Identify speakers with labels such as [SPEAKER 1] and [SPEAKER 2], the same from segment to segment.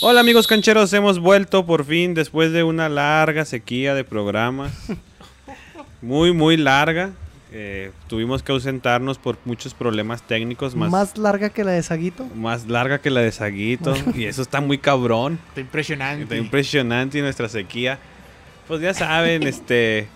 [SPEAKER 1] Hola amigos cancheros, hemos vuelto por fin después de una larga sequía de programas. Muy, muy larga. Eh, tuvimos que ausentarnos por muchos problemas técnicos
[SPEAKER 2] Más,
[SPEAKER 1] más, más,
[SPEAKER 2] larga que la de Saguito.
[SPEAKER 1] larga que la de Saguito. y eso está muy cabrón.
[SPEAKER 3] Está impresionante.
[SPEAKER 1] Está impresionante y nuestra sequía. Pues ya saben, este.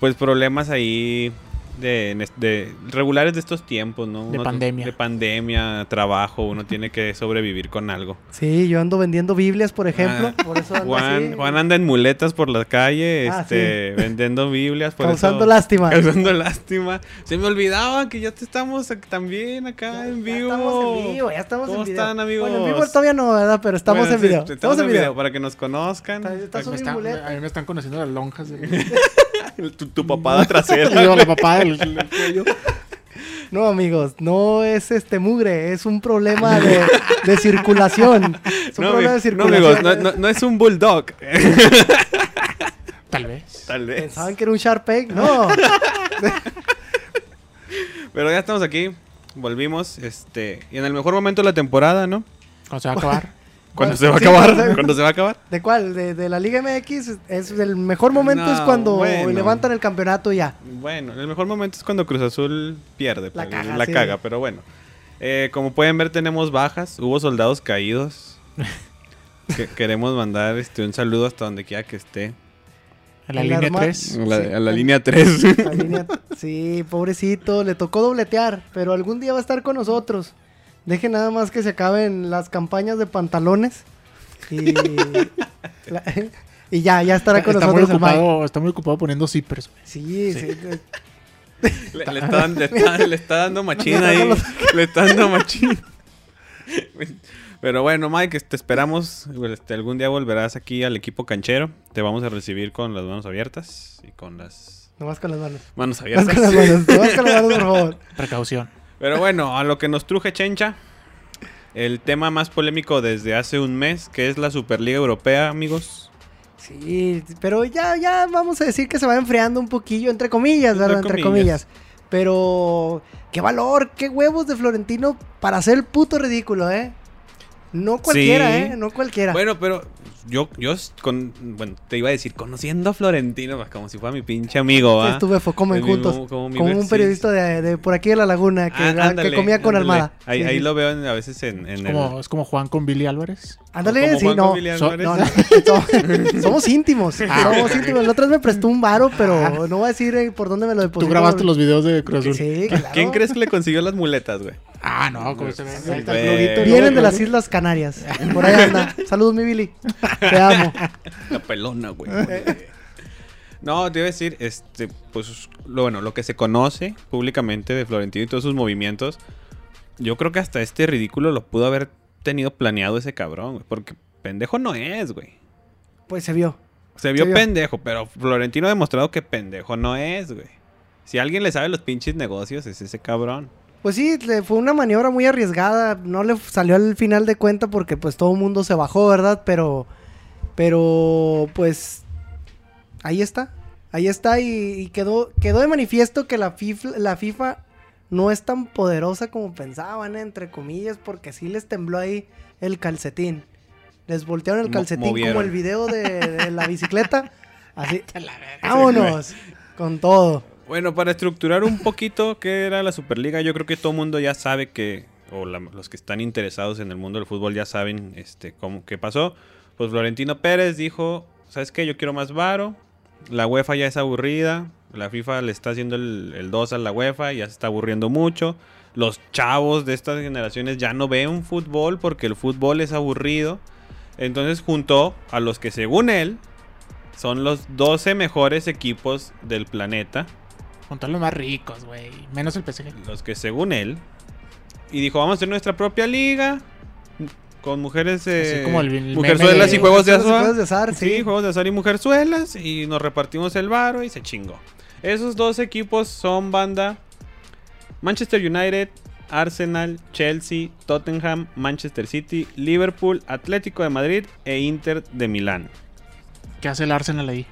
[SPEAKER 1] Pues problemas ahí de, de- regulares de estos tiempos, ¿no?
[SPEAKER 3] De pandemia.
[SPEAKER 1] De pandemia, trabajo, uno tiene que sobrevivir con algo.
[SPEAKER 2] Sí, yo ando vendiendo Biblias, por ejemplo.
[SPEAKER 1] Ah,
[SPEAKER 2] por eso ando
[SPEAKER 1] Juan,
[SPEAKER 2] así,
[SPEAKER 1] Juan anda en muletas por la calle,
[SPEAKER 2] Ah,
[SPEAKER 1] este, vendiendo Biblias. Por
[SPEAKER 2] causando
[SPEAKER 1] eso-
[SPEAKER 2] lástima.
[SPEAKER 1] Causando lástima. Se me olvidaba que ya te estamos ac- también acá en
[SPEAKER 2] Ya
[SPEAKER 1] vivo.
[SPEAKER 2] Estamos en vivo, ya estamos
[SPEAKER 1] ¿Cómo
[SPEAKER 2] en video.
[SPEAKER 1] están, amigos?
[SPEAKER 2] Bueno, en vivo todavía no, ¿verdad? Pero estamos
[SPEAKER 1] Bueno,
[SPEAKER 2] en
[SPEAKER 1] sí,
[SPEAKER 2] video.
[SPEAKER 1] Estamos,
[SPEAKER 2] estamos en video.
[SPEAKER 1] para que nos conozcan.
[SPEAKER 2] Está- está
[SPEAKER 1] para que-
[SPEAKER 2] subiendo
[SPEAKER 3] Me están-
[SPEAKER 2] muleta.
[SPEAKER 3] a mí me están conociendo las lonjas. De...
[SPEAKER 1] tu, tu papada trasera.
[SPEAKER 3] Digo, la papá del- del cuello.
[SPEAKER 2] No, amigos, no es este mugre, es un problema de, de circulación. Es un
[SPEAKER 1] No,
[SPEAKER 2] problema
[SPEAKER 1] ami-
[SPEAKER 2] de
[SPEAKER 1] no,
[SPEAKER 2] circulación.
[SPEAKER 1] amigos, no, no- no es un bulldog.
[SPEAKER 3] Tal vez.
[SPEAKER 1] Tal vez.
[SPEAKER 2] Pensaban que era un Sharpeg, no.
[SPEAKER 1] Pero ya estamos aquí. Volvimos. Este, y en el mejor momento de la temporada, ¿no?
[SPEAKER 3] Cuando se va a acabar.
[SPEAKER 1] Cuando
[SPEAKER 2] Bueno,
[SPEAKER 1] se va a
[SPEAKER 2] sí,
[SPEAKER 1] acabar.
[SPEAKER 2] cuando se-
[SPEAKER 1] Cuando se va a acabar.
[SPEAKER 2] ¿De cuál? ¿De, de la Liga MX? Es el mejor momento es
[SPEAKER 1] No,
[SPEAKER 2] cuando
[SPEAKER 1] bueno.
[SPEAKER 2] levantan el campeonato y ya.
[SPEAKER 1] Bueno, el mejor momento es cuando Cruz Azul pierde.
[SPEAKER 2] La
[SPEAKER 1] pero-
[SPEAKER 2] caga, sí.
[SPEAKER 1] caga, pero bueno. Eh, como pueden ver, tenemos bajas. Hubo soldados caídos. Que- queremos mandar este, un saludo hasta donde quiera que esté.
[SPEAKER 3] A la
[SPEAKER 2] El
[SPEAKER 3] línea
[SPEAKER 2] arma-
[SPEAKER 3] 3.
[SPEAKER 1] A la,
[SPEAKER 2] Sí.
[SPEAKER 1] a la línea 3.
[SPEAKER 2] La línea- Sí, pobrecito, le tocó dobletear, pero algún día va a estar con nosotros. Deje nada más que se acaben las campañas de pantalones y, la- y ya, ya estará con
[SPEAKER 3] Está muy,
[SPEAKER 2] nosotros el Mike.
[SPEAKER 3] ocupado, está muy ocupado poniendo zippers. güey.
[SPEAKER 2] Sí, sí, eh,
[SPEAKER 1] Le, le está, dan- le está- le está dando machín
[SPEAKER 2] No,
[SPEAKER 1] ahí.
[SPEAKER 2] no,
[SPEAKER 1] Le está dando machín. Pero bueno, Mike, te esperamos. Este, algún día volverás aquí al equipo canchero. Te vamos a recibir con las manos abiertas y con las
[SPEAKER 2] nomás con las manos.
[SPEAKER 1] manos abiertas.
[SPEAKER 2] Nomás con las manos, nomás con las manos, por favor.
[SPEAKER 3] Precaución.
[SPEAKER 1] Pero bueno, a lo que nos truje Chencha. El tema más polémico desde hace un mes, que es la Superliga Europea, amigos.
[SPEAKER 2] Sí, pero ya, ya vamos a decir que se va enfriando un poquillo, entre comillas, ¿verdad? Entre
[SPEAKER 1] comillas.
[SPEAKER 2] comillas. Pero qué valor, qué huevos de Florentino para hacer el puto ridículo, ¿eh? No cualquiera,
[SPEAKER 1] Sí.
[SPEAKER 2] ¿eh? No cualquiera.
[SPEAKER 1] Bueno, pero yo, yo s- con, bueno, te iba a decir, conociendo a Florentino, pues, como si fuera mi pinche amigo, ¿va?
[SPEAKER 2] Estuve fo- comen
[SPEAKER 1] El mismo-
[SPEAKER 2] juntos.
[SPEAKER 1] como mi
[SPEAKER 2] como
[SPEAKER 1] ver-
[SPEAKER 2] un
[SPEAKER 1] sí,
[SPEAKER 2] periodista de, de por aquí de la laguna que,
[SPEAKER 1] Ah,
[SPEAKER 2] que
[SPEAKER 1] ándale,
[SPEAKER 2] comía con
[SPEAKER 1] ándale.
[SPEAKER 2] Almada.
[SPEAKER 1] Ahí,
[SPEAKER 2] Sí,
[SPEAKER 1] ahí
[SPEAKER 2] sí.
[SPEAKER 1] lo veo en- a veces en, en
[SPEAKER 3] Es
[SPEAKER 1] el.
[SPEAKER 3] como, es como Juan con Billy Álvarez.
[SPEAKER 2] Ándale,
[SPEAKER 1] como
[SPEAKER 2] sí,
[SPEAKER 1] Juan
[SPEAKER 2] no.
[SPEAKER 1] Gabriel Ah.
[SPEAKER 3] So-
[SPEAKER 1] Álvarez.
[SPEAKER 2] No, no, no, somos íntimos. somos íntimos. El otro día me prestó un varo,
[SPEAKER 1] Ah.
[SPEAKER 2] pero no voy a decir eh, por dónde me lo depositó.
[SPEAKER 3] Tú grabaste los videos de Cruz Azul.
[SPEAKER 2] Sí, claro.
[SPEAKER 1] ¿Quién crees que le consiguió las muletas, güey?
[SPEAKER 3] Ah, no, como se ve. Ahí está
[SPEAKER 1] Güey.
[SPEAKER 3] el loguito, ¿no?
[SPEAKER 2] Vienen de las Islas Canarias. Por ahí anda. Saludos, mi Billy. Te amo.
[SPEAKER 1] La pelona, güey. No, te iba a decir, este, pues, lo bueno, lo que se conoce públicamente de Florentino y todos sus movimientos, yo creo que hasta este ridículo lo pudo haber tenido planeado ese cabrón, güey, porque pendejo no es, güey.
[SPEAKER 2] Pues se vio.
[SPEAKER 1] Se vio
[SPEAKER 2] Se vio.
[SPEAKER 1] pendejo, pero Florentino ha demostrado que pendejo no es, güey. Si alguien le sabe los pinches negocios, es ese cabrón.
[SPEAKER 2] Pues sí, le- fue una maniobra muy arriesgada. No le salió al final de cuenta porque pues todo el mundo se bajó, ¿verdad? Pero, pero pues ahí está. Ahí está y, y quedó, quedó de manifiesto que la FIFA, la FIFA no es tan poderosa como pensaban, ¿eh? entre comillas, porque sí les tembló ahí el calcetín. Les voltearon el
[SPEAKER 1] Mo-
[SPEAKER 2] calcetín como
[SPEAKER 1] movieron.
[SPEAKER 2] el video de, de la bicicleta. Así,
[SPEAKER 3] La verga.
[SPEAKER 2] vámonos con todo.
[SPEAKER 1] Bueno, para estructurar un poquito qué era la Superliga, yo creo que todo el mundo ya sabe que, o la- los que están interesados en el mundo del fútbol ya saben este, cómo, qué pasó. Pues Florentino Pérez dijo, ¿sabes qué? Yo quiero más varo, la UEFA ya es aburrida, la FIFA le está haciendo el, el 2 a la UEFA, ya se está aburriendo mucho. Los chavos de estas generaciones ya no ven fútbol porque el fútbol es aburrido. Entonces juntó a los que según él son los 12 mejores equipos del planeta
[SPEAKER 3] Juntar los más ricos, güey. Menos el PSG.
[SPEAKER 1] los que según él, y dijo, vamos a hacer nuestra propia liga con mujeres eh,
[SPEAKER 3] Así como el- el
[SPEAKER 1] mujerzuelas
[SPEAKER 3] meme
[SPEAKER 1] y juegos de
[SPEAKER 2] Juegos Eh, de-
[SPEAKER 1] azar.
[SPEAKER 2] juegos de azar, sí.
[SPEAKER 1] juegos de azar y mujerzuelas y nos repartimos el varo y se chingó. Esos dos equipos son banda Manchester United, Arsenal, Chelsea, Tottenham, Manchester City, Liverpool, Atlético de Madrid e Inter de Milán.
[SPEAKER 3] ¿Qué hace el Arsenal ahí?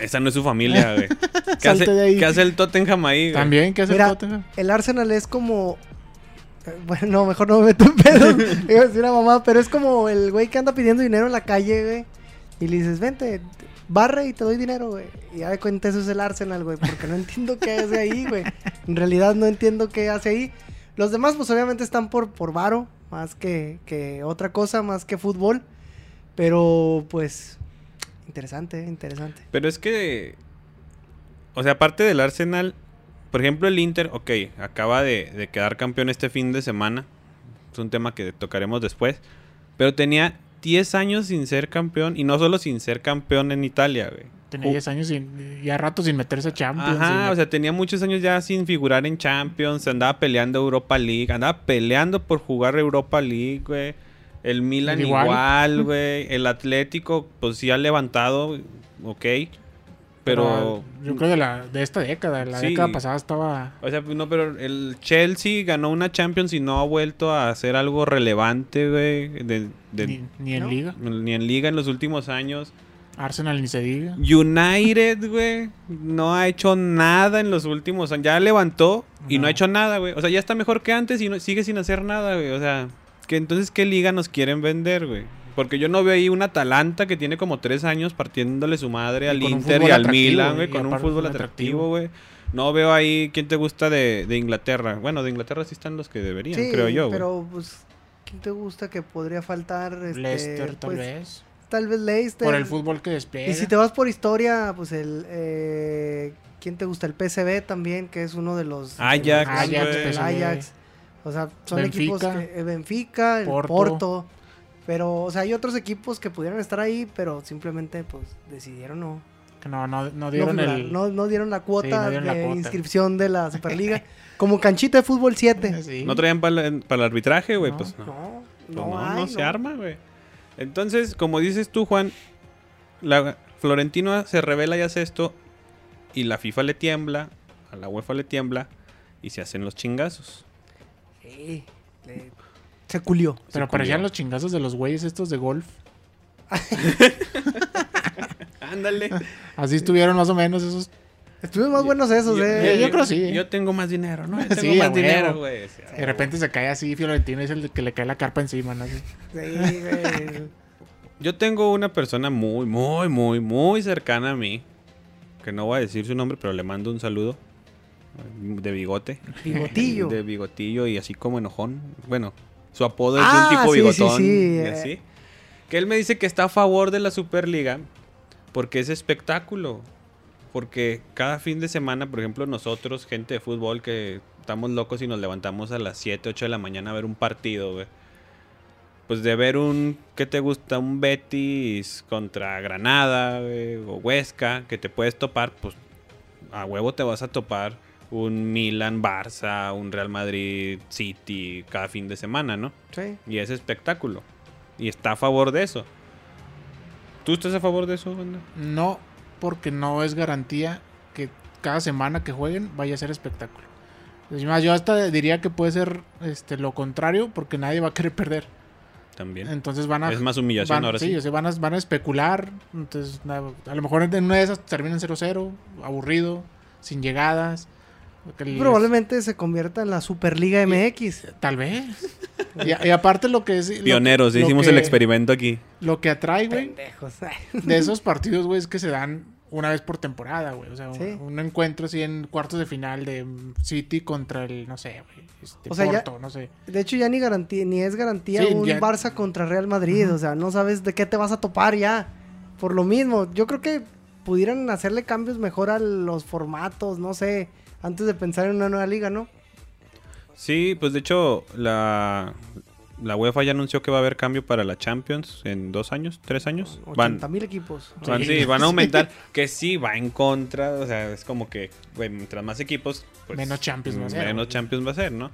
[SPEAKER 1] Esa no es su familia, güey. ¿Qué, hace,
[SPEAKER 3] Salte de ahí.
[SPEAKER 1] qué hace el Tottenham ahí, güey?
[SPEAKER 3] También, ¿qué hace
[SPEAKER 2] Mira,
[SPEAKER 3] el Tottenham?
[SPEAKER 2] El Arsenal es como eh, Bueno, no, mejor no me meto en pedo. Iba a decir una mamá, pero es como el güey que anda pidiendo dinero en la calle, güey. Y le dices, vente, barre y te doy dinero, güey. Y ya de cuenta eso es el Arsenal, güey, porque no entiendo qué hace ahí, güey. En realidad no entiendo qué hace ahí. Los demás, pues obviamente están por, por varo, más que, que otra cosa, más que fútbol. Pero, pues, interesante, interesante.
[SPEAKER 1] Pero es que. O sea, aparte del Arsenal, por ejemplo, el Inter, ok, acaba de, de quedar campeón este fin de semana. Es un tema que tocaremos después. Pero tenía 10 años sin ser campeón. Y no solo sin ser campeón en Italia, güey.
[SPEAKER 3] Tenía
[SPEAKER 1] Ju-
[SPEAKER 3] 10 años sin, ya rato sin meterse a Champions.
[SPEAKER 1] Uh. Ajá,
[SPEAKER 3] sin-
[SPEAKER 1] o sea, tenía muchos años ya sin figurar en Champions, andaba peleando Europa League, andaba peleando por jugar Europa League, güey. El Milan
[SPEAKER 3] Igual.
[SPEAKER 1] igual, güey. El Atlético, pues sí ha levantado, ok. Pero,
[SPEAKER 3] yo creo de, la, de esta década, la
[SPEAKER 1] Sí.
[SPEAKER 3] década pasada estaba.
[SPEAKER 1] o sea, no, pero el Chelsea ganó una Champions y no ha vuelto a hacer algo relevante, güey. de- de-
[SPEAKER 3] ni, ni en
[SPEAKER 2] ¿no?
[SPEAKER 3] liga.
[SPEAKER 1] ni en liga en los últimos años.
[SPEAKER 3] Arsenal ni se diga.
[SPEAKER 1] United, güey, no ha hecho nada en los últimos años. Ya levantó y no,
[SPEAKER 3] No.
[SPEAKER 1] ha hecho nada, güey. O sea, ya está mejor que antes y no- sigue sin hacer nada, güey. O sea, que entonces, ¿qué liga nos quieren vender, güey? Porque yo no veo ahí un Atalanta que tiene como tres años partiéndole su madre
[SPEAKER 3] Y
[SPEAKER 1] al
[SPEAKER 3] con un
[SPEAKER 1] Inter y
[SPEAKER 3] fútbol
[SPEAKER 1] al
[SPEAKER 3] atractivo,
[SPEAKER 1] Milan,
[SPEAKER 3] güey,
[SPEAKER 1] güey,
[SPEAKER 3] y
[SPEAKER 1] con un
[SPEAKER 3] aparte
[SPEAKER 1] fútbol
[SPEAKER 3] un
[SPEAKER 1] atractivo,
[SPEAKER 3] atractivo.
[SPEAKER 1] güey. No veo ahí quién te gusta de, de Inglaterra. Bueno, de Inglaterra sí están los que deberían,
[SPEAKER 2] Sí,
[SPEAKER 1] creo yo, güey.
[SPEAKER 2] pero, pues, ¿quién te gusta que podría faltar? Este,
[SPEAKER 3] Leicester, tal
[SPEAKER 2] pues,
[SPEAKER 3] vez.
[SPEAKER 2] Tal vez Leicester.
[SPEAKER 3] Por el fútbol que despliega.
[SPEAKER 2] Y si te vas por historia, pues el... eh, ¿Quién te gusta? El PSV también, que es uno de los... de los
[SPEAKER 1] Ajax,
[SPEAKER 2] grandes,
[SPEAKER 1] güey.
[SPEAKER 2] el Ajax. O sea, son equipos
[SPEAKER 3] Benfica.
[SPEAKER 2] que... eh, Benfica, el Porto.
[SPEAKER 3] Porto.
[SPEAKER 2] Pero, o sea, hay otros equipos que pudieron estar ahí, pero simplemente, pues, decidieron no.
[SPEAKER 3] Que no, no, no
[SPEAKER 2] No
[SPEAKER 3] dieron
[SPEAKER 2] figurar,
[SPEAKER 3] el.
[SPEAKER 2] no- no dieron la cuota
[SPEAKER 3] dieron
[SPEAKER 2] de
[SPEAKER 3] la cuota.
[SPEAKER 2] inscripción de la Superliga. como canchita de fútbol 7.
[SPEAKER 3] Sí.
[SPEAKER 1] No traían para el, para el arbitraje, güey,
[SPEAKER 3] No,
[SPEAKER 1] pues no.
[SPEAKER 2] No,
[SPEAKER 1] Pues
[SPEAKER 2] no,
[SPEAKER 1] no,
[SPEAKER 2] hay,
[SPEAKER 1] no
[SPEAKER 2] no.
[SPEAKER 1] se arma, güey. Entonces, como dices tú, Juan, la Florentino se revela y hace esto, y la FIFA le tiembla, a la UEFA le tiembla, y se hacen los chingazos.
[SPEAKER 2] Sí, le- se culió.
[SPEAKER 1] Se
[SPEAKER 3] Pero parecían
[SPEAKER 1] culió.
[SPEAKER 3] los chingazos de los güeyes estos de golf.
[SPEAKER 1] Ándale.
[SPEAKER 3] Así estuvieron más o menos esos.
[SPEAKER 2] Estuvieron más buenos esos, eh.
[SPEAKER 3] yo- yo creo sí.
[SPEAKER 1] Yo tengo más dinero, ¿no? Yo tengo
[SPEAKER 3] Sí, a
[SPEAKER 1] más
[SPEAKER 3] huevo.
[SPEAKER 1] dinero, güey. decía.
[SPEAKER 3] De repente se cae así, Fiorentino es el que le cae la carpa encima, ¿no? Así.
[SPEAKER 2] Sí, güey.
[SPEAKER 1] Yo tengo una persona muy, muy, muy, muy cercana a mí, que no voy a decir su nombre, pero le mando un saludo de bigote.
[SPEAKER 2] Bigotillo.
[SPEAKER 1] De bigotillo y así como enojón. Bueno, su apodo es
[SPEAKER 2] Ah,
[SPEAKER 1] de un tipo
[SPEAKER 2] sí, sí,
[SPEAKER 1] bigotón.
[SPEAKER 2] sí,
[SPEAKER 1] y
[SPEAKER 2] eh.
[SPEAKER 1] así. Que él me dice que está a favor de la Superliga porque es espectáculo. Porque cada fin de semana, por ejemplo, nosotros, gente de fútbol, que estamos locos y nos levantamos a las 7, 8 de la mañana a ver un partido, güey. Pues de ver un, ¿qué te gusta? Un Betis contra Granada, güey, o Huesca, que te puedes topar, pues a huevo te vas a topar un Milan, Barça, un Real Madrid, City cada fin de semana, ¿no?
[SPEAKER 2] Sí.
[SPEAKER 1] Y es espectáculo. Y está a favor de eso. ¿Tú estás a favor de eso, banda?
[SPEAKER 3] No, porque no es garantía que cada semana que jueguen vaya a ser espectáculo. Es más, yo hasta diría que puede ser este, lo contrario, porque nadie va a querer perder.
[SPEAKER 1] También.
[SPEAKER 3] Entonces van a.
[SPEAKER 1] Es más humillación
[SPEAKER 3] van-
[SPEAKER 1] ahora sí.
[SPEAKER 3] o sea, van, a, van a especular. Entonces, na- a lo mejor en una de esas terminan 0-0, aburrido, sin llegadas. que les-
[SPEAKER 2] Probablemente se convierta en la Superliga MX.
[SPEAKER 3] Tal vez. y, a- y aparte lo que es... lo-
[SPEAKER 1] Pioneros,
[SPEAKER 3] lo
[SPEAKER 1] hicimos
[SPEAKER 3] que-
[SPEAKER 1] el experimento aquí.
[SPEAKER 3] Lo que atrae, güey,
[SPEAKER 2] Pendejos.
[SPEAKER 3] de esos partidos, güey, es que se dan una vez por temporada, güey. O sea, un,
[SPEAKER 2] Sí.
[SPEAKER 3] un encuentro así en cuartos de final de mm, City contra el, no sé, güey, este,
[SPEAKER 2] O sea, ya-
[SPEAKER 3] Porto, no sé.
[SPEAKER 2] De hecho, ya ni garantía, ni es garantía
[SPEAKER 3] Sí,
[SPEAKER 2] un
[SPEAKER 3] ya-
[SPEAKER 2] Barça contra Real Madrid. O sea, no sabes de qué te vas a topar ya. Por lo mismo, yo creo que pudieran hacerle cambios mejor a los formatos, no sé, antes de pensar en una nueva liga, ¿no?
[SPEAKER 1] Sí, pues de hecho, la, la UEFA ya anunció que va a haber cambio para la Champions en dos años, tres años. Van,
[SPEAKER 2] 80 mil equipos.
[SPEAKER 1] Van, sí, van a aumentar. Que sí, va en contra. O sea, es como que, güey, mientras más equipos. pues,
[SPEAKER 3] Menos Champions va a ser,
[SPEAKER 1] Menos
[SPEAKER 3] güey.
[SPEAKER 1] Champions va a ser, ¿no?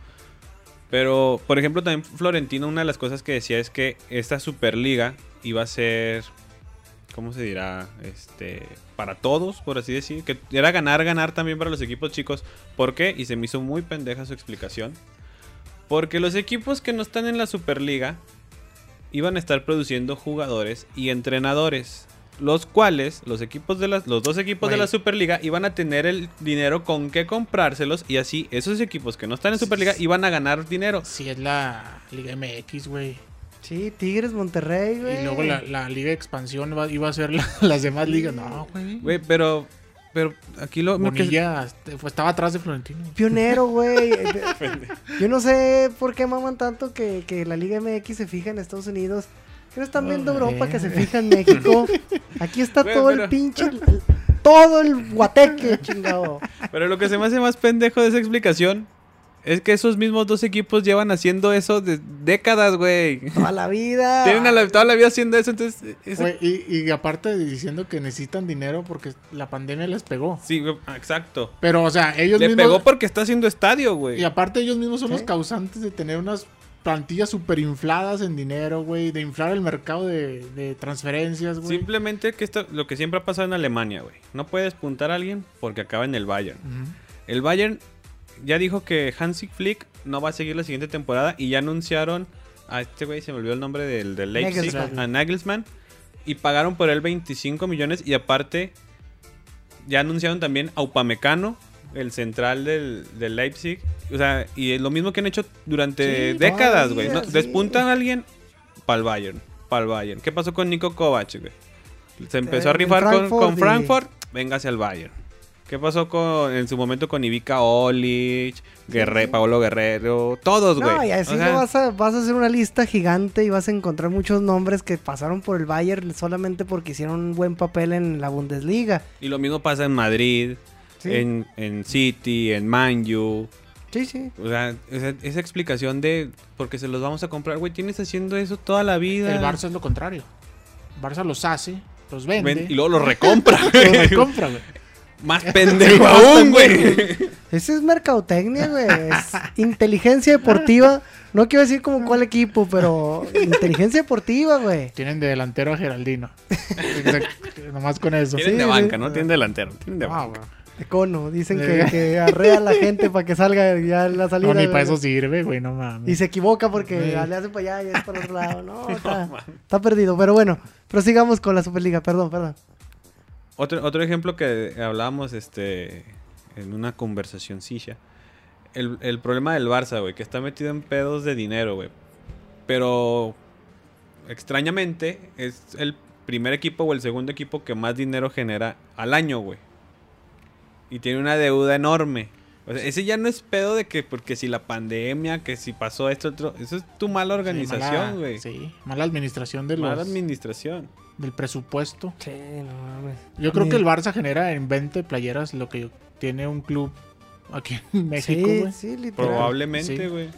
[SPEAKER 1] Pero, por ejemplo, también Florentino, una de las cosas que decía es que esta Superliga iba a ser. ¿Cómo se dirá? Este. Para todos, por así decir. Que era ganar, ganar también para los equipos chicos. ¿Por qué? Y se me hizo muy pendeja su explicación. Porque los equipos que no están en la Superliga iban a estar produciendo jugadores y entrenadores. los cuales los equipos de las, los dos equipos de
[SPEAKER 3] Güey.
[SPEAKER 1] la Superliga iban a tener el dinero con que comprárselos y así esos equipos que no están en Superliga iban a ganar dinero.
[SPEAKER 3] Si es la Liga MX, güey.
[SPEAKER 2] Sí, Tigres, Monterrey, güey.
[SPEAKER 3] Y luego la, la Liga de Expansión va- iba a ser la- las demás ligas. No, güey.
[SPEAKER 1] Güey, pero pero aquí lo lo que-
[SPEAKER 3] Bonilla este, fue- estaba atrás de Florentino.
[SPEAKER 2] Pionero, güey. Yo no sé por qué maman tanto que, que la Liga MX se fija en Estados Unidos. Que no están viendo
[SPEAKER 3] Ah,
[SPEAKER 2] Europa
[SPEAKER 3] eh.
[SPEAKER 2] que se fija en México. Aquí está
[SPEAKER 1] Güey,
[SPEAKER 2] todo el
[SPEAKER 1] pero-
[SPEAKER 2] pinche. el- todo el guateque, chingado.
[SPEAKER 1] pero lo que se me hace más pendejo de esa explicación es que esos mismos dos equipos llevan haciendo eso de décadas, güey.
[SPEAKER 2] Toda la vida.
[SPEAKER 1] Tienen a la, toda la vida haciendo eso, entonces ese-
[SPEAKER 3] Ah. Güey, y, y aparte diciendo que necesitan dinero porque la pandemia les pegó.
[SPEAKER 1] sí, güey, exacto.
[SPEAKER 3] Pero, o sea, ellos
[SPEAKER 1] Le
[SPEAKER 3] mismos.
[SPEAKER 1] pegó porque está haciendo estadio, güey.
[SPEAKER 3] Y aparte ellos mismos son los
[SPEAKER 2] Sí.
[SPEAKER 3] causantes de tener unas plantillas super infladas en dinero, güey. De inflar el mercado de, de transferencias, güey.
[SPEAKER 1] Simplemente que esto, lo que siempre ha pasado en Alemania, güey. No puedes puntar a alguien porque acaba en el Bayern.
[SPEAKER 3] Ujú.
[SPEAKER 1] El Bayern ya dijo que Hansi Flick no va a seguir la siguiente temporada y ya anunciaron a este güey, se me olvidó el nombre del, del Leipzig,
[SPEAKER 2] Nagelsmann.
[SPEAKER 1] a Nagelsmann. Y pagaron por él 25 millones y aparte ya anunciaron también a Upamecano, el central del, del Leipzig. O sea, y es lo mismo que han hecho durante
[SPEAKER 2] Sí,
[SPEAKER 1] décadas,
[SPEAKER 2] todavía,
[SPEAKER 1] güey. No,
[SPEAKER 2] sí.
[SPEAKER 1] Despuntan a alguien para el Bayern, para el Bayern. ¿Qué pasó con Nico Kovac, güey? Se empezó a
[SPEAKER 2] En
[SPEAKER 1] rifar con-
[SPEAKER 2] Frankfurt
[SPEAKER 1] con
[SPEAKER 2] y-
[SPEAKER 1] Frankfurt, véngase al Bayern. ¿Qué pasó con, en su momento con Ivica Olic, Guerre, Paolo Guerrero, todos, güey?
[SPEAKER 2] No, y así
[SPEAKER 1] O sea,
[SPEAKER 2] no vas, a, vas a hacer una lista gigante y vas a encontrar muchos nombres que pasaron por el Bayern solamente porque hicieron un buen papel en la Bundesliga.
[SPEAKER 1] Y lo mismo pasa en Madrid,
[SPEAKER 2] Sí.
[SPEAKER 1] en, en City, en Manju.
[SPEAKER 2] Sí, sí.
[SPEAKER 1] O sea, esa, esa explicación de porque se los vamos a comprar, güey, tienes haciendo eso toda la vida.
[SPEAKER 3] El Barça es lo contrario. Barça los hace, los vende.
[SPEAKER 1] Ven- y luego los recompra.
[SPEAKER 3] los compra, güey.
[SPEAKER 1] Más pendejo
[SPEAKER 3] más
[SPEAKER 1] aún, güey.
[SPEAKER 3] pendejo.
[SPEAKER 2] Ese es mercadotecnia, güey. Es inteligencia deportiva. No quiero decir como cuál equipo, pero inteligencia deportiva, güey.
[SPEAKER 3] Tienen de delantero a Geraldino. Exacto, Nomás con eso.
[SPEAKER 1] Tienen
[SPEAKER 3] Sí,
[SPEAKER 1] de
[SPEAKER 3] sí.
[SPEAKER 1] banca, ¿no? Tienen delantero. Tienen de
[SPEAKER 3] Ah,
[SPEAKER 1] banca.
[SPEAKER 3] güey.
[SPEAKER 2] Econo. Dicen que,
[SPEAKER 3] Eh.
[SPEAKER 2] que arrea a la gente para que salga ya la salida.
[SPEAKER 3] No, ni
[SPEAKER 2] güey.
[SPEAKER 3] para eso sirve, güey, no
[SPEAKER 2] Y
[SPEAKER 3] mames.
[SPEAKER 2] se equivoca porque
[SPEAKER 3] Sí.
[SPEAKER 2] le hace para allá y es para otro lado. No, está, está perdido. Pero bueno, prosigamos con la Superliga. Perdón, perdón.
[SPEAKER 1] Otro, otro ejemplo que hablábamos este, en una conversacioncilla. El, el problema del Barça, güey, que está metido en pedos de dinero, güey. Pero extrañamente es el primer equipo o el segundo equipo que más dinero genera al año, güey. Y tiene una deuda enorme. O sea, ese ya no es pedo de que porque si la pandemia, que si pasó esto, otro, eso es tu mala organización, güey.
[SPEAKER 3] Sí, mala, sí, mala administración de los-
[SPEAKER 1] mala administración.
[SPEAKER 3] del presupuesto.
[SPEAKER 2] Sí, no mames.
[SPEAKER 3] Yo creo que el Barça genera en 20 playeras lo que tiene un club aquí en México,
[SPEAKER 2] Sí,
[SPEAKER 3] güey.
[SPEAKER 2] sí, literal.
[SPEAKER 1] Probablemente,
[SPEAKER 3] Sí.
[SPEAKER 1] güey.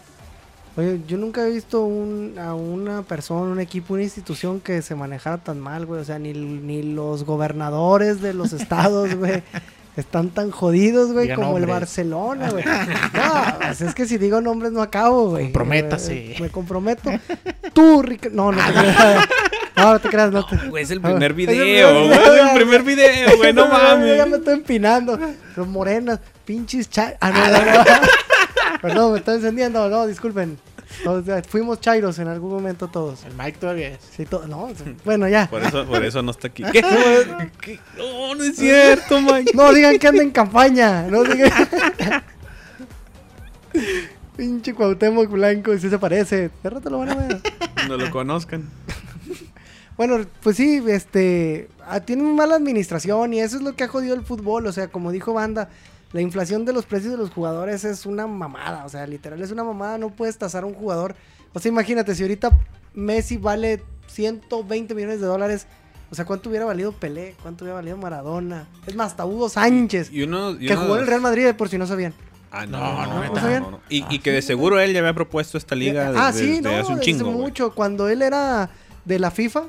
[SPEAKER 2] Oye, yo nunca he visto un- a una persona, un equipo, una institución que se manejara tan mal, güey. O sea, ni, ni los gobernadores de los estados, güey. Están tan jodidos, güey,
[SPEAKER 3] Diga
[SPEAKER 2] como el
[SPEAKER 3] nombres.
[SPEAKER 2] Barcelona, güey. No, pues es que si digo nombres no acabo, güey. Eh,
[SPEAKER 3] Comprométase.
[SPEAKER 2] Me, me comprometo. Tú, Rica- No, no te creas. No, no te creas, no te...
[SPEAKER 1] Güey, es el
[SPEAKER 2] Ah,
[SPEAKER 1] primer
[SPEAKER 2] es el
[SPEAKER 1] video,
[SPEAKER 2] primer
[SPEAKER 1] güey. Es
[SPEAKER 2] video.
[SPEAKER 1] el primer video, güey. No
[SPEAKER 2] Yo ya me
[SPEAKER 1] mames.
[SPEAKER 2] estoy empinando. Los morenas, pinches chairos. Ah, no, no, no. Perdón, me estoy encendiendo. No, disculpen. Todos, ya, Fuimos chairos en algún momento todos.
[SPEAKER 3] El Mike todavía es.
[SPEAKER 2] Sí, to- no, bueno, ya.
[SPEAKER 1] Por eso, por eso no está aquí. ¿Qué? ¿Qué? No, no es cierto, Mike.
[SPEAKER 2] No digan que anda en campaña. No digan. Pinche Cuauhtémoc Blanco, si se parece. De rato lo van a ver.
[SPEAKER 1] No lo conozcan.
[SPEAKER 2] Bueno, pues sí, este, ah, tienen mala administración y eso es lo que ha jodido el fútbol. O sea, como dijo Banda, la inflación de los precios de los jugadores es una mamada. O sea, literal es una mamada. No puedes tasar a un jugador. O sea, imagínate, si ahorita Messi vale 120 millones de dólares, o sea, ¿cuánto hubiera valido Pelé? ¿Cuánto hubiera valido Maradona? Es más, hasta Hugo Sánchez,
[SPEAKER 1] Y uno, y
[SPEAKER 2] que
[SPEAKER 1] uno-
[SPEAKER 2] jugó en el Real Madrid, por si no sabían.
[SPEAKER 1] Ah, no,
[SPEAKER 3] No,
[SPEAKER 1] no,
[SPEAKER 3] no,
[SPEAKER 1] no,
[SPEAKER 2] ¿no sabían?
[SPEAKER 1] no, no. Y, y que de seguro él ya había propuesto esta liga desde,
[SPEAKER 2] ah, sí,
[SPEAKER 1] desde
[SPEAKER 2] no,
[SPEAKER 1] hace un
[SPEAKER 2] desde
[SPEAKER 1] chingo. güey.
[SPEAKER 2] mucho. Cuando él era de la FIFA,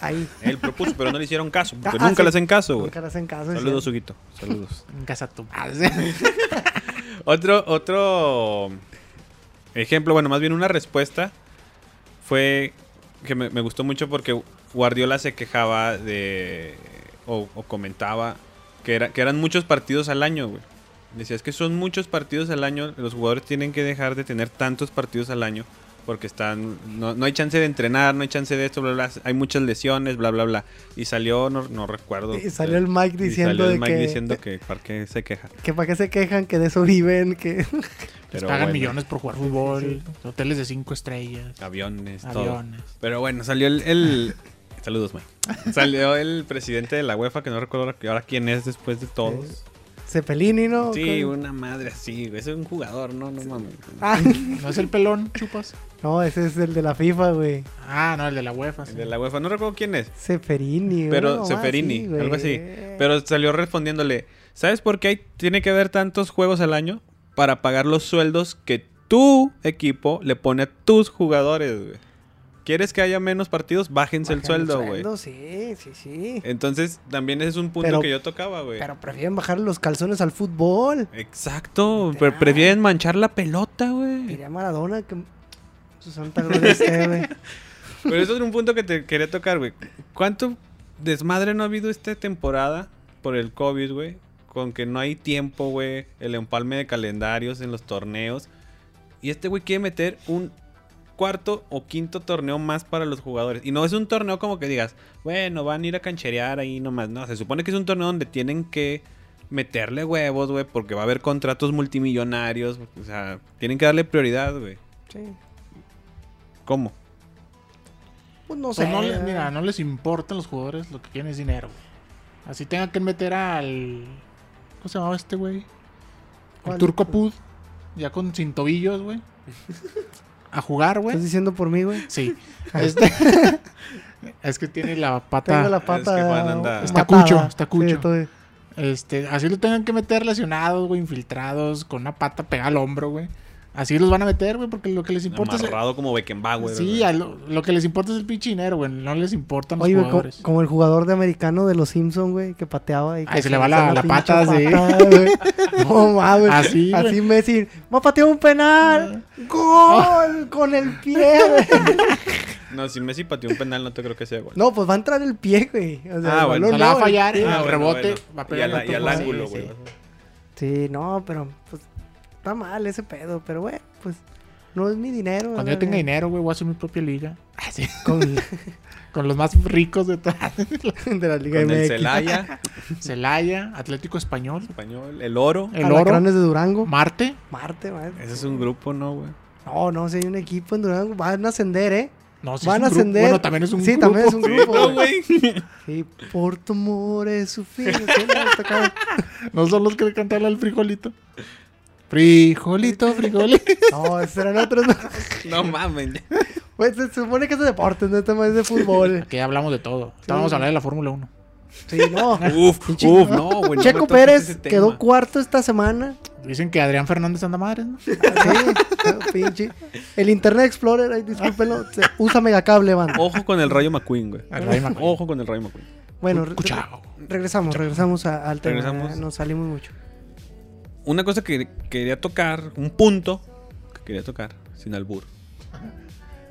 [SPEAKER 2] ahí.
[SPEAKER 1] Él propuso, pero no le hicieron caso. Porque
[SPEAKER 2] Ah, ah,
[SPEAKER 1] nunca le
[SPEAKER 2] sí.
[SPEAKER 1] hacen caso, güey.
[SPEAKER 2] Nunca le hacen caso. es
[SPEAKER 1] Saludos,
[SPEAKER 2] cierto.
[SPEAKER 1] Huguito. Saludos.
[SPEAKER 3] En casa tu madre.
[SPEAKER 1] Otro, otro ejemplo, bueno, más bien una respuesta fue que me, me gustó mucho porque Guardiola se quejaba de o, o comentaba que, era, que eran muchos partidos al año, güey. Decía, es que son muchos partidos al año, los jugadores tienen que dejar de tener tantos partidos al año porque están no, no hay chance de entrenar, no hay chance de esto, bla, bla, bla, hay muchas lesiones, bla, bla, bla. Y salió, no, no recuerdo.
[SPEAKER 2] Y salió el Mike
[SPEAKER 1] Y
[SPEAKER 2] diciendo
[SPEAKER 1] salió el
[SPEAKER 2] de
[SPEAKER 1] Mike
[SPEAKER 2] que,
[SPEAKER 1] diciendo que para qué se queja.
[SPEAKER 2] que para qué se quejan, que de eso viven, que Pues
[SPEAKER 3] Les
[SPEAKER 1] Pero
[SPEAKER 3] pagan
[SPEAKER 1] bueno,
[SPEAKER 3] millones por jugar fútbol, hoteles de cinco estrellas,
[SPEAKER 1] Aviones, todo.
[SPEAKER 3] aviones.
[SPEAKER 1] Pero bueno, salió el... el- Saludos, Mike. Salió el presidente de la UEFA, que no recuerdo ahora- ahora quién es después de todos.
[SPEAKER 2] Cepelini, ¿no?
[SPEAKER 1] Sí,
[SPEAKER 2] Con-
[SPEAKER 1] una madre así, güey. Es un jugador, no, no mames.
[SPEAKER 2] Ah,
[SPEAKER 3] ¿No es el pelón, chupas?
[SPEAKER 2] no, ese es el de la FIFA, güey.
[SPEAKER 3] Ah, no, el de la UEFA. sí.
[SPEAKER 1] El De la UEFA, no recuerdo quién es.
[SPEAKER 2] Ceferini,
[SPEAKER 1] Pero Seferini, algo así. Pero salió respondiéndole, ¿sabes por qué hay- tiene que haber tantos juegos al año? Para pagar los sueldos que tu equipo le pone a tus jugadores, güey. ¿Quieres que haya menos partidos? Bájense, el sueldo, güey.
[SPEAKER 2] Sí, sí, sí.
[SPEAKER 1] Entonces, también ese es un punto
[SPEAKER 2] Pero-
[SPEAKER 1] que yo tocaba, güey.
[SPEAKER 2] Pero prefieren bajar los calzones al fútbol.
[SPEAKER 1] Exacto,
[SPEAKER 2] Literal.
[SPEAKER 1] pero prefieren manchar la pelota, güey.
[SPEAKER 2] Diría Maradona que su santa gloria esté, güey.
[SPEAKER 1] Pero eso es un punto que te quería tocar, güey. ¿Cuánto desmadre no ha habido esta temporada por el COVID, güey? Con que no hay tiempo, güey. El empalme de calendarios en los torneos. Y este güey quiere meter un cuarto o quinto torneo más para los jugadores. Y no es un torneo como que digas, bueno, van a ir a cancherear ahí nomás. No, se supone que es un torneo donde tienen que meterle huevos, güey, porque va a haber contratos multimillonarios. O sea, tienen que darle prioridad, güey.
[SPEAKER 2] Sí.
[SPEAKER 1] ¿Cómo?
[SPEAKER 2] Pues no
[SPEAKER 3] Pues
[SPEAKER 2] sé.
[SPEAKER 3] no le-
[SPEAKER 2] eh.
[SPEAKER 3] mira, no les importan los jugadores, lo que quieren es dinero. güey. Así tengan que meter al. ¿Cómo se llamaba este güey?
[SPEAKER 2] ¿Cuál?
[SPEAKER 3] El Turco Apud, ya con sin tobillos, güey. A jugar,
[SPEAKER 2] ¿Estás
[SPEAKER 3] güey.
[SPEAKER 2] diciendo por mí, güey?
[SPEAKER 3] Sí. Este- es que tiene la pata.
[SPEAKER 2] Tengo la pata.
[SPEAKER 1] Ah, que Juan anda-
[SPEAKER 3] Está
[SPEAKER 2] matada.
[SPEAKER 3] cucho, está cucho.
[SPEAKER 2] Sí, estoy-
[SPEAKER 3] Este, así lo tengan que meter lesionados, güey, infiltrados, con una pata pegada al hombro, güey. Así los van a meter, güey, porque lo que les importa es. el-
[SPEAKER 1] Amarrado como Beckenbauer.
[SPEAKER 3] Sí,
[SPEAKER 1] güey.
[SPEAKER 3] a lo, lo que les importa es el pinche dinero, güey. No les importan los
[SPEAKER 2] Oye, güey, co-
[SPEAKER 3] jugadores.
[SPEAKER 2] como, el jugador de americano de los Simpsons, güey, que pateaba. Y
[SPEAKER 3] Ay,
[SPEAKER 2] que
[SPEAKER 3] se le va la-
[SPEAKER 2] hizo
[SPEAKER 3] la
[SPEAKER 2] pinche
[SPEAKER 3] pata, sí.
[SPEAKER 2] güey. No mames.
[SPEAKER 3] Así,
[SPEAKER 2] Así,
[SPEAKER 3] güey. Ah.
[SPEAKER 2] así Messi. Va a patear un penal. ¡Gol! Con el pie, güey.
[SPEAKER 1] No, si Messi pateó un penal, no te creo que sea gol.
[SPEAKER 2] No, pues va a entrar el pie, güey. O sea,
[SPEAKER 1] Ah,
[SPEAKER 2] el
[SPEAKER 1] bueno,
[SPEAKER 2] balón
[SPEAKER 3] O sea, la va a
[SPEAKER 2] no, el
[SPEAKER 3] fallar
[SPEAKER 2] pie.
[SPEAKER 3] y
[SPEAKER 1] Ah,
[SPEAKER 3] al
[SPEAKER 1] bueno,
[SPEAKER 3] rebote
[SPEAKER 1] bueno.
[SPEAKER 3] va a
[SPEAKER 1] y,
[SPEAKER 3] pegar
[SPEAKER 1] al, y al
[SPEAKER 3] jugador.
[SPEAKER 1] ángulo,
[SPEAKER 3] Sí,
[SPEAKER 1] güey.
[SPEAKER 3] sí.
[SPEAKER 2] Sí, no, pero pues está mal ese pedo, pero güey, pues no es mi dinero.
[SPEAKER 3] Cuando
[SPEAKER 2] a
[SPEAKER 3] yo
[SPEAKER 2] la
[SPEAKER 3] tenga
[SPEAKER 2] verga.
[SPEAKER 3] dinero, güey, voy a hacer mi propia liga. Ah, sí.
[SPEAKER 2] Con,
[SPEAKER 3] Con los más ricos de todas.
[SPEAKER 2] de la Liga
[SPEAKER 1] Con el
[SPEAKER 2] MX.
[SPEAKER 1] Celaya,
[SPEAKER 3] Celaya, Atlético Español,
[SPEAKER 1] español, el oro.
[SPEAKER 3] El Oro,
[SPEAKER 2] Alacranes de Durango.
[SPEAKER 3] Marte.
[SPEAKER 2] Marte, Marte.
[SPEAKER 1] Ese es un grupo, ¿no, güey?
[SPEAKER 2] No, no, si hay un equipo en Durango, van a ascender, ¿eh?
[SPEAKER 3] No, sí
[SPEAKER 2] van a
[SPEAKER 3] es un grupo.
[SPEAKER 2] ascender.
[SPEAKER 3] Bueno, también es un
[SPEAKER 2] sí,
[SPEAKER 3] grupo.
[SPEAKER 2] también es un grupo.
[SPEAKER 1] No,
[SPEAKER 2] güey.
[SPEAKER 1] güey.
[SPEAKER 2] Sí, por tu amor he sufrido. ¿Quién la tocaba?
[SPEAKER 3] No son los que cantarle al frijolito. Frijolito, frijolito.
[SPEAKER 2] No, serán otros. no.
[SPEAKER 1] No mames.
[SPEAKER 2] Güey, se supone que es de deportes, no Este es de fútbol.
[SPEAKER 3] Aquí hablamos de todo. Ahorita Vamos a hablar de la Fórmula 1.
[SPEAKER 2] Sí, no.
[SPEAKER 1] Uf, uf, no, güey. no me
[SPEAKER 2] Checo
[SPEAKER 1] toques
[SPEAKER 2] Pérez
[SPEAKER 1] ese tema.
[SPEAKER 2] quedó cuarto esta semana.
[SPEAKER 3] Dicen que Adrián Fernández anda madres, ¿no?
[SPEAKER 2] Sí, pinche. El Internet Explorer, ay, discúlpenlo, se- usa megacable, banda.
[SPEAKER 1] Ojo con el Rayo McQueen, güey.
[SPEAKER 3] Al Ah, Rayo McQueen.
[SPEAKER 1] Ojo con el Rayo McQueen.
[SPEAKER 2] Bueno, re-
[SPEAKER 3] Cuchao.
[SPEAKER 2] regresamos, regresamos a- al tema.
[SPEAKER 1] Regresamos.
[SPEAKER 2] eh, Nos salimos mucho.
[SPEAKER 1] Una cosa que quería tocar, un punto que quería tocar, sin albur.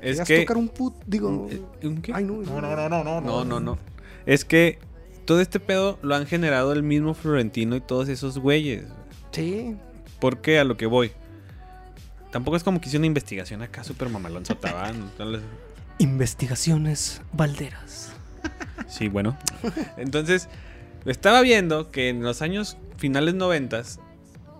[SPEAKER 1] Es
[SPEAKER 2] Querías
[SPEAKER 1] que. eh,
[SPEAKER 2] tocar un put, digo.
[SPEAKER 1] ¿Un qué?
[SPEAKER 2] Ay, no,
[SPEAKER 3] No, no, no, no, no.
[SPEAKER 1] No, no, no. Es que todo este pedo lo han generado el mismo Florentino y todos esos güeyes.
[SPEAKER 2] Sí.
[SPEAKER 1] ¿Por qué a lo que voy? Tampoco es como que hice una investigación acá súper mamalón sotabán. no les-
[SPEAKER 2] Investigaciones Valderas.
[SPEAKER 1] Sí, bueno. Entonces, estaba viendo que en los años finales noventas,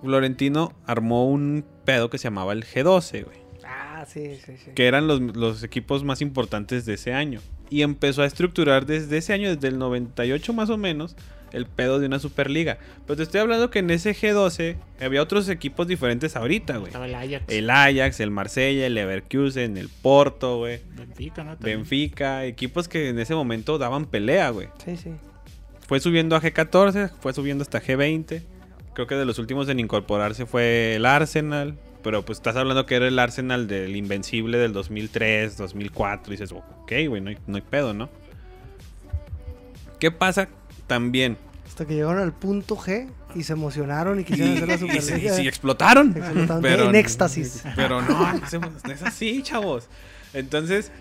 [SPEAKER 1] Florentino armó un pedo que se llamaba el G12, güey.
[SPEAKER 2] Ah, sí, sí, sí.
[SPEAKER 1] que eran los, los equipos más importantes de ese año. Y empezó a estructurar desde ese año, desde el 98 más o menos, el pedo de una superliga. Pero te estoy hablando que en ese G12 había otros equipos diferentes ahorita, güey.
[SPEAKER 3] Estaba el Ajax.
[SPEAKER 1] El Ajax, el Marsella, el Leverkusen, el Porto, güey.
[SPEAKER 3] Benfica, ¿no? También.
[SPEAKER 1] Benfica, equipos que en ese momento daban pelea, güey.
[SPEAKER 2] Sí, sí.
[SPEAKER 1] Fue subiendo a G14, fue subiendo hasta G20. Creo que de los últimos en incorporarse fue el Arsenal. Pero pues estás hablando que era el Arsenal del Invencible del 2003, 2004. Y dices, ok, güey, no hay, no hay pedo, ¿no? ¿Qué pasa también?
[SPEAKER 2] Hasta que llegaron al punto G y se emocionaron y
[SPEAKER 1] Y,
[SPEAKER 2] quisieron hacer la
[SPEAKER 1] y se- y
[SPEAKER 2] Superliga.
[SPEAKER 1] sí, explotaron.
[SPEAKER 2] Exactamente,
[SPEAKER 1] Pero,
[SPEAKER 2] en éxtasis.
[SPEAKER 1] pero no, no se- no es así, chavos. Entonces,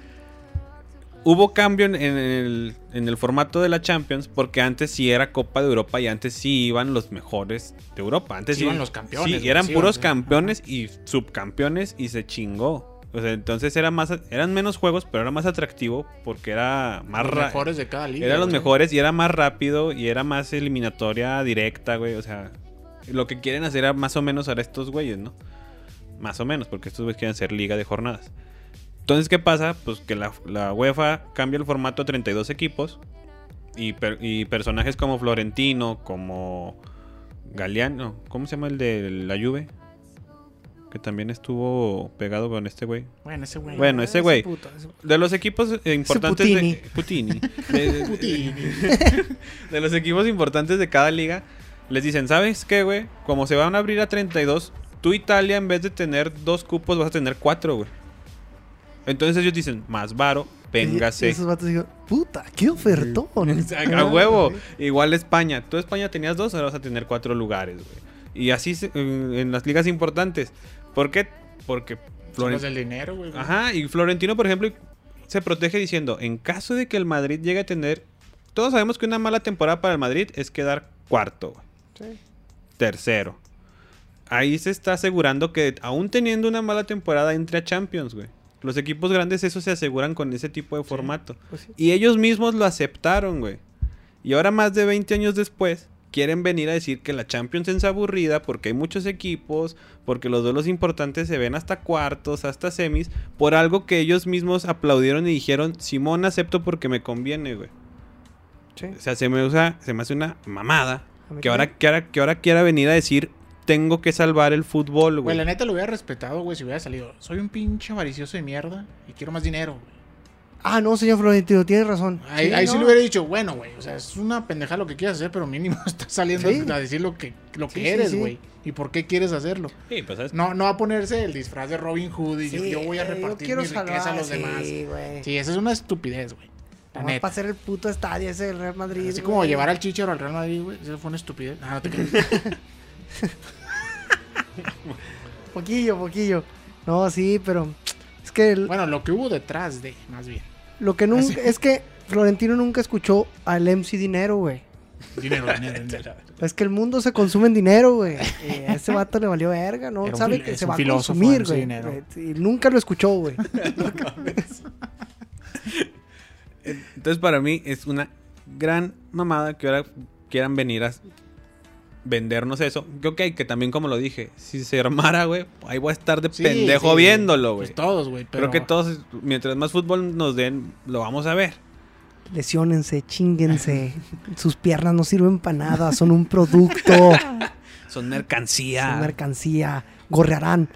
[SPEAKER 1] hubo cambio en, en el, en el formato de la Champions porque antes sí era Copa de Europa y antes sí iban los mejores de Europa. Antes
[SPEAKER 3] Sí iban los campeones,
[SPEAKER 1] Sí,
[SPEAKER 3] güey,
[SPEAKER 1] eran
[SPEAKER 3] sí iban,
[SPEAKER 1] puros
[SPEAKER 3] sí.
[SPEAKER 1] campeones y subcampeones y se chingó. O sea, entonces era más, eran menos juegos, pero era más atractivo porque era más
[SPEAKER 3] Los
[SPEAKER 1] ra-
[SPEAKER 3] mejores de cada liga.
[SPEAKER 1] Eran los
[SPEAKER 3] güey.
[SPEAKER 1] mejores y era más rápido y era más eliminatoria directa, güey. O sea, lo que quieren hacer a- más o menos ahora estos güeyes, ¿no? Más o menos, porque estos güeyes quieren hacer liga de jornadas. Entonces, ¿qué pasa? Pues que la, la UEFA cambia el formato a 32 equipos y, per- y personajes como Florentino, como Galeano, ¿cómo se llama el de la Juve? Que también estuvo pegado con este güey.
[SPEAKER 3] Bueno, ese güey.
[SPEAKER 1] Bueno, ese güey.
[SPEAKER 2] puto, ese-
[SPEAKER 1] De los equipos eh, importantes
[SPEAKER 2] Putini.
[SPEAKER 1] de Putini. De- de-
[SPEAKER 3] Putin.
[SPEAKER 1] de los equipos importantes de cada liga, les dicen, ¿sabes qué, güey? Como se van a abrir a 32, tú Italia en vez de tener dos cupos vas a tener cuatro, güey. Entonces ellos dicen, más varo,
[SPEAKER 2] Y-
[SPEAKER 1] véngase.
[SPEAKER 2] y esos vatos dijeron, puta, qué ofertón.
[SPEAKER 1] A a huevo. Igual España. Tú España tenías dos, ahora vas a tener cuatro lugares, güey. Y así se- en en las ligas importantes. ¿Por qué? Porque Floren-
[SPEAKER 3] Los del dinero, güey.
[SPEAKER 1] Ajá, y Florentino, por ejemplo, se protege diciendo, en caso de que el Madrid llegue a tener... Todos sabemos que una mala temporada para el Madrid es quedar cuarto, güey. Tercero. Ahí se está asegurando que aún teniendo una mala temporada entre a Champions, güey. Los equipos grandes eso se aseguran con ese tipo de formato.
[SPEAKER 2] Pues sí.
[SPEAKER 1] Y ellos mismos lo aceptaron, güey. Y ahora más de 20 años después, quieren venir a decir que la Champions es aburrida porque hay muchos equipos, porque los duelos importantes se ven hasta cuartos, hasta semis, por algo que ellos mismos aplaudieron y dijeron, Simón acepto porque me conviene, güey.
[SPEAKER 2] Sí.
[SPEAKER 1] O sea, se me, usa, se me hace una mamada
[SPEAKER 2] A mí
[SPEAKER 1] que ahora, que, ahora, que ahora quiera venir a decir, tengo que salvar el fútbol,
[SPEAKER 3] Güey,
[SPEAKER 1] güey.
[SPEAKER 3] la neta lo hubiera respetado, güey, si hubiera salido. Soy un pinche avaricioso de mierda y quiero más dinero, güey.
[SPEAKER 2] Ah, no, señor Florentino, tiene razón.
[SPEAKER 3] Ahí, ahí sí,
[SPEAKER 2] no.
[SPEAKER 3] le hubiera dicho, bueno, güey, o sea, es una pendejada lo que quieras hacer, pero mínimo estás saliendo
[SPEAKER 2] Sí.
[SPEAKER 3] a decir lo que, lo
[SPEAKER 2] Sí,
[SPEAKER 3] que
[SPEAKER 2] sí,
[SPEAKER 3] eres,
[SPEAKER 2] sí.
[SPEAKER 3] güey. ¿Y por qué quieres hacerlo?
[SPEAKER 1] Sí, pues, ¿sabes?
[SPEAKER 3] No, no va a ponerse el disfraz de Robin Hood y yo-
[SPEAKER 2] Sí,
[SPEAKER 3] yo, voy a
[SPEAKER 2] eh, yo
[SPEAKER 3] repartir
[SPEAKER 2] quiero
[SPEAKER 3] mi riqueza
[SPEAKER 2] salvar,
[SPEAKER 3] a los demás.
[SPEAKER 2] Sí, güey.
[SPEAKER 3] Sí, esa es una estupidez, güey. La
[SPEAKER 2] Nomás
[SPEAKER 3] neta.
[SPEAKER 2] para hacer el puto estadio ese del Real Madrid.
[SPEAKER 3] Así como
[SPEAKER 2] güey.
[SPEAKER 3] llevar al chichero al Real Madrid, güey. Eso fue una estupidez. Ah, no te creas.
[SPEAKER 2] Poquillo, poquillo. No, sí, pero es que el-
[SPEAKER 3] bueno, lo que hubo detrás de, más bien.
[SPEAKER 2] lo que nunca
[SPEAKER 3] sí.
[SPEAKER 2] es que Florentino nunca escuchó al MC Dinero, güey.
[SPEAKER 3] Dinero, dinero, dinero.
[SPEAKER 2] Es que el mundo se consume en dinero, güey. Y a ese vato le valió verga, ¿no?
[SPEAKER 3] Era un
[SPEAKER 2] Sabe
[SPEAKER 3] fil-
[SPEAKER 2] que
[SPEAKER 3] es
[SPEAKER 2] se
[SPEAKER 3] un
[SPEAKER 2] va a
[SPEAKER 3] filósofo,
[SPEAKER 2] consumir,
[SPEAKER 3] MC
[SPEAKER 2] güey.
[SPEAKER 3] Dinero.
[SPEAKER 2] Eh, Y nunca lo escuchó, güey.
[SPEAKER 1] Entonces para mí es una gran mamada que ahora quieran venir a vendernos eso. Que ok, que también como lo dije, si se armara, güey, ahí voy a estar de
[SPEAKER 3] Sí,
[SPEAKER 1] pendejo
[SPEAKER 3] sí.
[SPEAKER 1] viéndolo, güey.
[SPEAKER 3] Pues todos, güey.
[SPEAKER 1] Creo que todos, mientras más fútbol nos den, lo vamos a ver.
[SPEAKER 2] Lesionense, chinguense. Sus piernas no sirven para nada, son un producto.
[SPEAKER 3] Ah.
[SPEAKER 1] Son mercancía.
[SPEAKER 2] Son mercancía. Gorrearán.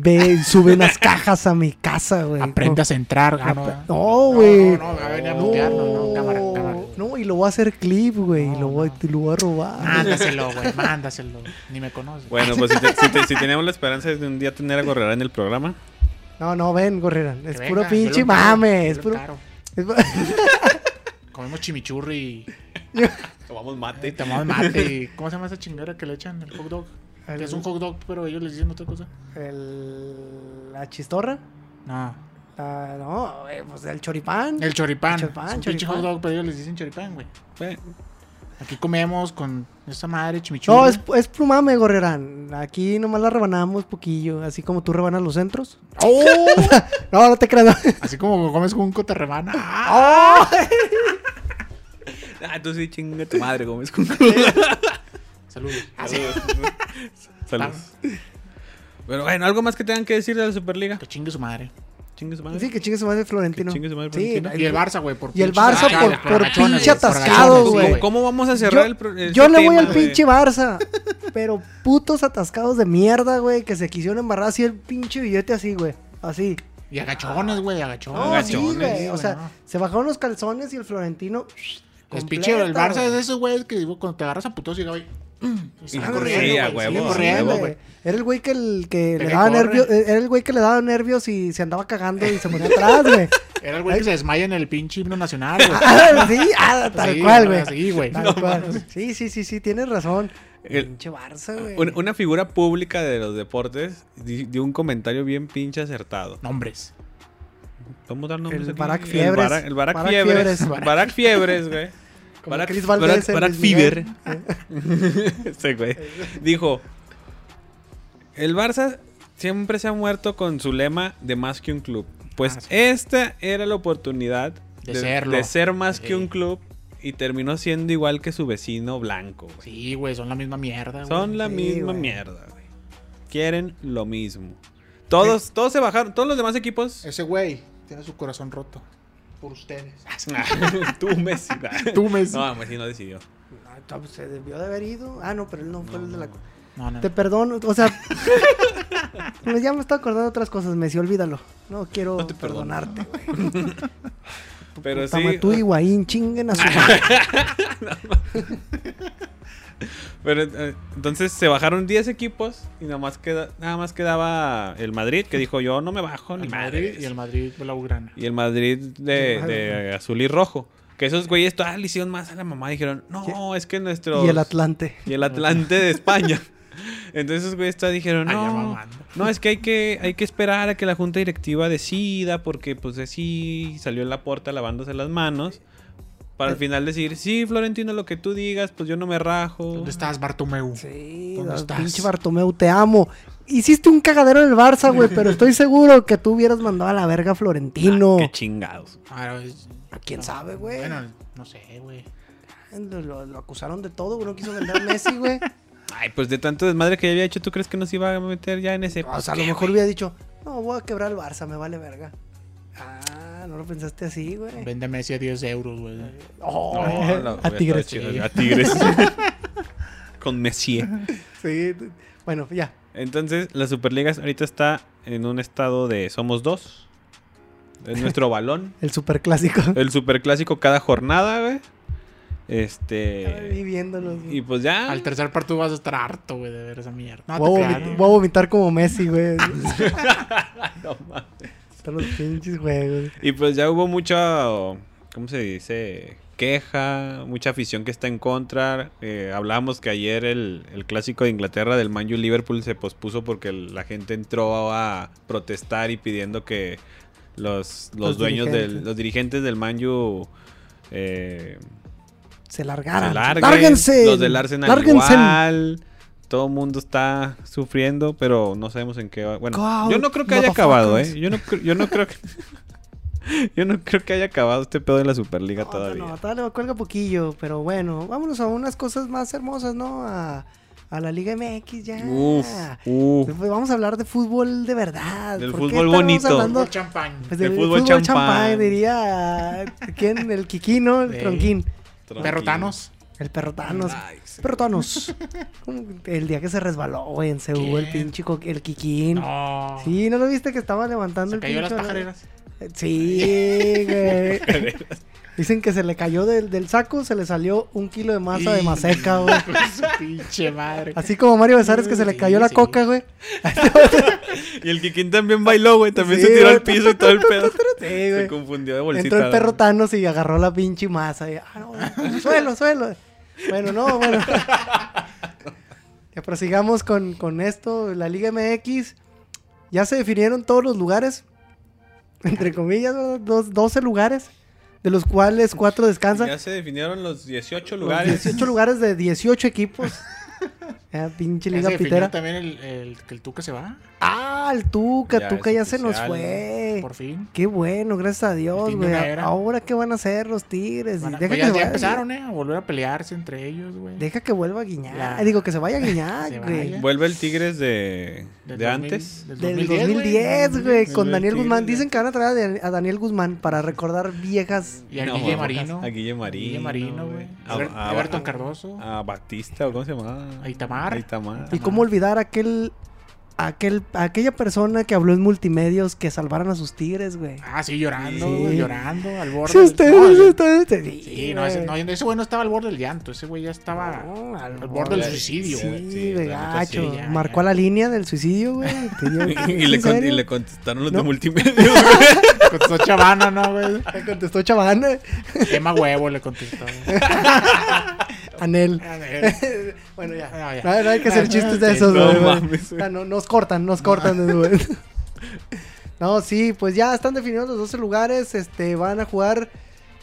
[SPEAKER 2] Ve, y suben las cajas a mi casa, güey.
[SPEAKER 3] Aprende a centrar,
[SPEAKER 2] No,
[SPEAKER 3] ah, no,
[SPEAKER 2] apre-
[SPEAKER 3] ¿verdad?
[SPEAKER 2] No, güey.
[SPEAKER 3] No, no, va a venir a
[SPEAKER 2] No.
[SPEAKER 3] mutearnos, no, cámara, cámara.
[SPEAKER 2] No, y lo voy a hacer clip, güey. y
[SPEAKER 3] No,
[SPEAKER 2] lo voy,
[SPEAKER 3] no. Ah,
[SPEAKER 2] te lo voy a robar.
[SPEAKER 3] Mándaselo, güey, mándaselo. Ni me conoces.
[SPEAKER 1] Bueno, pues si, te- si te- si tenemos la esperanza de un día tener a Gorrerá en el programa.
[SPEAKER 2] No, no, ven, Gorrerán. Es
[SPEAKER 3] Que
[SPEAKER 2] puro
[SPEAKER 3] venga,
[SPEAKER 2] pinche
[SPEAKER 3] yo lo encaro,
[SPEAKER 2] mame.
[SPEAKER 3] yo
[SPEAKER 2] Es
[SPEAKER 3] lo
[SPEAKER 2] puro.
[SPEAKER 3] encaro.
[SPEAKER 2] es pu-
[SPEAKER 3] Comemos chimichurri
[SPEAKER 1] Tomamos
[SPEAKER 3] y
[SPEAKER 1] mate.
[SPEAKER 3] tomamos mate. y- ¿Cómo se llama esa chingadera que le echan? El hot dog. Que es un hot dog, pero ellos les dicen otra cosa.
[SPEAKER 2] el- la chistorra.
[SPEAKER 3] No.
[SPEAKER 2] La- no, güey, pues el choripán.
[SPEAKER 3] El choripán.
[SPEAKER 2] El choripán,
[SPEAKER 3] Es un pinche
[SPEAKER 2] choripán.
[SPEAKER 3] hot dog, pero ellos les dicen choripán, güey.
[SPEAKER 1] Eh,
[SPEAKER 3] Aquí comemos con esta madre chimichurri.
[SPEAKER 2] No, es, es puro mame, Gorrerán. Aquí nomás la rebanamos poquillo. Así como tú rebanas los centros. ¡Oh! no, no te creas. no.
[SPEAKER 3] Así como comes con un cotarremana. Ah,
[SPEAKER 1] Ah, tú sí chinga tu madre, Gómez.
[SPEAKER 3] Saludos.
[SPEAKER 1] Saludos. Pero bueno, algo más que tengan que decir de la Superliga.
[SPEAKER 3] Que chingue su madre.
[SPEAKER 1] Chingue su madre.
[SPEAKER 2] Sí, que chingue su madre Florentino.
[SPEAKER 1] Que chingue su madre
[SPEAKER 2] Sí,
[SPEAKER 1] Florentino.
[SPEAKER 3] Y el Barça, güey, por
[SPEAKER 2] Y el
[SPEAKER 3] pinches
[SPEAKER 2] Barça
[SPEAKER 3] agachones,
[SPEAKER 2] por- por
[SPEAKER 3] agachones,
[SPEAKER 2] pinche
[SPEAKER 3] güey, por
[SPEAKER 2] atascado,
[SPEAKER 3] agachones, sí,
[SPEAKER 2] güey.
[SPEAKER 1] ¿Cómo vamos a
[SPEAKER 2] Yo,
[SPEAKER 1] cerrar el pro- este
[SPEAKER 2] yo le voy
[SPEAKER 1] tema,
[SPEAKER 2] al
[SPEAKER 1] güey?
[SPEAKER 2] pinche Barça, pero putos atascados de mierda, güey, que se quisieron embarrar así el pinche billete así, güey. Así.
[SPEAKER 3] Y agachones, güey, agachones.
[SPEAKER 2] No, sí,
[SPEAKER 1] gachones,
[SPEAKER 2] güey. O
[SPEAKER 3] güey,
[SPEAKER 2] sea,
[SPEAKER 3] no.
[SPEAKER 2] se bajaron los calzones y el Florentino. shh,
[SPEAKER 3] Pues
[SPEAKER 2] completa,
[SPEAKER 3] pinche, el Barça
[SPEAKER 2] güey. Ah,
[SPEAKER 3] es esos güey que digo, cuando te agarras a putos y güey. mm, y sale
[SPEAKER 1] Sí,
[SPEAKER 3] corriendo,
[SPEAKER 1] a
[SPEAKER 3] güey,
[SPEAKER 1] huevo,
[SPEAKER 3] sale
[SPEAKER 1] a
[SPEAKER 3] corriendo,
[SPEAKER 1] huevo,
[SPEAKER 3] güey.
[SPEAKER 2] Era el güey que, el, que
[SPEAKER 3] Que
[SPEAKER 2] le daba
[SPEAKER 3] corre.
[SPEAKER 2] nervios. Era el güey que le daba nervios y se andaba cagando y se ponía atrás, güey.
[SPEAKER 3] Era el güey que se desmaya en el pinche himno nacional, güey.
[SPEAKER 2] Ah, sí, ah, tal
[SPEAKER 3] Sí,
[SPEAKER 2] cual,
[SPEAKER 3] güey,
[SPEAKER 2] güey.
[SPEAKER 3] sí, güey.
[SPEAKER 2] Tal
[SPEAKER 3] No
[SPEAKER 2] cual. Sí, sí, sí, sí, tienes razón.
[SPEAKER 1] El-
[SPEAKER 2] pinche Barça, güey.
[SPEAKER 1] Una, una figura pública de los deportes di- dio un comentario bien pinche acertado.
[SPEAKER 3] Nombres.
[SPEAKER 1] ¿Cómo dar nombres
[SPEAKER 2] El
[SPEAKER 1] aquí?
[SPEAKER 2] Barack
[SPEAKER 1] El
[SPEAKER 2] Fiebres.
[SPEAKER 1] Barack, el Barack
[SPEAKER 2] Barack
[SPEAKER 1] Fiebres.
[SPEAKER 2] Fiebres.
[SPEAKER 1] Barack Fiebres, güey.
[SPEAKER 2] Como
[SPEAKER 1] Barack-
[SPEAKER 2] Chris
[SPEAKER 1] Barack-
[SPEAKER 2] Valdés en ¿eh?
[SPEAKER 1] Barack
[SPEAKER 2] Luis Miguel.
[SPEAKER 1] Fiber. Ese güey. Dijo, siempre se ha muerto con su lema de más que un club. Pues
[SPEAKER 3] Ah, sí.
[SPEAKER 1] esta era la oportunidad
[SPEAKER 3] De serlo.
[SPEAKER 1] de ser más que
[SPEAKER 3] Sí.
[SPEAKER 1] un club y terminó siendo igual que su vecino blanco. güey.
[SPEAKER 3] Sí, güey, son la misma mierda, güey.
[SPEAKER 1] Son la
[SPEAKER 2] Sí,
[SPEAKER 1] misma
[SPEAKER 2] güey.
[SPEAKER 1] mierda, güey. Quieren lo mismo. Todos, todos se bajaron, todos los demás equipos.
[SPEAKER 3] Ese güey tiene su corazón roto. Por ustedes.
[SPEAKER 1] Tú, Messi.
[SPEAKER 3] Tú, Messi.
[SPEAKER 1] No, Messi no decidió.
[SPEAKER 2] Ah, no, pues, se debió de haber ido. Ah, no, pero él no fue el de la.
[SPEAKER 3] No, no.
[SPEAKER 2] Te perdono, o sea. me- ya me estoy acordando de otras cosas, Messi, olvídalo. No quiero
[SPEAKER 1] No te perdono.
[SPEAKER 2] perdonarte, güey.
[SPEAKER 1] Pero
[SPEAKER 2] Puta
[SPEAKER 1] sí.
[SPEAKER 2] madre, Tú y Higuaín, chinguen a su madre.
[SPEAKER 1] Pero eh, entonces se bajaron 10 equipos y nada más, queda, nada más quedaba el Madrid, que dijo yo no me bajo ni
[SPEAKER 3] El
[SPEAKER 1] madre.
[SPEAKER 3] Madrid y el Madrid Blaugrana.
[SPEAKER 1] Y el Madrid de, de azul y rojo. Que esos güeyes todas le hicieron más a la mamá. Dijeron, no, es que nuestro...
[SPEAKER 2] y el Atlante.
[SPEAKER 1] Y el Atlante de España. Entonces esos güeyes todas dijeron,
[SPEAKER 3] Allá
[SPEAKER 1] no,
[SPEAKER 3] mamando.
[SPEAKER 1] no, es que hay, que hay que esperar a que la junta directiva decida porque pues así salió en la puerta lavándose las manos. Para al final decir, sí, Florentino, lo que tú digas, pues yo no me rajo.
[SPEAKER 3] ¿Dónde estás, Bartomeu?
[SPEAKER 2] Sí,
[SPEAKER 3] ¿Dónde
[SPEAKER 2] da-
[SPEAKER 3] estás?
[SPEAKER 2] pinche Bartomeu, te amo. Hiciste un cagadero en el Barça, güey, pero estoy seguro que tú hubieras mandado a la verga a Florentino.
[SPEAKER 1] Qué chingados.
[SPEAKER 3] Ah, es-
[SPEAKER 2] ¿Quién sabe, güey? Eh.
[SPEAKER 3] Bueno, no sé, güey.
[SPEAKER 2] Lo, lo- lo acusaron de todo, güey. No quiso vender a Messi, güey.
[SPEAKER 1] Ay, pues de tanto desmadre que ya había hecho, ¿tú crees que nos iba a meter ya en ese?
[SPEAKER 2] O sea, a lo mejor hubiera dicho, no, voy a quebrar el Barça, me vale verga. Ah, no lo pensaste así, güey.
[SPEAKER 3] Vende Messi a 10 euros, güey.
[SPEAKER 2] Oh,
[SPEAKER 1] No,
[SPEAKER 2] eh,
[SPEAKER 1] no,
[SPEAKER 2] a Tigres.
[SPEAKER 1] está chido, A Tigres. Con Messier.
[SPEAKER 2] Sí, t- bueno, ya.
[SPEAKER 1] Entonces, la Superliga ahorita está en un estado de somos dos. Es nuestro balón.
[SPEAKER 2] El superclásico.
[SPEAKER 1] El superclásico cada jornada, güey.
[SPEAKER 2] Ay,
[SPEAKER 1] Este.
[SPEAKER 2] Viviéndolos. güey.
[SPEAKER 1] Y pues ya.
[SPEAKER 3] Al tercer partido vas a estar harto, güey, de ver esa mierda.
[SPEAKER 1] Ah,
[SPEAKER 3] No,
[SPEAKER 2] voy,
[SPEAKER 3] te
[SPEAKER 2] a
[SPEAKER 3] creas,
[SPEAKER 2] vomit-
[SPEAKER 3] güey.
[SPEAKER 2] voy a vomitar como Messi, güey.
[SPEAKER 1] No mames.
[SPEAKER 2] Están los pinches juegos.
[SPEAKER 1] Y pues ya hubo mucha. ¿Cómo se dice? Queja, mucha afición que está en contra. Eh, hablamos que ayer el, el clásico de Inglaterra del Man U Liverpool se pospuso porque el- la gente entró a protestar y pidiendo que los, los,
[SPEAKER 2] Los
[SPEAKER 1] dueños del.
[SPEAKER 2] dirigentes.
[SPEAKER 1] Los dirigentes del Man U. eh,
[SPEAKER 2] Se largaron.
[SPEAKER 1] Se larguen,
[SPEAKER 2] ¡Lárguense!
[SPEAKER 1] Los del Arsenal
[SPEAKER 2] ¡Lárguense!
[SPEAKER 1] igual. Todo el mundo está sufriendo, pero no sabemos en qué va. Bueno,
[SPEAKER 2] God,
[SPEAKER 1] yo no creo que haya acabado,
[SPEAKER 2] motherfuckers.
[SPEAKER 1] ¿eh? Yo no, cre- yo no creo que... Yo no creo que haya acabado este pedo de la Superliga
[SPEAKER 2] No,
[SPEAKER 1] todavía.
[SPEAKER 2] No, todavía le cuelga poquillo, pero bueno, vámonos a unas cosas más hermosas, ¿no? A, a la Liga MX ya.
[SPEAKER 1] Uf, uf.
[SPEAKER 2] Pues Vamos a hablar de fútbol de verdad.
[SPEAKER 1] Del
[SPEAKER 2] ¿Por qué
[SPEAKER 1] fútbol
[SPEAKER 2] estamos
[SPEAKER 1] bonito.
[SPEAKER 2] hablando-
[SPEAKER 3] Fútbol champán.
[SPEAKER 2] pues,
[SPEAKER 1] De
[SPEAKER 2] del
[SPEAKER 1] fútbol
[SPEAKER 2] fútbol,
[SPEAKER 1] champán.
[SPEAKER 2] champán. diría. ¿Quién? El Kikino, el
[SPEAKER 3] Sí.
[SPEAKER 2] Tronquín.
[SPEAKER 3] Perrotanos.
[SPEAKER 2] El Perrotanos.
[SPEAKER 1] Ay, sí.
[SPEAKER 2] Perrotanos. Como El día que se resbaló, güey, en Seúl, el
[SPEAKER 3] ¿Quién?
[SPEAKER 2] pinche co- el Kikín.
[SPEAKER 3] No.
[SPEAKER 2] Sí, ¿no lo viste que estaba levantando
[SPEAKER 3] Se
[SPEAKER 2] el
[SPEAKER 3] cayó las
[SPEAKER 2] pinche-
[SPEAKER 3] pajareras.
[SPEAKER 2] Sí, güey. Dicen que se le cayó del, del saco, se le salió un kilo de masa de maseca, güey.
[SPEAKER 3] Hijo de su pinche madre.
[SPEAKER 2] Así como Mario Besares que se le
[SPEAKER 3] Sí,
[SPEAKER 2] cayó la
[SPEAKER 3] sí.
[SPEAKER 2] coca, güey.
[SPEAKER 1] Y el Kikín también bailó, güey. También
[SPEAKER 2] Sí,
[SPEAKER 1] se tiró
[SPEAKER 2] güey.
[SPEAKER 1] al piso y todo el pedo.
[SPEAKER 2] Sí,
[SPEAKER 1] se
[SPEAKER 2] güey.
[SPEAKER 1] confundió de bolsita.
[SPEAKER 2] Entró el perro
[SPEAKER 1] también.
[SPEAKER 2] Thanos y agarró la pinche masa. Y, ah, no, suelo, suelo. Bueno, no, bueno. Ya prosigamos con, con esto. La Liga MX. Ya se definieron todos los lugares. Entre comillas, ¿verdad? Dos, 12 lugares. De los cuales 4 descansan.
[SPEAKER 1] Ya se definieron los 18
[SPEAKER 2] Los
[SPEAKER 1] lugares.
[SPEAKER 2] 18 lugares de 18 equipos. Ah, pinche
[SPEAKER 3] Ya
[SPEAKER 2] liga
[SPEAKER 3] se definió
[SPEAKER 2] pitera.
[SPEAKER 3] también el, el, que el Tuca se va,
[SPEAKER 2] Ah, el Tuca,
[SPEAKER 1] Ya
[SPEAKER 2] Tuca
[SPEAKER 1] es
[SPEAKER 2] ya se nos
[SPEAKER 1] oficial,
[SPEAKER 2] fue.
[SPEAKER 3] por fin.
[SPEAKER 2] Qué bueno, gracias a Dios,
[SPEAKER 3] fin de
[SPEAKER 2] güey.
[SPEAKER 3] una era.
[SPEAKER 2] Ahora qué van a hacer los Tigres.
[SPEAKER 3] Van a-
[SPEAKER 2] deja,
[SPEAKER 3] pues
[SPEAKER 2] que
[SPEAKER 3] ya,
[SPEAKER 2] se
[SPEAKER 3] ya
[SPEAKER 2] vaya,
[SPEAKER 3] empezaron, ¿eh? A volver a pelearse entre ellos, güey.
[SPEAKER 2] deja que vuelva a guiñar.
[SPEAKER 3] Ya.
[SPEAKER 2] Digo, que se vaya a guiñar,
[SPEAKER 3] Se
[SPEAKER 2] güey.
[SPEAKER 3] vaya.
[SPEAKER 1] Vuelve el Tigres de, de antes.
[SPEAKER 2] Del 2010, güey, con
[SPEAKER 1] Del
[SPEAKER 2] Daniel Guzmán.
[SPEAKER 1] Tigres,
[SPEAKER 2] Dicen que van a traer a Dan- a Daniel Guzmán para recordar viejas.
[SPEAKER 3] Y a
[SPEAKER 1] No,
[SPEAKER 3] Guille
[SPEAKER 1] mamá.
[SPEAKER 3] Marino.
[SPEAKER 1] A Guille Marino,
[SPEAKER 3] Marino,
[SPEAKER 1] güey. Ah,
[SPEAKER 3] güey.
[SPEAKER 1] A-
[SPEAKER 3] Ever-
[SPEAKER 1] a-
[SPEAKER 3] Everton
[SPEAKER 1] a-
[SPEAKER 3] Cardoso.
[SPEAKER 1] A Batista, ¿o cómo se llamaba?
[SPEAKER 3] A Itamar.
[SPEAKER 1] A Itamar.
[SPEAKER 2] ¿Y cómo olvidar aquel, aquel, aquella persona que habló en multimedios que salvaran a sus Tigres, güey?
[SPEAKER 3] Ah, sí, llorando,
[SPEAKER 2] Sí.
[SPEAKER 3] güey, llorando, al borde.
[SPEAKER 2] Si
[SPEAKER 3] del-
[SPEAKER 2] ustedes,
[SPEAKER 3] No,
[SPEAKER 2] si
[SPEAKER 3] sí.
[SPEAKER 2] ustedes- sí,
[SPEAKER 3] Sí, no, ese,
[SPEAKER 2] güey.
[SPEAKER 3] no, ese güey no estaba al borde del llanto, ese güey ya estaba...
[SPEAKER 2] No, al
[SPEAKER 3] borde del suicidio,
[SPEAKER 2] Sí,
[SPEAKER 1] güey. Sí,
[SPEAKER 2] de
[SPEAKER 1] la neta, sí,
[SPEAKER 2] gacho.
[SPEAKER 3] ya,
[SPEAKER 2] Marcó
[SPEAKER 3] ya.
[SPEAKER 2] a la línea del suicidio, güey. Te digo,
[SPEAKER 1] Y
[SPEAKER 2] ¿en
[SPEAKER 1] le, con-
[SPEAKER 2] serio?
[SPEAKER 1] y le contestaron los de
[SPEAKER 2] No.
[SPEAKER 1] multimedia. güey.
[SPEAKER 3] Contestó Chavana, ¿no, güey?
[SPEAKER 2] Le contestó Chavana.
[SPEAKER 3] Emma Huevo le contestó.
[SPEAKER 2] Anel.
[SPEAKER 3] A ver.
[SPEAKER 2] Bueno, ya.
[SPEAKER 3] No, Ah, ya.
[SPEAKER 2] No, no hay que hacer chistes de
[SPEAKER 3] Sí,
[SPEAKER 2] esos,
[SPEAKER 1] no
[SPEAKER 2] güey, güey.
[SPEAKER 1] mames, güey.
[SPEAKER 2] Ah, no, nos cortan, nos cortan, güey. No, sí, pues ya están definidos los 12 lugares. Este, van a jugar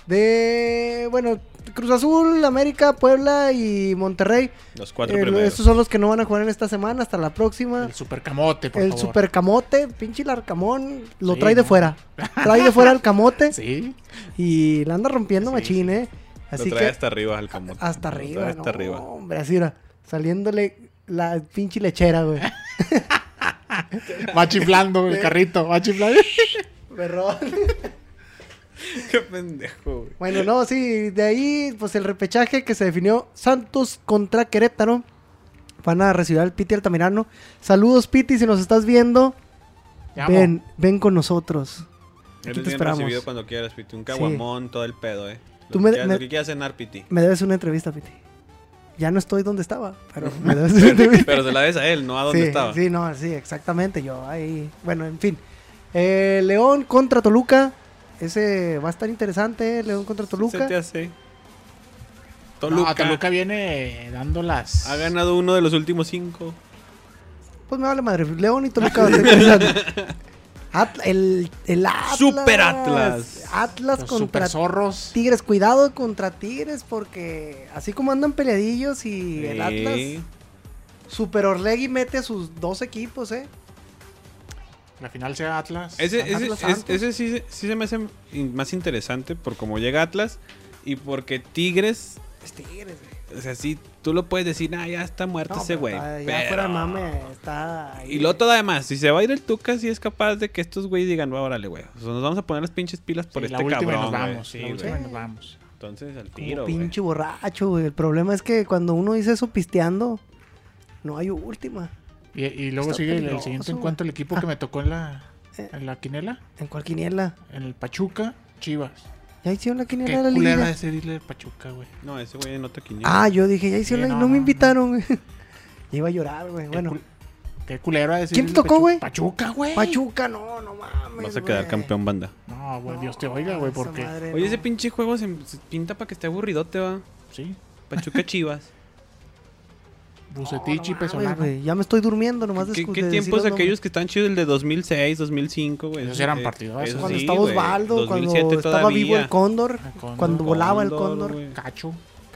[SPEAKER 2] de. Bueno, Cruz Azul, América, Puebla y Monterrey.
[SPEAKER 1] Los cuatro
[SPEAKER 2] Eh,
[SPEAKER 1] primeros.
[SPEAKER 2] estos son los que no van a jugar en esta semana, hasta la próxima.
[SPEAKER 3] El super camote, por
[SPEAKER 2] El
[SPEAKER 3] favor.
[SPEAKER 2] super camote, pinche larcamón, lo
[SPEAKER 3] Sí,
[SPEAKER 2] trae de
[SPEAKER 3] ¿no?
[SPEAKER 2] fuera. Trae de fuera el camote
[SPEAKER 3] Sí.
[SPEAKER 2] y la anda rompiendo
[SPEAKER 3] Sí,
[SPEAKER 2] machín, ¿eh?
[SPEAKER 1] Lo
[SPEAKER 2] Así
[SPEAKER 1] trae
[SPEAKER 2] que
[SPEAKER 1] hasta arriba al camote.
[SPEAKER 2] hasta
[SPEAKER 1] Lo trae
[SPEAKER 2] arriba,
[SPEAKER 1] Hasta este
[SPEAKER 2] no,
[SPEAKER 1] arriba.
[SPEAKER 2] hombre, así era, saliéndole la pinche lechera, güey.
[SPEAKER 3] Va chiflando el carrito, va chiflando.
[SPEAKER 2] Perrón.
[SPEAKER 1] Qué pendejo, güey.
[SPEAKER 2] Bueno, no, sí, de ahí, pues el repechaje que se definió Santos contra Querétaro. Van a recibir al Piti Altamirano. Saludos, Piti, si nos estás viendo,
[SPEAKER 3] Te amo.
[SPEAKER 2] ven, ven con nosotros. Aquí
[SPEAKER 1] Eres
[SPEAKER 2] te
[SPEAKER 1] bien
[SPEAKER 2] esperamos.
[SPEAKER 1] recibido cuando quieras, Piti. Un caguamón, todo el pedo, eh. Lo,
[SPEAKER 2] Tú
[SPEAKER 1] que
[SPEAKER 2] me-
[SPEAKER 1] quieras,
[SPEAKER 2] me-
[SPEAKER 1] lo que quieras cenar, Piti.
[SPEAKER 2] Me debes una entrevista, Piti. Ya no estoy donde estaba, pero me debes una entrevista.
[SPEAKER 1] Pero se la des a él, no a dónde
[SPEAKER 2] sí,
[SPEAKER 1] estaba.
[SPEAKER 2] sí, no, sí, exactamente. Yo ahí. Bueno, en fin. Eh, León contra Toluca. Ese va a estar interesante, eh, León contra
[SPEAKER 1] Se te
[SPEAKER 2] Toluca.
[SPEAKER 1] hace.
[SPEAKER 3] No,
[SPEAKER 1] Toluca,
[SPEAKER 3] Toluca viene dando las.
[SPEAKER 1] ha ganado uno de los últimos cinco.
[SPEAKER 2] Pues me vale madre. León y Toluca va a estar interesante. Atla- el, el Atlas.
[SPEAKER 1] Super Atlas.
[SPEAKER 2] Atlas
[SPEAKER 3] los
[SPEAKER 2] contra
[SPEAKER 3] super zorros.
[SPEAKER 2] Tigres. Cuidado contra Tigres, porque así como andan peleadillos y el
[SPEAKER 1] Sí.
[SPEAKER 2] Atlas. Super Orlegui mete a sus dos equipos, ¿eh?
[SPEAKER 3] La final sea Atlas.
[SPEAKER 1] Ese,
[SPEAKER 3] Atlas
[SPEAKER 1] ese- es-
[SPEAKER 3] Santos.
[SPEAKER 1] ese sí, se- sí se me hace in- más interesante por cómo llega Atlas y porque Tigres,
[SPEAKER 2] Es Tigres, güey.
[SPEAKER 1] o sea, sí, tú lo puedes decir, ah, ya está muerto
[SPEAKER 2] No,
[SPEAKER 1] ese
[SPEAKER 2] pero
[SPEAKER 1] güey.
[SPEAKER 2] está- Ya
[SPEAKER 1] pero-
[SPEAKER 2] fuera de mame, está. ahí.
[SPEAKER 1] Y lo todo además, si se va a ir el Tuca, sí es capaz de que estos güeyes digan, "Va, órale, güey, o sea, nos vamos a poner las pinches pilas por
[SPEAKER 3] Sí,
[SPEAKER 1] este
[SPEAKER 3] la última y
[SPEAKER 1] cabrón.
[SPEAKER 3] nos
[SPEAKER 1] güey".
[SPEAKER 3] vamos.
[SPEAKER 1] Sí,
[SPEAKER 3] la
[SPEAKER 1] güey.
[SPEAKER 3] última y nos vamos.
[SPEAKER 1] Entonces, al
[SPEAKER 2] Como
[SPEAKER 1] tiro, güey.
[SPEAKER 2] pinche borracho, güey. El problema es que cuando uno dice eso pisteando, no hay última.
[SPEAKER 3] Y, y luego
[SPEAKER 2] Está
[SPEAKER 3] sigue el- el,
[SPEAKER 2] peligroso,
[SPEAKER 3] siguiente
[SPEAKER 2] güey.
[SPEAKER 3] encuentro, el equipo que me tocó en la,
[SPEAKER 2] Eh.
[SPEAKER 3] en la quinela,
[SPEAKER 2] En cual quiniela.
[SPEAKER 3] en el Pachuca, Chivas.
[SPEAKER 2] Ya hicieron la
[SPEAKER 3] Qué
[SPEAKER 2] quiniela de la
[SPEAKER 3] culera
[SPEAKER 2] liga.
[SPEAKER 3] es decirle el Pachuca, güey.
[SPEAKER 1] No, ese güey no te quiniela.
[SPEAKER 2] Ah, yo dije, ya hicieron
[SPEAKER 3] Sí,
[SPEAKER 2] la. y
[SPEAKER 3] no,
[SPEAKER 2] No
[SPEAKER 3] no,
[SPEAKER 2] me
[SPEAKER 3] no.
[SPEAKER 2] invitaron, güey. Ya iba a llorar, güey.
[SPEAKER 3] Qué
[SPEAKER 2] Bueno.
[SPEAKER 3] cul- Qué culera decirle
[SPEAKER 2] ¿Quién te
[SPEAKER 3] el
[SPEAKER 2] tocó,
[SPEAKER 3] Pachuca.
[SPEAKER 2] güey?
[SPEAKER 3] Pachuca, güey.
[SPEAKER 2] Pachuca, no, no mames.
[SPEAKER 1] Vas a quedar
[SPEAKER 2] güey.
[SPEAKER 1] campeón banda.
[SPEAKER 3] No, güey,
[SPEAKER 2] No,
[SPEAKER 3] Dios te oiga, güey,
[SPEAKER 2] Ah, esa
[SPEAKER 3] porque.
[SPEAKER 2] madre,
[SPEAKER 1] Oye,
[SPEAKER 2] no.
[SPEAKER 1] ese pinche juego se, se pinta para que esté aburridote, va.
[SPEAKER 3] Sí.
[SPEAKER 1] Pachuca Chivas.
[SPEAKER 3] Bucetich y
[SPEAKER 2] No mames,
[SPEAKER 3] Pesolano.
[SPEAKER 2] güey, Ya me estoy durmiendo, nomás de
[SPEAKER 1] ¿Qué,
[SPEAKER 2] escu-
[SPEAKER 1] qué
[SPEAKER 2] de
[SPEAKER 1] tiempos
[SPEAKER 2] decirlo, no,
[SPEAKER 1] aquellos que están chidos? El de 2006, 2005, güey.
[SPEAKER 3] Esos eran partidazos.
[SPEAKER 1] esos
[SPEAKER 2] Cuando
[SPEAKER 1] sí,
[SPEAKER 2] estaba
[SPEAKER 1] güey.
[SPEAKER 2] Osvaldo, cuando
[SPEAKER 1] 2007
[SPEAKER 2] estaba
[SPEAKER 1] todavía.
[SPEAKER 2] vivo el Cóndor.
[SPEAKER 3] El Cóndor,
[SPEAKER 2] Cuando volaba el
[SPEAKER 1] Cóndor,
[SPEAKER 2] Cóndor.
[SPEAKER 1] güey.
[SPEAKER 3] Cacho.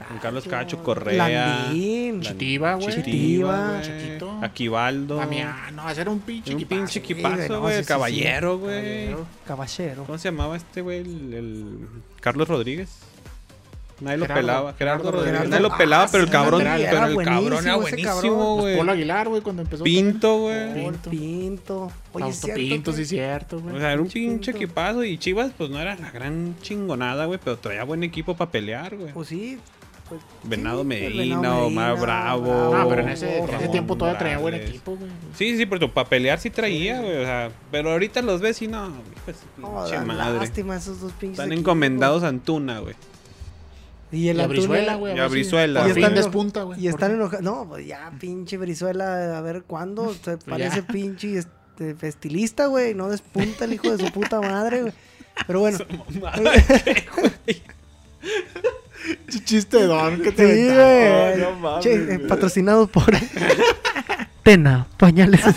[SPEAKER 1] Con Carlos Cacho,
[SPEAKER 2] Cacho,
[SPEAKER 1] Correa.
[SPEAKER 2] Landín.
[SPEAKER 3] Chitiba, güey.
[SPEAKER 1] Chitiba,
[SPEAKER 3] Chiquito.
[SPEAKER 1] güey. Aquivaldo.
[SPEAKER 3] Damiano, hacer un pinche
[SPEAKER 1] Era Un
[SPEAKER 3] equipazo,
[SPEAKER 1] pinche
[SPEAKER 3] güey.
[SPEAKER 2] güey,
[SPEAKER 1] equipazo,
[SPEAKER 2] no,
[SPEAKER 1] güey.
[SPEAKER 2] sí, sí, sí.
[SPEAKER 1] caballero, güey.
[SPEAKER 3] Caballero.
[SPEAKER 2] Caballero.
[SPEAKER 1] ¿Cómo se llamaba este, güey? El, el- Carlos Rodríguez. Nadie lo
[SPEAKER 3] Gerardo,
[SPEAKER 1] pelaba. Gerardo
[SPEAKER 3] Gerardo
[SPEAKER 1] Rodríguez.
[SPEAKER 3] Rodríguez.
[SPEAKER 1] Nadie lo
[SPEAKER 2] Ah,
[SPEAKER 1] pelaba, pero el
[SPEAKER 2] sí,
[SPEAKER 1] cabrón.
[SPEAKER 3] lateral.
[SPEAKER 1] Pero
[SPEAKER 2] Era
[SPEAKER 1] el cabrón era
[SPEAKER 2] buenísimo ese
[SPEAKER 1] buenísimo,
[SPEAKER 2] cabrón.
[SPEAKER 1] güey.
[SPEAKER 3] Polo Pues Aguilar, güey, cuando empezó.
[SPEAKER 1] Pinto, güey.
[SPEAKER 2] Pinto.
[SPEAKER 3] Pinto.
[SPEAKER 2] Pinto. Oye, es
[SPEAKER 3] Fausto
[SPEAKER 2] cierto
[SPEAKER 3] Pinto,
[SPEAKER 2] que-
[SPEAKER 3] sí, cierto, güey.
[SPEAKER 1] O sea, era un
[SPEAKER 2] Pinche
[SPEAKER 1] pinche
[SPEAKER 2] Pinto.
[SPEAKER 1] equipazo y Chivas, pues no era la gran chingonada, güey, pero traía buen equipo para pelear, güey.
[SPEAKER 2] Pues sí. pues,
[SPEAKER 1] Venado
[SPEAKER 2] sí, el
[SPEAKER 1] Medina, Omar Bravo.
[SPEAKER 3] Ah, pero en ese, en
[SPEAKER 1] Ramón
[SPEAKER 3] ese tiempo todavía traía buen
[SPEAKER 1] Morales.
[SPEAKER 3] equipo, güey.
[SPEAKER 1] Sí, sí, pero para pelear sí traía, güey, o sea, pero ahorita los ves y no, pues,
[SPEAKER 2] No,
[SPEAKER 1] pinche
[SPEAKER 2] dan
[SPEAKER 1] madre.
[SPEAKER 2] lástima esos dos pinches.
[SPEAKER 1] Están
[SPEAKER 2] equipos.
[SPEAKER 1] encomendados a Antuna, güey.
[SPEAKER 2] Y
[SPEAKER 3] Y
[SPEAKER 2] el
[SPEAKER 3] a
[SPEAKER 2] Antuna-
[SPEAKER 3] Brizuela, güey.
[SPEAKER 1] Y
[SPEAKER 3] ver
[SPEAKER 1] a
[SPEAKER 3] si-
[SPEAKER 1] Brizuela,
[SPEAKER 3] por
[SPEAKER 2] güey.
[SPEAKER 3] fin
[SPEAKER 2] Y están-
[SPEAKER 3] despunta, güey.
[SPEAKER 2] Y
[SPEAKER 3] por
[SPEAKER 2] están
[SPEAKER 3] fin.
[SPEAKER 2] enojados. No, pues ya, pinche Brizuela, a ver cuándo se
[SPEAKER 3] Pues
[SPEAKER 2] parece pinche este, estilista, güey. No despunta el hijo de su puta madre, güey. Pero bueno,
[SPEAKER 3] Chiste de don que
[SPEAKER 2] Sí, güey.
[SPEAKER 1] No mames,
[SPEAKER 2] Che, eh,
[SPEAKER 1] güey.
[SPEAKER 2] patrocinado por Tena, pañales.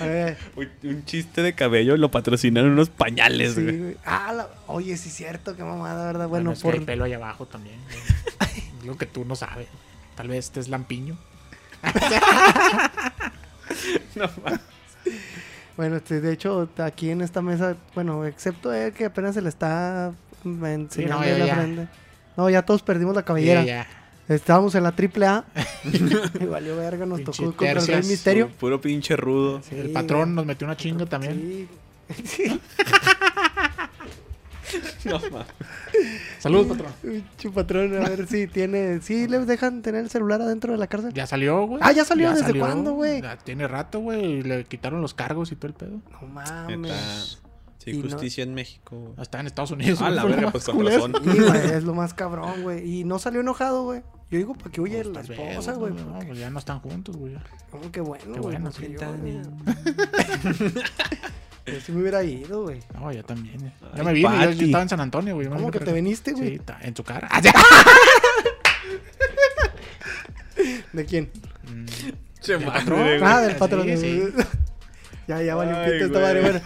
[SPEAKER 2] A ver,
[SPEAKER 1] Uy, Un chiste de cabello lo patrocinaron unos pañales,
[SPEAKER 2] sí,
[SPEAKER 1] güey.
[SPEAKER 2] güey. Ah, la- oye, sí es cierto, qué mamada, ¿verdad? Ah, Bueno,
[SPEAKER 3] es que
[SPEAKER 2] por
[SPEAKER 3] hay pelo allá abajo también. güey. Lo que tú no sabes. Tal vez este es lampiño.
[SPEAKER 1] No mames.
[SPEAKER 2] bueno, este, de hecho, aquí en esta mesa, bueno, excepto él que apenas se le está mm, enseñando
[SPEAKER 3] yo
[SPEAKER 2] la
[SPEAKER 3] ya.
[SPEAKER 2] frente. No, ya todos perdimos la
[SPEAKER 3] Y
[SPEAKER 2] cabellera.
[SPEAKER 3] ya.
[SPEAKER 2] Estábamos en la triple A. y valió verga, nos
[SPEAKER 3] Pinche
[SPEAKER 2] tocó contra el Rey
[SPEAKER 3] tercias.
[SPEAKER 2] Misterio.
[SPEAKER 1] Puro pinche rudo.
[SPEAKER 2] Sí,
[SPEAKER 3] El patrón nos metió una chinga también.
[SPEAKER 2] Sí. Sí.
[SPEAKER 1] No mames.
[SPEAKER 3] Saludos, patrón.
[SPEAKER 2] Pinche patrón, a ver si tiene. ¿Sí les dejan tener el celular adentro de la cárcel?
[SPEAKER 3] Ya salió, güey.
[SPEAKER 2] Ah, ya salió, ¿desde cuándo, güey?
[SPEAKER 3] Ya Tiene rato, güey. y Le quitaron los cargos y todo el pedo.
[SPEAKER 2] No mames.
[SPEAKER 1] Neta.
[SPEAKER 2] Y
[SPEAKER 1] Sí,
[SPEAKER 2] no-
[SPEAKER 1] justicia en México, güey.
[SPEAKER 3] Está en Estados Unidos.
[SPEAKER 1] Ah,
[SPEAKER 3] güey,
[SPEAKER 1] la
[SPEAKER 3] fue lo
[SPEAKER 1] verga,
[SPEAKER 3] más
[SPEAKER 1] pues con
[SPEAKER 3] culero.
[SPEAKER 1] razón.
[SPEAKER 2] Sí, güey, es lo más cabrón, güey. Y no salió enojado, güey. Yo digo, ¿para qué huye
[SPEAKER 3] Pues,
[SPEAKER 2] la
[SPEAKER 3] tal vez,
[SPEAKER 2] esposa,
[SPEAKER 3] no,
[SPEAKER 2] güey?
[SPEAKER 3] no,
[SPEAKER 2] Porque-
[SPEAKER 3] pues, ya no están juntos, güey. ya.
[SPEAKER 2] no, Oh, Qué bueno,
[SPEAKER 3] Qué
[SPEAKER 2] güey,
[SPEAKER 3] bueno,
[SPEAKER 2] porque
[SPEAKER 3] sí,
[SPEAKER 2] yo,
[SPEAKER 3] tal
[SPEAKER 2] mira,
[SPEAKER 3] vez.
[SPEAKER 2] yo sí me hubiera ido, güey.
[SPEAKER 3] No, yo también. Ya,
[SPEAKER 1] Ay,
[SPEAKER 3] me vine, yo- yo,
[SPEAKER 1] Pati.
[SPEAKER 3] estaba en San Antonio, güey. yo me
[SPEAKER 2] ¿Cómo
[SPEAKER 3] vine
[SPEAKER 2] que
[SPEAKER 3] para
[SPEAKER 2] te
[SPEAKER 3] acá.
[SPEAKER 2] veniste,
[SPEAKER 3] Sí,
[SPEAKER 2] güey?
[SPEAKER 3] está en tu cara. Ah,
[SPEAKER 2] ¿De quién?
[SPEAKER 3] Mm,
[SPEAKER 1] Che,
[SPEAKER 3] ¿El
[SPEAKER 1] madre,
[SPEAKER 3] patrón?
[SPEAKER 1] güey.
[SPEAKER 2] Ah, del
[SPEAKER 3] Sí,
[SPEAKER 2] patrón.
[SPEAKER 3] sí.
[SPEAKER 2] ya, ya valió
[SPEAKER 1] Ay,
[SPEAKER 2] pito esta
[SPEAKER 1] güey.
[SPEAKER 2] madre, bueno.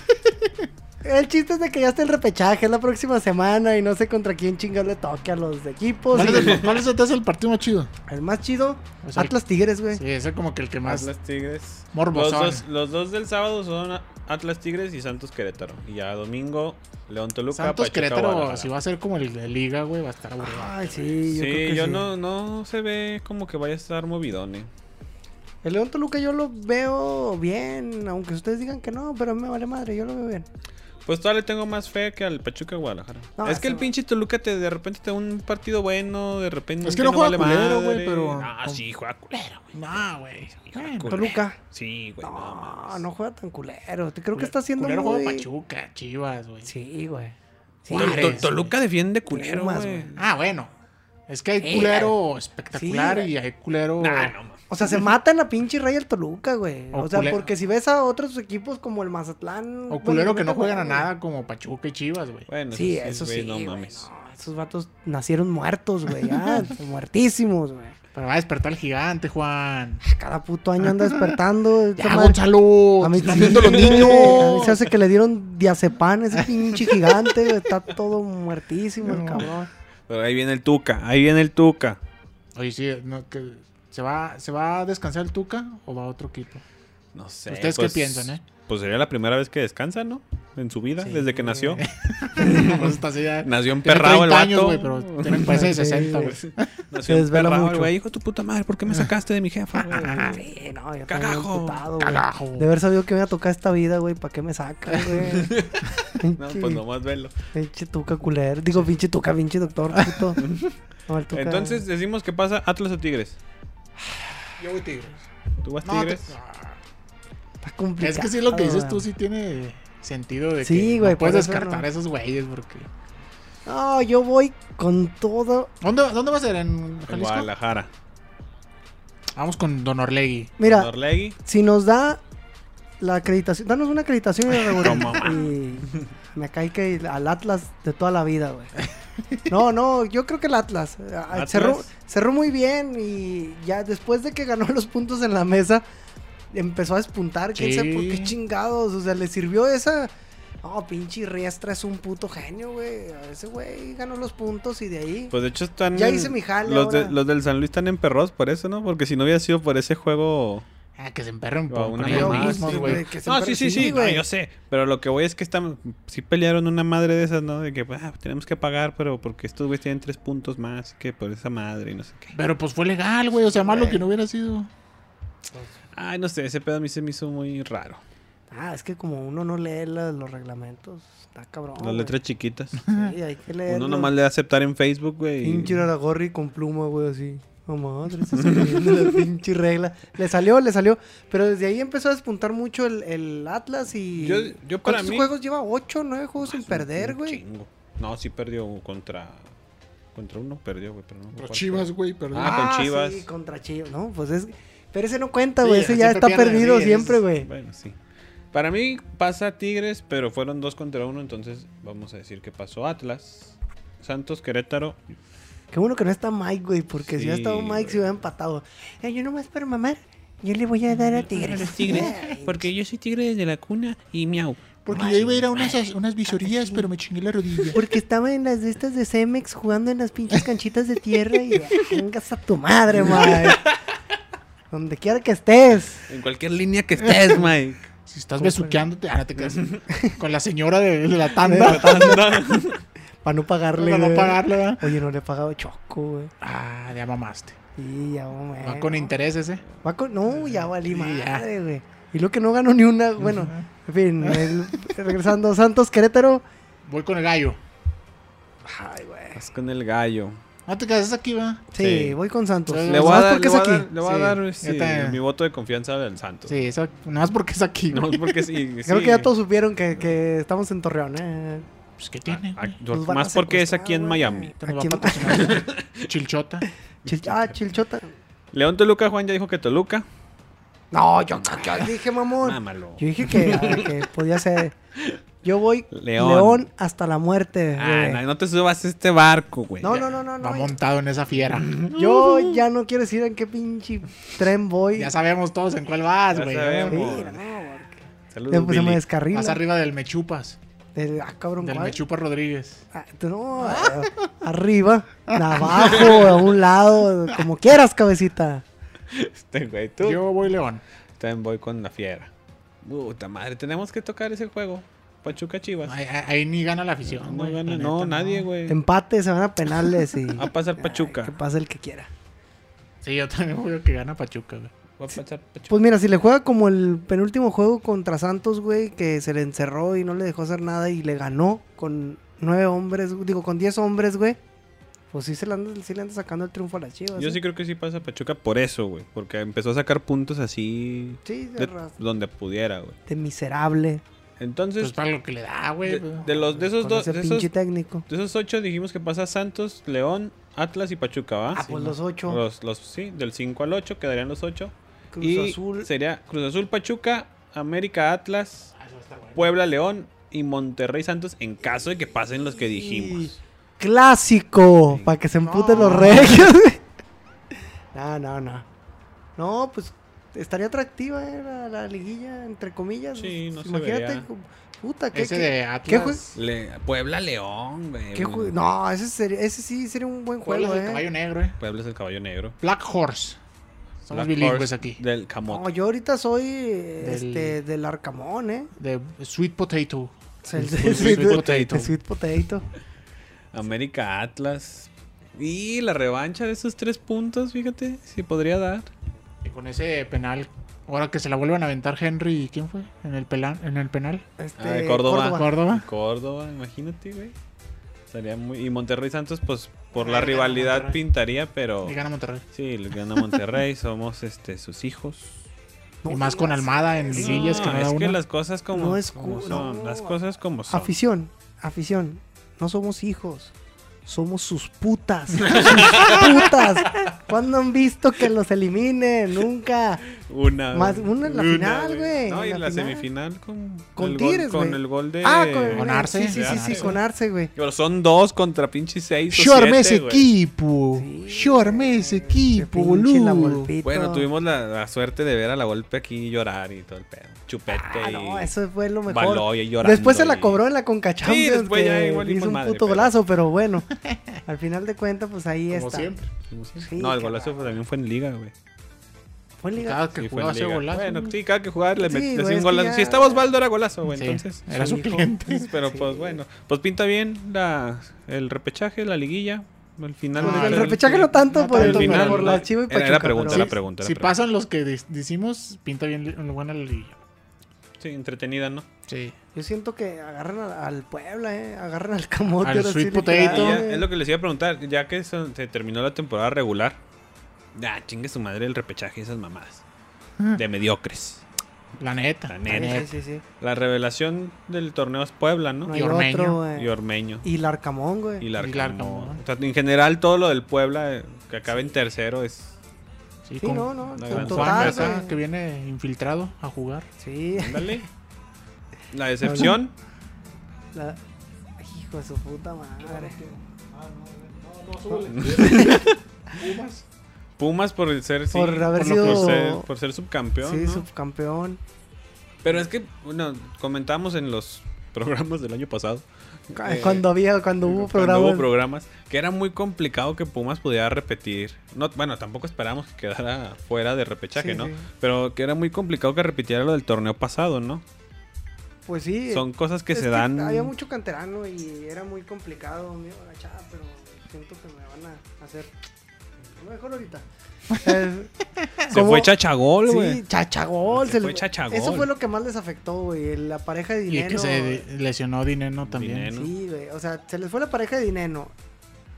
[SPEAKER 2] El chiste es de que ya está el repechaje, es la próxima semana y no sé contra quién chingado le toque a los equipos.
[SPEAKER 3] ¿Cuál
[SPEAKER 2] Y
[SPEAKER 3] es, el, cuál es el- es el partido más chido?
[SPEAKER 2] El más chido,
[SPEAKER 3] O sea, el-
[SPEAKER 2] Atlas Tigres, güey.
[SPEAKER 3] Sí, ese es como que el que más.
[SPEAKER 1] Atlas Tigres. Los
[SPEAKER 3] Morbosón.
[SPEAKER 1] dos, los dos del sábado son Atlas Tigres y Santos Querétaro. Y ya domingo, León Toluca.
[SPEAKER 3] Santos
[SPEAKER 1] Pachuca,
[SPEAKER 3] Querétaro,
[SPEAKER 1] Guadalajara.
[SPEAKER 3] si va a ser como el de Liga, güey, va a estar aburrido.
[SPEAKER 2] Ay, sí,
[SPEAKER 1] Sí,
[SPEAKER 2] yo creo que
[SPEAKER 1] yo
[SPEAKER 2] sí.
[SPEAKER 1] No, no se ve como que vaya a estar movidón, eh.
[SPEAKER 2] El León Toluca yo lo veo bien, aunque ustedes digan que no, pero a mí me vale madre, yo lo veo bien.
[SPEAKER 1] Pues todavía le tengo más fe que al Pachuca Guadalajara.
[SPEAKER 2] No,
[SPEAKER 1] es que
[SPEAKER 2] ese
[SPEAKER 1] el pinche Toluca te, de repente te da un partido bueno, de repente.
[SPEAKER 3] Es que no juega culero,
[SPEAKER 1] madre.
[SPEAKER 3] güey, pero-
[SPEAKER 1] Ah, sí, juega culero, güey.
[SPEAKER 3] No, güey. Bueno,
[SPEAKER 1] Culero.
[SPEAKER 2] Toluca.
[SPEAKER 1] Sí, güey. no
[SPEAKER 2] No,
[SPEAKER 1] mames.
[SPEAKER 2] no juega tan culero. Creo que está haciendo
[SPEAKER 3] culero juega
[SPEAKER 2] muy...
[SPEAKER 3] Pachuca, Chivas, güey.
[SPEAKER 2] Sí, güey. Sí,
[SPEAKER 1] Tol-
[SPEAKER 3] Juárez,
[SPEAKER 1] Tol-
[SPEAKER 3] güey.
[SPEAKER 1] Toluca defiende culero,
[SPEAKER 2] Pumas,
[SPEAKER 1] güey.
[SPEAKER 2] güey.
[SPEAKER 3] Ah, bueno. Es que hay
[SPEAKER 2] Sí,
[SPEAKER 3] culero espectacular
[SPEAKER 2] Sí,
[SPEAKER 3] y hay culero.
[SPEAKER 1] Nah, no mames.
[SPEAKER 2] O sea, se matan a pinche rey el Toluca, güey.
[SPEAKER 3] O
[SPEAKER 2] O sea,
[SPEAKER 3] culero.
[SPEAKER 2] porque si ves a otros equipos como el Mazatlán...
[SPEAKER 3] O culero
[SPEAKER 2] bueno,
[SPEAKER 3] que no
[SPEAKER 2] te juegan,
[SPEAKER 3] juegan a
[SPEAKER 2] güey.
[SPEAKER 3] nada como Pachuca y Chivas, güey.
[SPEAKER 1] Bueno,
[SPEAKER 2] Sí, eso sí,
[SPEAKER 1] güey,
[SPEAKER 2] güey,
[SPEAKER 1] no mames.
[SPEAKER 2] no, esos vatos nacieron muertos, güey, ya, muertísimos, güey.
[SPEAKER 3] Pero va a despertar el gigante, Juan.
[SPEAKER 2] Cada puto año anda despertando. esta
[SPEAKER 3] Ya,
[SPEAKER 2] madre.
[SPEAKER 3] Gonzalo.
[SPEAKER 2] A mí
[SPEAKER 3] están
[SPEAKER 2] sí.
[SPEAKER 3] viendo los
[SPEAKER 2] A mí se
[SPEAKER 3] niños.
[SPEAKER 2] hace que le dieron diazepam a ese pinche gigante, güey. Está todo muertísimo el
[SPEAKER 3] No.
[SPEAKER 2] cabrón.
[SPEAKER 1] Pero ahí viene el Tuca, ahí viene el Tuca.
[SPEAKER 3] Oye, sí, no, que ¿se, va, ¿se va a descansar el Tuca o va a otro equipo?
[SPEAKER 1] No sé.
[SPEAKER 3] ¿Ustedes qué piensan, eh?
[SPEAKER 1] Pues sería la primera vez que descansa, ¿no? En su vida,
[SPEAKER 3] Sí,
[SPEAKER 1] desde que
[SPEAKER 3] güey.
[SPEAKER 1] nació.
[SPEAKER 3] Pues está así ya.
[SPEAKER 1] Nació
[SPEAKER 3] Tiene
[SPEAKER 1] emperrado el vato.
[SPEAKER 3] 30 años, güey, pero tiene parece de
[SPEAKER 2] Sí,
[SPEAKER 3] 60, güey.
[SPEAKER 1] Nació
[SPEAKER 2] Se desvela
[SPEAKER 1] emperrado el
[SPEAKER 2] mucho.
[SPEAKER 1] güey. Hijo de tu puta madre, ¿por qué me sacaste de mi jefa, güey?
[SPEAKER 2] Sí, no, yo también
[SPEAKER 1] Cagajo.
[SPEAKER 2] emputado, güey.
[SPEAKER 3] Cagajo.
[SPEAKER 2] De haber sabido que me iba a tocar esta vida, güey. ¿Para qué me saca, güey?
[SPEAKER 1] No, pues nomás velo.
[SPEAKER 2] Pinche tuca culero. Digo, pinche tuca, pinche doctor, puto. No, el tuca.
[SPEAKER 1] Entonces decimos que pasa Atlas o Tigres.
[SPEAKER 3] Yo voy Tigres.
[SPEAKER 1] ¿Tú vas
[SPEAKER 3] No,
[SPEAKER 1] Tigres?
[SPEAKER 3] te- ah,
[SPEAKER 2] Está complicado.
[SPEAKER 3] Es que sí, lo que dices tú
[SPEAKER 2] güey.
[SPEAKER 3] sí tiene sentido de
[SPEAKER 2] Sí,
[SPEAKER 3] que
[SPEAKER 2] güey,
[SPEAKER 3] no puedes
[SPEAKER 2] por eso
[SPEAKER 3] descartar
[SPEAKER 2] no.
[SPEAKER 3] a esos güeyes porque...
[SPEAKER 2] No, yo voy con todo.
[SPEAKER 3] ¿Dónde, ¿Dónde va a ser? ¿En
[SPEAKER 1] En
[SPEAKER 3] Jalisco?
[SPEAKER 1] Guadalajara.
[SPEAKER 3] Vamos con Don Orlegui.
[SPEAKER 2] Mira,
[SPEAKER 1] Norlegui.
[SPEAKER 2] si nos da la acreditación, danos una acreditación y la regulamos. y me cae que al Atlas de toda la vida, güey. No, no, yo creo que el Atlas. eh,
[SPEAKER 1] ¿Atlas?
[SPEAKER 2] Cerró, cerró muy bien y ya después de que ganó los puntos en la mesa, empezó a despuntar. ¿Quién
[SPEAKER 3] Sí.
[SPEAKER 2] sabe por qué chingados? O sea, le sirvió esa. Oh, pinche Riestra es un puto genio, güey. Ese güey ganó los puntos y de ahí.
[SPEAKER 1] Pues de hecho están.
[SPEAKER 2] Ya hice mi jale
[SPEAKER 1] Los, de-
[SPEAKER 2] ahora.
[SPEAKER 1] los del San Luis están emperrados por eso, ¿no? Porque si no hubiera sido por ese juego.
[SPEAKER 3] Ah, que se emperren
[SPEAKER 1] O a
[SPEAKER 3] por, con
[SPEAKER 1] una
[SPEAKER 3] ellos
[SPEAKER 1] mamá,
[SPEAKER 3] mismos,
[SPEAKER 1] sí,
[SPEAKER 3] güey.
[SPEAKER 2] que se
[SPEAKER 1] No,
[SPEAKER 2] emper-
[SPEAKER 1] Ah, sí, sí, sí. no,
[SPEAKER 2] güey.
[SPEAKER 1] yo sé. Pero lo que voy es que están. Sí pelearon una madre de esas, ¿no? De que ah, tenemos que pagar, pero porque estos güeyes tienen tres puntos más que por esa madre y no sé qué.
[SPEAKER 3] Pero pues fue legal, güey. O sea, malo que no hubiera sido.
[SPEAKER 1] Ay, no sé. Ese pedo a mí se me hizo muy raro.
[SPEAKER 2] Ah, es que como uno no lee la- los reglamentos, está cabrón.
[SPEAKER 1] Las
[SPEAKER 2] güey.
[SPEAKER 1] letras chiquitas.
[SPEAKER 2] Sí, hay que leer.
[SPEAKER 1] Uno nomás le da aceptar en Facebook, güey. y-
[SPEAKER 2] Pinche Aragorri con pluma, güey, así. No madre, se está saliendo la pinche regla. Le salió, le salió. Pero desde ahí empezó a despuntar mucho el, el Atlas y.
[SPEAKER 1] Yo- yo para
[SPEAKER 2] ¿Cuántos
[SPEAKER 1] mí- Ah,
[SPEAKER 2] juegos lleva? ¿Ocho, nueve juegos sin
[SPEAKER 1] Un-
[SPEAKER 2] perder,
[SPEAKER 1] un
[SPEAKER 2] güey?
[SPEAKER 1] chingo. No, sí perdió contra. Contra uno perdió, güey. Pero no me acuerdo cuál.
[SPEAKER 3] güey, perdón.
[SPEAKER 1] Ah, con Chivas.
[SPEAKER 2] Sí, contra Chivas. No, pues es. Pero ese no cuenta,
[SPEAKER 3] Sí,
[SPEAKER 2] güey. ese ya
[SPEAKER 3] siempre
[SPEAKER 2] está
[SPEAKER 3] pierde,
[SPEAKER 2] perdido
[SPEAKER 3] sí,
[SPEAKER 2] siempre,
[SPEAKER 3] es-
[SPEAKER 2] güey.
[SPEAKER 1] Bueno, sí. Para mí pasa Tigres, pero fueron dos contra uno, entonces vamos a decir que pasó Atlas. Santos, Querétaro.
[SPEAKER 2] Qué bueno que no está Mike, güey, porque si hubiera estado
[SPEAKER 1] Sí,
[SPEAKER 2] Mike
[SPEAKER 1] güey.
[SPEAKER 2] se hubiera empatado. Eh, yo nomás para mamar, yo le voy a dar a Tigres. Ay,
[SPEAKER 1] yo soy tigre desde la cuna y miau.
[SPEAKER 3] Porque yo iba a ir a unas, unas visorías, pero me chingué la rodilla.
[SPEAKER 2] Porque estaba en las de estas de Cemex jugando en las pinches canchitas de tierra y vengas a tu madre, Mike. Donde quiera que estés.
[SPEAKER 1] En cualquier línea que estés, Mike.
[SPEAKER 3] Si estás besuqueándote, ahora te quedas con la señora de, de la tanda.
[SPEAKER 2] Para no pagarle.
[SPEAKER 3] Para no
[SPEAKER 2] güey.
[SPEAKER 3] pagarle, ¿verdad?
[SPEAKER 2] Oye, no le he pagado choco, güey.
[SPEAKER 3] Ah, ya mamaste.
[SPEAKER 2] Y ya, güey.
[SPEAKER 3] Va con intereses, ¿eh?
[SPEAKER 2] Va con- No, ya valí
[SPEAKER 3] Sí, ya.
[SPEAKER 2] madre, güey. Y lo que no ganó ni una, bueno. En fin, el- regresando, Santos Querétaro.
[SPEAKER 3] Voy con el gallo.
[SPEAKER 2] Ay, güey.
[SPEAKER 1] Vas con el gallo.
[SPEAKER 3] No te quedas aquí, va.
[SPEAKER 2] Sí,
[SPEAKER 1] Sí.
[SPEAKER 2] voy con Santos.
[SPEAKER 3] Le
[SPEAKER 1] Le
[SPEAKER 2] Nomás
[SPEAKER 1] voy a dar,
[SPEAKER 2] porque
[SPEAKER 1] le voy
[SPEAKER 2] es
[SPEAKER 1] a
[SPEAKER 2] aquí.
[SPEAKER 1] dar, le voy a
[SPEAKER 3] Sí,
[SPEAKER 1] dar,
[SPEAKER 3] yo
[SPEAKER 1] este,
[SPEAKER 3] también.
[SPEAKER 1] mi voto de confianza del Santos.
[SPEAKER 3] Sí, eso, nomás porque es aquí.
[SPEAKER 1] No, porque sí.
[SPEAKER 2] Creo
[SPEAKER 1] sí.
[SPEAKER 2] que ya todos supieron que, que estamos en Torreón, eh.
[SPEAKER 3] Pues, ¿qué tiene?
[SPEAKER 1] Ah,
[SPEAKER 3] güey?
[SPEAKER 2] Nos van a
[SPEAKER 1] más porque es
[SPEAKER 2] secuestrar,
[SPEAKER 1] aquí en
[SPEAKER 2] güey.
[SPEAKER 1] Miami.
[SPEAKER 3] Te nos va
[SPEAKER 2] Aquí
[SPEAKER 3] a
[SPEAKER 2] en-
[SPEAKER 3] patrocinar. Chilchota.
[SPEAKER 2] Chil- ah, Chilchota.
[SPEAKER 1] León Toluca, Juan ya dijo que Toluca.
[SPEAKER 2] No, yo, yo dije, mamón.
[SPEAKER 1] Mámalo.
[SPEAKER 2] Yo dije que, que podía ser. Yo voy
[SPEAKER 1] León.
[SPEAKER 2] León, hasta la muerte.
[SPEAKER 1] Ah,
[SPEAKER 2] bebé.
[SPEAKER 1] no, no te subas a este barco, güey.
[SPEAKER 2] no, no, no, no. no.
[SPEAKER 3] Va montado en esa fiera.
[SPEAKER 2] Yo ya no quiero decir en qué pinche tren voy.
[SPEAKER 3] Ya sabemos todos en cuál vas,
[SPEAKER 1] Ya
[SPEAKER 3] güey.
[SPEAKER 1] sabemos.
[SPEAKER 2] Mira, no, porque-
[SPEAKER 1] Saludos,
[SPEAKER 2] Ya, pues, se me
[SPEAKER 1] Billy.
[SPEAKER 2] descarrila.
[SPEAKER 3] Más arriba del Mechupas.
[SPEAKER 2] Del, ah, cabrón,
[SPEAKER 3] Del
[SPEAKER 2] ¿cuál?
[SPEAKER 3] Mechupa Rodríguez.
[SPEAKER 2] Ah, tú no, ah, arriba, abajo, a un lado, como quieras, cabecita.
[SPEAKER 1] Este güey, tú.
[SPEAKER 3] Yo voy León.
[SPEAKER 1] También voy con la fiera. Puta madre, tenemos que tocar ese juego. Pachuca Chivas.
[SPEAKER 3] Ahí, ahí- ahí ni gana la afición,
[SPEAKER 1] no,
[SPEAKER 3] güey.
[SPEAKER 1] gana-
[SPEAKER 3] La neta,
[SPEAKER 1] no, nadie, güey.
[SPEAKER 2] Empate, se van a penales y
[SPEAKER 1] Va a pasar Pachuca.
[SPEAKER 2] que pase el que quiera.
[SPEAKER 3] Sí, yo también veo que gana Pachuca, güey.
[SPEAKER 1] Va a pasar Pachuca.
[SPEAKER 2] Pues mira, si le juega como el penúltimo juego contra Santos, güey, que se le encerró y no le dejó hacer nada y le ganó con nueve hombres, digo, con diez hombres, güey, pues sí, se le anda, sí le anda sacando el triunfo a las chivas.
[SPEAKER 1] Yo
[SPEAKER 2] ¿eh?
[SPEAKER 1] sí creo que sí pasa Pachuca por eso, güey. Porque empezó a sacar puntos así
[SPEAKER 2] Sí, de,
[SPEAKER 1] de-
[SPEAKER 2] ras-
[SPEAKER 1] donde pudiera, güey.
[SPEAKER 2] de miserable.
[SPEAKER 1] Entonces,
[SPEAKER 3] Pues para lo que le da, güey.
[SPEAKER 1] de,
[SPEAKER 3] pues.
[SPEAKER 1] de los de esos
[SPEAKER 2] con
[SPEAKER 1] dos,
[SPEAKER 2] ese
[SPEAKER 1] de esos,
[SPEAKER 2] pinche técnico.
[SPEAKER 1] de esos ocho dijimos que pasa Santos, León, Atlas y Pachuca, ¿va?
[SPEAKER 2] Ah, pues los ocho.
[SPEAKER 1] Los, los, sí, del 5 al 8 quedarían los 8.
[SPEAKER 2] Cruz
[SPEAKER 1] Y
[SPEAKER 2] Azul.
[SPEAKER 1] sería Cruz Azul, Pachuca, América, Atlas,
[SPEAKER 3] Ah, eso está bueno.
[SPEAKER 1] Puebla, León y Monterrey Santos en caso de que pasen los que dijimos.
[SPEAKER 2] Clásico. Para que se emputen
[SPEAKER 3] No.
[SPEAKER 2] los regios. güey. no, no, no. No, pues estaría atractiva eh, la, la liguilla, entre comillas.
[SPEAKER 1] Sí, no se
[SPEAKER 2] Imagínate.
[SPEAKER 1] vería.
[SPEAKER 2] Puta, ¿qué,
[SPEAKER 3] Ese
[SPEAKER 2] qué-
[SPEAKER 3] de Atlas.
[SPEAKER 1] Le- Puebla, León, güey.
[SPEAKER 2] qué ju- No, ese, sería- ese sí sería un buen
[SPEAKER 3] Puebla
[SPEAKER 2] juego,
[SPEAKER 3] es el
[SPEAKER 2] eh.
[SPEAKER 3] caballo negro, eh.
[SPEAKER 1] Puebla es el caballo negro.
[SPEAKER 3] Black Horse. Somos
[SPEAKER 1] Black
[SPEAKER 3] bilingües
[SPEAKER 1] Horse
[SPEAKER 3] aquí.
[SPEAKER 1] Del
[SPEAKER 2] No,
[SPEAKER 1] camote.
[SPEAKER 2] yo ahorita soy
[SPEAKER 3] Del-
[SPEAKER 2] este, del Arcamón, eh.
[SPEAKER 3] De Sweet Potato.
[SPEAKER 2] O sea, el-
[SPEAKER 3] El
[SPEAKER 2] el
[SPEAKER 3] sweet
[SPEAKER 2] sweet-
[SPEAKER 3] potato.
[SPEAKER 2] el sweet potato.
[SPEAKER 1] América, Atlas. Y la revancha de esos tres puntos, fíjate, si podría dar.
[SPEAKER 3] Y con ese penal. Ahora que se la vuelvan a aventar Henry. ¿Quién fue? En el, pela- en el penal.
[SPEAKER 2] Este,
[SPEAKER 1] Ah, de Córdoba.
[SPEAKER 3] Córdoba.
[SPEAKER 1] Córdoba, imagínate, güey. Sería muy... Y Monterrey Santos, pues por la
[SPEAKER 3] Ay, gana
[SPEAKER 1] rivalidad
[SPEAKER 3] Monterrey.
[SPEAKER 1] pintaría, pero...
[SPEAKER 3] Y gana Monterrey.
[SPEAKER 1] Sí, les gana Monterrey, somos este sus hijos.
[SPEAKER 3] y más con Almada en
[SPEAKER 2] eso.
[SPEAKER 3] liguillas que
[SPEAKER 1] No,
[SPEAKER 3] no da
[SPEAKER 1] es que
[SPEAKER 3] una.
[SPEAKER 1] las cosas como,
[SPEAKER 2] No es
[SPEAKER 1] como
[SPEAKER 2] cu-
[SPEAKER 1] son.
[SPEAKER 2] no.
[SPEAKER 1] Las cosas como son.
[SPEAKER 2] Afición, afición. No somos hijos. Somos sus putas. Sus putas. ¿Cuándo han visto que los eliminen? Nunca.
[SPEAKER 1] Una.
[SPEAKER 2] Más una en la final, güey,
[SPEAKER 1] No,
[SPEAKER 2] en
[SPEAKER 1] y en
[SPEAKER 2] la
[SPEAKER 1] la
[SPEAKER 2] final.
[SPEAKER 1] semifinal con,
[SPEAKER 2] Con
[SPEAKER 1] el gol,
[SPEAKER 2] Tigres,
[SPEAKER 1] Con
[SPEAKER 2] güey.
[SPEAKER 1] el gol de.
[SPEAKER 2] Ah, con,
[SPEAKER 3] Con Arce.
[SPEAKER 2] Sí, sí, sí, sí,
[SPEAKER 1] Arce.
[SPEAKER 2] con Arce, güey.
[SPEAKER 1] Pero son dos contra pinche seis. o
[SPEAKER 3] Shorme ese
[SPEAKER 1] siete, güey.
[SPEAKER 3] equipo.
[SPEAKER 2] Sí,
[SPEAKER 3] Shorme ese
[SPEAKER 2] güey.
[SPEAKER 3] equipo,
[SPEAKER 2] Ese pinche la
[SPEAKER 3] boludo.
[SPEAKER 2] Volpito.
[SPEAKER 1] Bueno, tuvimos la, la suerte de ver a la golpe aquí llorar y todo el pedo. Chupete
[SPEAKER 2] Ah,
[SPEAKER 1] y.
[SPEAKER 2] no, eso fue lo mejor.
[SPEAKER 1] Baló y llorando.
[SPEAKER 2] Después se la
[SPEAKER 1] y-
[SPEAKER 2] cobró en la Conca Champions,
[SPEAKER 1] después ya
[SPEAKER 2] que
[SPEAKER 1] igual y
[SPEAKER 2] hizo
[SPEAKER 1] con
[SPEAKER 2] un
[SPEAKER 1] madre,
[SPEAKER 2] puto
[SPEAKER 1] pero-
[SPEAKER 2] golazo, pero bueno. Al final de cuentas, pues ahí
[SPEAKER 3] Como
[SPEAKER 2] está.
[SPEAKER 3] siempre.
[SPEAKER 1] Como siempre.
[SPEAKER 2] Sí,
[SPEAKER 1] no, el
[SPEAKER 2] qué
[SPEAKER 1] golazo
[SPEAKER 2] bárbaro.
[SPEAKER 1] también fue en liga, güey.
[SPEAKER 2] Fue en liga.
[SPEAKER 3] Cada que
[SPEAKER 1] Sí, fue en
[SPEAKER 3] jugaba hacía
[SPEAKER 1] liga.
[SPEAKER 3] golazo.
[SPEAKER 1] Bueno, sí, cada que jugaba le
[SPEAKER 2] Sí,
[SPEAKER 1] met- le
[SPEAKER 2] güey,
[SPEAKER 1] hacía
[SPEAKER 2] es
[SPEAKER 1] un
[SPEAKER 2] que
[SPEAKER 1] golazo.
[SPEAKER 2] ya-
[SPEAKER 1] Si estaba Osvaldo era golazo, güey,
[SPEAKER 3] Sí,
[SPEAKER 1] entonces.
[SPEAKER 3] Era
[SPEAKER 2] Sí,
[SPEAKER 3] suplente.
[SPEAKER 1] Entonces, pero
[SPEAKER 2] Sí.
[SPEAKER 1] pues bueno, pues pinta bien la, el repechaje, la liguilla, el final.
[SPEAKER 3] Ah,
[SPEAKER 1] de-
[SPEAKER 2] El
[SPEAKER 3] del-
[SPEAKER 2] repechaje no tanto
[SPEAKER 3] no
[SPEAKER 2] por, el,
[SPEAKER 3] tanto,
[SPEAKER 2] final,
[SPEAKER 3] pero-
[SPEAKER 2] por la Chiva y
[SPEAKER 1] Era la
[SPEAKER 2] Pachuca.
[SPEAKER 1] pregunta,
[SPEAKER 2] pero-
[SPEAKER 1] la pregunta,
[SPEAKER 3] Si
[SPEAKER 1] la pregunta.
[SPEAKER 3] pasan los que dis- decimos, pinta bien li- buena la liga.
[SPEAKER 1] Sí, entretenida, ¿no?
[SPEAKER 3] Sí.
[SPEAKER 2] Yo siento que agarran al, al Puebla, eh, agarran al Camote.
[SPEAKER 3] Al
[SPEAKER 2] ahora
[SPEAKER 3] Sweet Potato.
[SPEAKER 1] Y
[SPEAKER 2] literal,
[SPEAKER 1] ya,
[SPEAKER 2] eh.
[SPEAKER 1] es lo que les iba a preguntar, ya que se, se terminó la temporada regular. Ah, chingue su madre el repechaje y esas mamadas. De mediocres.
[SPEAKER 3] La neta.
[SPEAKER 1] La
[SPEAKER 2] Sí,
[SPEAKER 1] neta.
[SPEAKER 2] sí, sí.
[SPEAKER 1] La revelación del torneo es Puebla,
[SPEAKER 2] No
[SPEAKER 1] ¿no?
[SPEAKER 2] hay
[SPEAKER 3] Y Ormeño.
[SPEAKER 2] otro, güey.
[SPEAKER 1] Y Ormeño.
[SPEAKER 2] Y Larcamón, güey.
[SPEAKER 1] Y
[SPEAKER 3] Larcamón.
[SPEAKER 1] Larcamón. O sea, en general todo lo del Puebla eh, que acaba en tercero es...
[SPEAKER 3] Sí,
[SPEAKER 2] Sí,
[SPEAKER 3] con-
[SPEAKER 2] no, no.
[SPEAKER 1] la
[SPEAKER 2] En
[SPEAKER 1] gran
[SPEAKER 3] Juan
[SPEAKER 2] total,
[SPEAKER 1] sorpresa
[SPEAKER 3] acá,
[SPEAKER 2] güey.
[SPEAKER 3] que viene infiltrado a jugar.
[SPEAKER 2] Sí.
[SPEAKER 1] Ándale. La decepción.
[SPEAKER 2] la- Hijo de su puta madre.
[SPEAKER 1] Pumas por el ser sí,
[SPEAKER 2] Por haber
[SPEAKER 1] lo- por
[SPEAKER 2] sido-
[SPEAKER 1] ser, por ser subcampeón.
[SPEAKER 2] Sí,
[SPEAKER 1] ¿no?
[SPEAKER 2] subcampeón.
[SPEAKER 1] Pero es que, bueno, comentamos en los programas del año pasado.
[SPEAKER 2] Cu-
[SPEAKER 1] eh,
[SPEAKER 2] Cuando había, cuando hubo
[SPEAKER 1] cuando
[SPEAKER 2] programas.
[SPEAKER 1] hubo programas, que era muy complicado que Pumas pudiera repetir. No, bueno, tampoco esperábamos que quedara fuera de repechaje,
[SPEAKER 2] Sí,
[SPEAKER 1] ¿no?
[SPEAKER 2] sí.
[SPEAKER 1] Pero que era muy complicado que repitiera lo del torneo pasado, ¿no?
[SPEAKER 2] Pues sí.
[SPEAKER 1] Son cosas que
[SPEAKER 2] es
[SPEAKER 1] se dan.
[SPEAKER 2] Había mucho canterano y era muy complicado. Me iba a la chava, pero siento que me van a hacer. A lo mejor ahorita. Eh,
[SPEAKER 1] Se
[SPEAKER 2] ¿cómo?
[SPEAKER 1] fue Chachagol, güey.
[SPEAKER 2] Sí, chachagol.
[SPEAKER 1] Se
[SPEAKER 2] se
[SPEAKER 1] fue
[SPEAKER 2] les-
[SPEAKER 1] Chachagol.
[SPEAKER 2] Eso fue lo que más les afectó, güey. La pareja de
[SPEAKER 3] Y
[SPEAKER 2] dinero.
[SPEAKER 3] que se lesionó Dineno también.
[SPEAKER 1] Dineno.
[SPEAKER 2] Sí, güey. O sea, se les fue la pareja de dinero.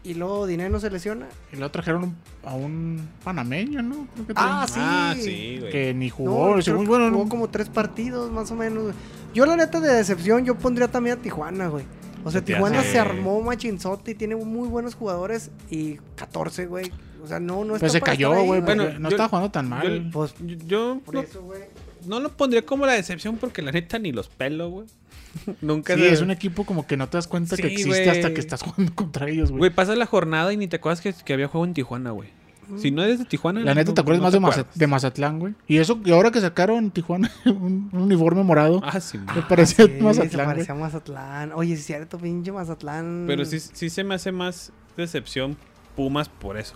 [SPEAKER 2] Y luego dinero se lesiona.
[SPEAKER 3] Y lo trajeron un- a un panameño, ¿no? Creo que
[SPEAKER 2] Ah,
[SPEAKER 3] trajeron-
[SPEAKER 2] sí.
[SPEAKER 1] Ah, sí, güey.
[SPEAKER 3] Que ni
[SPEAKER 2] No,
[SPEAKER 3] jugó.
[SPEAKER 2] creo
[SPEAKER 3] según-
[SPEAKER 2] que
[SPEAKER 3] bueno,
[SPEAKER 2] jugó
[SPEAKER 3] no-
[SPEAKER 2] como tres partidos más o menos. güey. Yo la neta de decepción, yo pondría también a Tijuana, güey. O sea,
[SPEAKER 1] Se te
[SPEAKER 2] Tijuana
[SPEAKER 1] hace-
[SPEAKER 2] se armó machinzote y tiene muy buenos jugadores y 14, güey. O sea, no, no está
[SPEAKER 3] pues se
[SPEAKER 2] para
[SPEAKER 3] cayó,
[SPEAKER 2] estar ahí,
[SPEAKER 3] güey.
[SPEAKER 1] Bueno,
[SPEAKER 3] porque no
[SPEAKER 1] yo-
[SPEAKER 3] estaba jugando tan
[SPEAKER 1] yo-
[SPEAKER 3] mal.
[SPEAKER 2] Pues
[SPEAKER 1] Yo, yo
[SPEAKER 2] por
[SPEAKER 1] no,
[SPEAKER 2] eso, güey.
[SPEAKER 1] no lo pondría como la decepción porque la neta ni los pelos, güey. Nunca
[SPEAKER 3] Sí,
[SPEAKER 1] se-
[SPEAKER 3] es un equipo como que no te das cuenta
[SPEAKER 1] Sí,
[SPEAKER 3] que existe
[SPEAKER 1] güey.
[SPEAKER 3] hasta que estás jugando contra ellos,
[SPEAKER 1] Güey,
[SPEAKER 3] güey.
[SPEAKER 1] pasa la jornada y ni te acuerdas que, que había juego en Tijuana, güey. Si
[SPEAKER 2] Mm.
[SPEAKER 1] no eres de Tijuana.
[SPEAKER 3] La neta,
[SPEAKER 1] no-
[SPEAKER 3] ¿te acuerdas
[SPEAKER 1] no
[SPEAKER 3] más de, Maza-
[SPEAKER 1] acuerdas.
[SPEAKER 3] de Mazatlán, güey? Y eso, que ahora que sacaron Tijuana un, un uniforme morado,
[SPEAKER 1] Ah, sí, mo-
[SPEAKER 3] me parecía
[SPEAKER 2] Sí, se
[SPEAKER 3] Mazatlán, güey.
[SPEAKER 2] parecía a Mazatlán. Oye, es cierto, pinche Mazatlán.
[SPEAKER 1] Pero sí, sí se me hace más decepción Pumas por eso.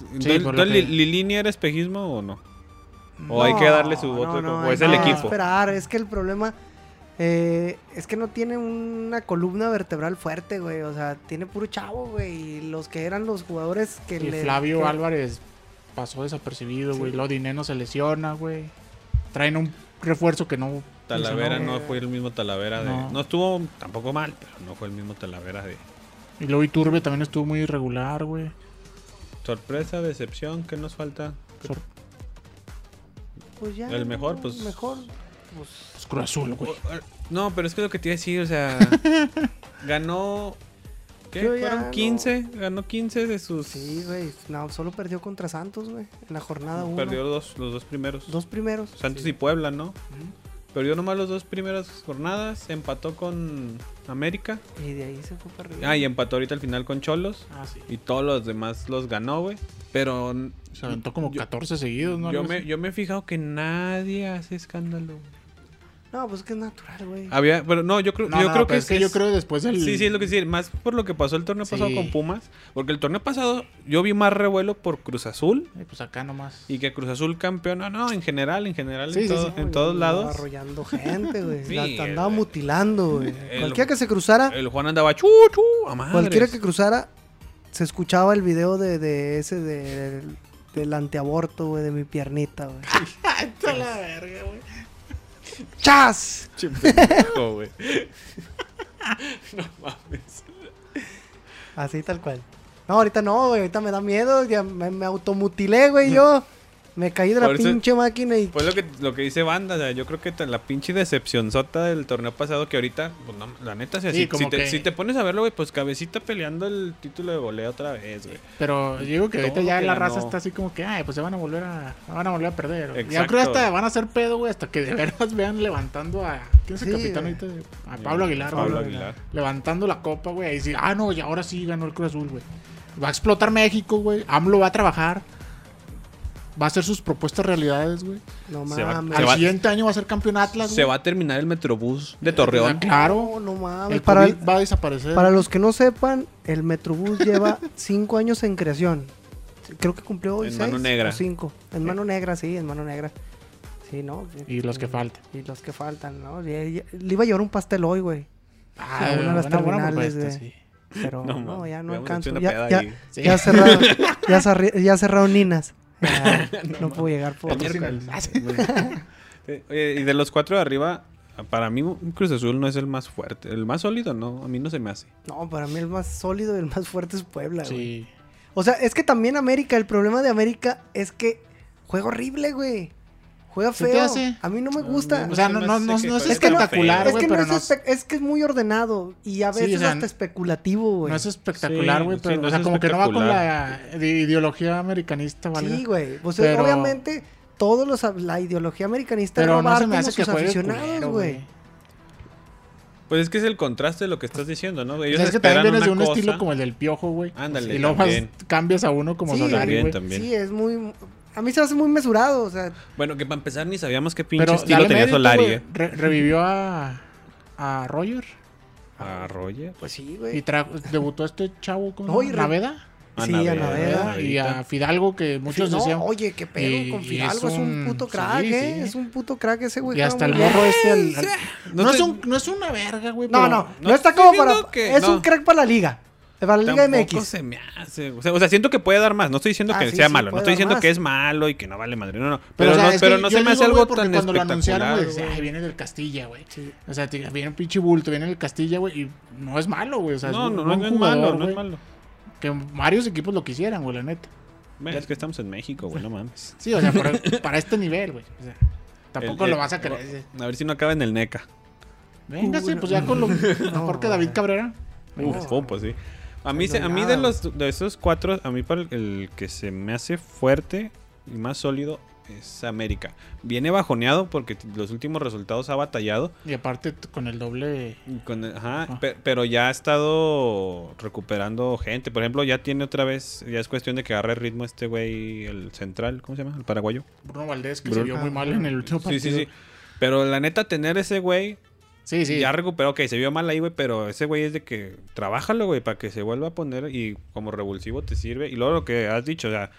[SPEAKER 3] Sí,
[SPEAKER 1] Entonces,
[SPEAKER 3] por lo
[SPEAKER 1] entonces,
[SPEAKER 3] que-
[SPEAKER 1] Li- ¿Lilini era espejismo o no? O hay que darle su voto de confianza. O
[SPEAKER 2] hay
[SPEAKER 1] es el
[SPEAKER 2] que
[SPEAKER 1] equipo.
[SPEAKER 2] esperar, es que el problema eh, es que no tiene una columna vertebral fuerte, güey. O sea, tiene puro chavo, güey. Y los que eran los jugadores que
[SPEAKER 3] Y
[SPEAKER 2] le.
[SPEAKER 3] Flavio
[SPEAKER 2] que-
[SPEAKER 3] Álvarez pasó desapercibido, güey. Lodineno se lesiona, güey. Traen un refuerzo que no.
[SPEAKER 1] Talavera no
[SPEAKER 3] funcionó,
[SPEAKER 1] fue el mismo Talavera de.
[SPEAKER 3] No.
[SPEAKER 1] No estuvo tampoco mal, pero no fue el mismo Talavera de.
[SPEAKER 3] Y luego Iturbe también estuvo muy irregular, güey.
[SPEAKER 1] Sorpresa, decepción, ¿qué nos falta?
[SPEAKER 3] Sor-
[SPEAKER 2] Pues ya,
[SPEAKER 1] El mejor,
[SPEAKER 2] no,
[SPEAKER 1] pues-
[SPEAKER 2] Mejor. Pues,
[SPEAKER 3] pues, Cruz Azul, güey.
[SPEAKER 1] No, pero es que lo que te iba a decir, o sea. ganó. ¿Qué?
[SPEAKER 2] Yo ya
[SPEAKER 1] ¿Fueron
[SPEAKER 2] no.
[SPEAKER 1] 15? Ganó 15 de sus.
[SPEAKER 2] sí, güey. No, solo perdió contra Santos, güey. En la jornada uno.
[SPEAKER 1] Perdió los, los dos primeros.
[SPEAKER 2] Dos primeros.
[SPEAKER 1] Santos
[SPEAKER 2] Sí.
[SPEAKER 1] y Puebla, ¿no? Perdió nomás los dos primeras jornadas. Empató con América.
[SPEAKER 2] Y de ahí se fue para arriba.
[SPEAKER 1] Ah, y empató ahorita al final con Cholos.
[SPEAKER 3] Ah, sí.
[SPEAKER 1] Y todos los demás los ganó, güey. Pero n-
[SPEAKER 3] Se aventó como
[SPEAKER 1] Yo-
[SPEAKER 3] 14 seguidos, ¿no?
[SPEAKER 1] yo
[SPEAKER 3] Algo
[SPEAKER 1] me,
[SPEAKER 3] así.
[SPEAKER 1] yo me he fijado que nadie hace escándalo.
[SPEAKER 2] No, pues es que es natural, güey.
[SPEAKER 1] Había, pero no, yo creo,
[SPEAKER 3] No,
[SPEAKER 1] yo
[SPEAKER 3] no,
[SPEAKER 1] creo
[SPEAKER 3] pero
[SPEAKER 1] que
[SPEAKER 3] es que yo creo después del.
[SPEAKER 1] Sí, sí, es lo que decir. Más por lo que pasó el torneo pasado
[SPEAKER 3] Sí.
[SPEAKER 1] con Pumas. Porque el torneo pasado yo vi más revuelo por Cruz Azul.
[SPEAKER 3] Eh, Pues acá nomás.
[SPEAKER 1] Y que Cruz Azul campeón. No, no, en general, en general,
[SPEAKER 3] Sí,
[SPEAKER 1] en,
[SPEAKER 3] sí,
[SPEAKER 1] todo-
[SPEAKER 3] sí.
[SPEAKER 1] en
[SPEAKER 2] No,
[SPEAKER 1] todos
[SPEAKER 2] y andaba
[SPEAKER 1] lados.
[SPEAKER 2] Arrollando gente, güey.
[SPEAKER 1] Sí,
[SPEAKER 2] La-
[SPEAKER 1] el-
[SPEAKER 2] andaba mutilando, güey.
[SPEAKER 1] el-
[SPEAKER 2] Cualquiera que se cruzara.
[SPEAKER 1] El Juan andaba chu, chu, a madres.
[SPEAKER 2] Cualquiera que cruzara, se escuchaba el video de, de ese de- del, del antiaborto, güey, de mi piernita, güey.
[SPEAKER 3] Está la verga, güey.
[SPEAKER 2] ¡Chas!
[SPEAKER 1] Che, pendejo, güey. no mames.
[SPEAKER 2] Así tal cual. No, ahorita no, güey, ahorita me da miedo, ya me, me automutilé, güey, yo. Me caí de la
[SPEAKER 1] Por eso-
[SPEAKER 2] pinche máquina y...
[SPEAKER 1] Pues lo que, lo que dice Banda, o sea, yo creo que t- la pinche decepción sota del torneo pasado que ahorita, pues no, la neta, o sea,
[SPEAKER 3] Sí,
[SPEAKER 1] si,
[SPEAKER 3] como
[SPEAKER 1] si te,
[SPEAKER 3] que-
[SPEAKER 1] si te pones a verlo, güey, pues cabecita peleando el título de volea otra vez, güey.
[SPEAKER 3] Pero digo que ahorita
[SPEAKER 1] Todo
[SPEAKER 3] ya
[SPEAKER 1] que
[SPEAKER 3] la
[SPEAKER 1] ganó.
[SPEAKER 3] raza está así como que, ay, pues se van a volver a, van a volver a perder. güey. Ya
[SPEAKER 1] Exacto,
[SPEAKER 3] creo hasta
[SPEAKER 1] güey.
[SPEAKER 3] van a hacer pedo, güey, hasta que de veras vean levantando a. ¿Quién es el
[SPEAKER 2] Sí,
[SPEAKER 3] capitán
[SPEAKER 2] güey.
[SPEAKER 3] ahorita? A Pablo Aguilar,
[SPEAKER 1] Pablo
[SPEAKER 3] güey.
[SPEAKER 1] Aguilar.
[SPEAKER 3] Levantando la copa, güey. Y decir, ah, no, y ahora sí ganó el Cruz Azul, güey. Va a explotar México, güey. AMLO va a trabajar. Va a hacer sus propuestas realidades, güey.
[SPEAKER 2] No
[SPEAKER 1] se va-
[SPEAKER 2] mames.
[SPEAKER 1] se
[SPEAKER 3] Al
[SPEAKER 1] va-
[SPEAKER 3] siguiente año va a ser campeón Atlas,
[SPEAKER 1] Se
[SPEAKER 3] güey. Ah,
[SPEAKER 1] va a terminar el Metrobús de Torreón.
[SPEAKER 2] No,
[SPEAKER 3] Claro.
[SPEAKER 2] no mames.
[SPEAKER 3] El
[SPEAKER 2] Para,
[SPEAKER 3] COVID va a desaparecer.
[SPEAKER 2] para los que no sepan, el Metrobús lleva cinco años en creación. Creo que cumplió hoy
[SPEAKER 1] En
[SPEAKER 2] seis
[SPEAKER 1] mano negra.
[SPEAKER 2] o cinco. En mano negra, sí, en mano negra. Sí, ¿no?
[SPEAKER 3] Y los que faltan.
[SPEAKER 2] Y los que faltan, ¿no? Y- y- Le iba a llevar un pastel hoy, güey.
[SPEAKER 3] Ah,
[SPEAKER 2] Alguna de las
[SPEAKER 3] buena- buena
[SPEAKER 2] terminales,
[SPEAKER 3] propuesta,
[SPEAKER 2] güey.
[SPEAKER 3] sí.
[SPEAKER 2] Pero no,
[SPEAKER 1] mames,
[SPEAKER 2] ya no
[SPEAKER 1] hubiéramos
[SPEAKER 2] alcanzo.
[SPEAKER 1] hecho una
[SPEAKER 2] Ya,
[SPEAKER 1] peda
[SPEAKER 2] ya,
[SPEAKER 1] ahí.
[SPEAKER 3] Sí.
[SPEAKER 2] ya cerraron, ya, cerré- ya cerraron Ninas. Ah, no, puedo llegar por...
[SPEAKER 1] El miércoles.
[SPEAKER 3] Ah, sí.
[SPEAKER 1] Eh, oye, y de los cuatro de arriba, para mí Cruz Azul no es el más fuerte. El más sólido, no, a mí no se me hace.
[SPEAKER 2] No, para mí el más sólido y el más fuerte es Puebla, güey.
[SPEAKER 3] Sí.
[SPEAKER 2] O sea, es que también América, el problema de América es que juega horrible, güey. Juega
[SPEAKER 3] ¿Se te
[SPEAKER 2] feo.
[SPEAKER 3] hace?
[SPEAKER 2] A mí no me
[SPEAKER 1] No,
[SPEAKER 2] gusta.
[SPEAKER 1] no,
[SPEAKER 3] O sea, no, no, no, no es
[SPEAKER 1] Es que no-
[SPEAKER 3] espectacular,
[SPEAKER 2] es
[SPEAKER 3] güey,
[SPEAKER 2] que no
[SPEAKER 3] pero
[SPEAKER 2] es,
[SPEAKER 3] no es,
[SPEAKER 2] espe- es que es muy ordenado y a
[SPEAKER 3] Sí,
[SPEAKER 2] veces
[SPEAKER 3] o sea,
[SPEAKER 2] hasta especulativo, güey.
[SPEAKER 3] no es espectacular,
[SPEAKER 1] Sí,
[SPEAKER 3] güey,
[SPEAKER 1] sí,
[SPEAKER 3] pero,
[SPEAKER 1] no
[SPEAKER 3] o sea,
[SPEAKER 1] es
[SPEAKER 3] como que no va con la
[SPEAKER 1] espectacular.
[SPEAKER 3] ide- ideología americanista, ¿vale?
[SPEAKER 2] Sí, güey. O sea,
[SPEAKER 3] Pero-
[SPEAKER 2] obviamente todos los la ideología americanista
[SPEAKER 3] pero
[SPEAKER 2] es
[SPEAKER 3] no
[SPEAKER 2] robar
[SPEAKER 3] se me
[SPEAKER 2] como
[SPEAKER 3] hace que
[SPEAKER 2] sus
[SPEAKER 3] juegue
[SPEAKER 2] aficionados,
[SPEAKER 3] culero,
[SPEAKER 2] güey.
[SPEAKER 3] güey.
[SPEAKER 1] Pues es que es el contraste de lo que estás diciendo, ¿no?
[SPEAKER 3] O
[SPEAKER 1] Ellos
[SPEAKER 3] sea, Pues es que
[SPEAKER 1] esperan
[SPEAKER 3] también vienes
[SPEAKER 1] una
[SPEAKER 3] de un
[SPEAKER 1] cosa.
[SPEAKER 3] estilo como el del piojo, güey.
[SPEAKER 1] Ándale,
[SPEAKER 3] Y luego vas-
[SPEAKER 1] también.
[SPEAKER 3] cambias a uno como
[SPEAKER 2] Sí,
[SPEAKER 3] Solari,
[SPEAKER 1] También,
[SPEAKER 3] güey.
[SPEAKER 1] también.
[SPEAKER 2] Sí, es muy a mí se me hace muy mesurado, o sea,
[SPEAKER 1] Bueno, que para empezar ni sabíamos qué pinche
[SPEAKER 3] Pero
[SPEAKER 1] estilo
[SPEAKER 3] dale
[SPEAKER 1] tenía
[SPEAKER 3] mérito,
[SPEAKER 1] Solari.
[SPEAKER 3] güey,
[SPEAKER 1] eh.
[SPEAKER 3] re- revivió a, a Roger
[SPEAKER 1] A Ah, Roger.
[SPEAKER 2] pues sí,
[SPEAKER 3] y
[SPEAKER 2] güey.
[SPEAKER 3] trajo- debutó a este chavo con
[SPEAKER 2] No, y re-
[SPEAKER 3] Naveda.
[SPEAKER 1] A
[SPEAKER 2] Sí,
[SPEAKER 1] Naveda,
[SPEAKER 2] a Naveda.
[SPEAKER 1] Naveda.
[SPEAKER 3] y a Fidalgo que muchos
[SPEAKER 2] Sí, no,
[SPEAKER 3] decían.
[SPEAKER 2] oye, qué pedo
[SPEAKER 3] Y-
[SPEAKER 2] con
[SPEAKER 3] y
[SPEAKER 2] Fidalgo,
[SPEAKER 3] es
[SPEAKER 2] es un
[SPEAKER 3] un-
[SPEAKER 2] puto crack,
[SPEAKER 3] sí,
[SPEAKER 2] ¿eh?
[SPEAKER 3] sí.
[SPEAKER 2] Es un puto crack ese güey.
[SPEAKER 3] y
[SPEAKER 2] juega
[SPEAKER 3] hasta el
[SPEAKER 2] muy bien.
[SPEAKER 3] morro este. al- al-
[SPEAKER 1] No
[SPEAKER 3] no es
[SPEAKER 1] te-
[SPEAKER 3] un, no es una verga, güey.
[SPEAKER 2] No,
[SPEAKER 3] pero-
[SPEAKER 2] no, no,
[SPEAKER 1] no
[SPEAKER 2] está
[SPEAKER 1] estoy
[SPEAKER 2] como
[SPEAKER 1] diciendo
[SPEAKER 2] para
[SPEAKER 1] que
[SPEAKER 2] es
[SPEAKER 1] no.
[SPEAKER 2] un crack para la liga. Para la Liga
[SPEAKER 1] Tampoco
[SPEAKER 2] MX.
[SPEAKER 1] se me hace. O sea, o sea, siento que puede dar más. No estoy diciendo
[SPEAKER 2] Ah,
[SPEAKER 1] que
[SPEAKER 2] sí,
[SPEAKER 1] sea
[SPEAKER 2] sí,
[SPEAKER 1] malo. No
[SPEAKER 2] puede
[SPEAKER 1] estoy
[SPEAKER 2] dar
[SPEAKER 1] diciendo
[SPEAKER 2] más.
[SPEAKER 1] que es malo y que no vale madre. No, no.
[SPEAKER 3] Pero,
[SPEAKER 1] Pero,
[SPEAKER 3] o sea,
[SPEAKER 1] no,
[SPEAKER 3] es
[SPEAKER 1] pero
[SPEAKER 3] que
[SPEAKER 1] no
[SPEAKER 3] yo
[SPEAKER 1] se me
[SPEAKER 3] digo,
[SPEAKER 1] hace
[SPEAKER 3] güey,
[SPEAKER 1] algo
[SPEAKER 3] porque
[SPEAKER 1] tan
[SPEAKER 3] cuando lo anunciaron,
[SPEAKER 1] espectacular.
[SPEAKER 3] güey, decía,
[SPEAKER 1] güey.
[SPEAKER 3] "Ay, viene del Castilla, güey. O sea, te- viene un pinche bulto, viene del Castilla, güey. Y no es malo, güey. O sea,
[SPEAKER 1] No,
[SPEAKER 3] es
[SPEAKER 1] no, no,
[SPEAKER 3] un buen
[SPEAKER 1] no es
[SPEAKER 3] jugador,
[SPEAKER 1] malo, no
[SPEAKER 3] güey,
[SPEAKER 1] es malo.
[SPEAKER 3] Que varios equipos lo quisieran, güey, la neta.
[SPEAKER 1] Ve, Es que estamos en México, güey, no mames.
[SPEAKER 3] Sí, o sea, para, para este nivel, güey. O sea, tampoco
[SPEAKER 1] El-
[SPEAKER 3] lo
[SPEAKER 1] el-
[SPEAKER 3] vas a querer.
[SPEAKER 1] A ver si no acaba en el NECA.
[SPEAKER 3] Véngase,
[SPEAKER 2] Uy,
[SPEAKER 3] pues ya con lo mejor
[SPEAKER 2] No,
[SPEAKER 3] que David
[SPEAKER 2] güey.
[SPEAKER 3] Cabrera.
[SPEAKER 1] Uf,
[SPEAKER 2] Venga.
[SPEAKER 1] pum, pues sí. A mí,
[SPEAKER 2] Pues
[SPEAKER 1] se-
[SPEAKER 2] no
[SPEAKER 1] a
[SPEAKER 2] hay
[SPEAKER 1] mí
[SPEAKER 2] nada,
[SPEAKER 1] de, los, de esos cuatro, a mí para el, el que se me hace fuerte y más sólido es América. Viene bajoneado porque t- los últimos resultados ha batallado.
[SPEAKER 3] Y aparte t- con el doble.
[SPEAKER 1] y con- ajá,
[SPEAKER 3] Ah.
[SPEAKER 1] pe- pero ya ha estado recuperando gente. Por ejemplo, ya tiene otra vez, ya es cuestión de que agarre ritmo este güey, el central, ¿cómo se llama? El paraguayo.
[SPEAKER 3] Bruno Valdés, que
[SPEAKER 1] Bruno-
[SPEAKER 3] se vio muy mal en el último
[SPEAKER 1] Sí,
[SPEAKER 3] partido.
[SPEAKER 1] sí, sí. Pero la neta, tener ese güey
[SPEAKER 3] Sí, sí.
[SPEAKER 1] Ya recuperó, ok, se vio mal ahí, güey, pero ese güey es de que trabájalo, güey, para que se vuelva a poner y como revulsivo te sirve. Y luego lo que has dicho, o sea,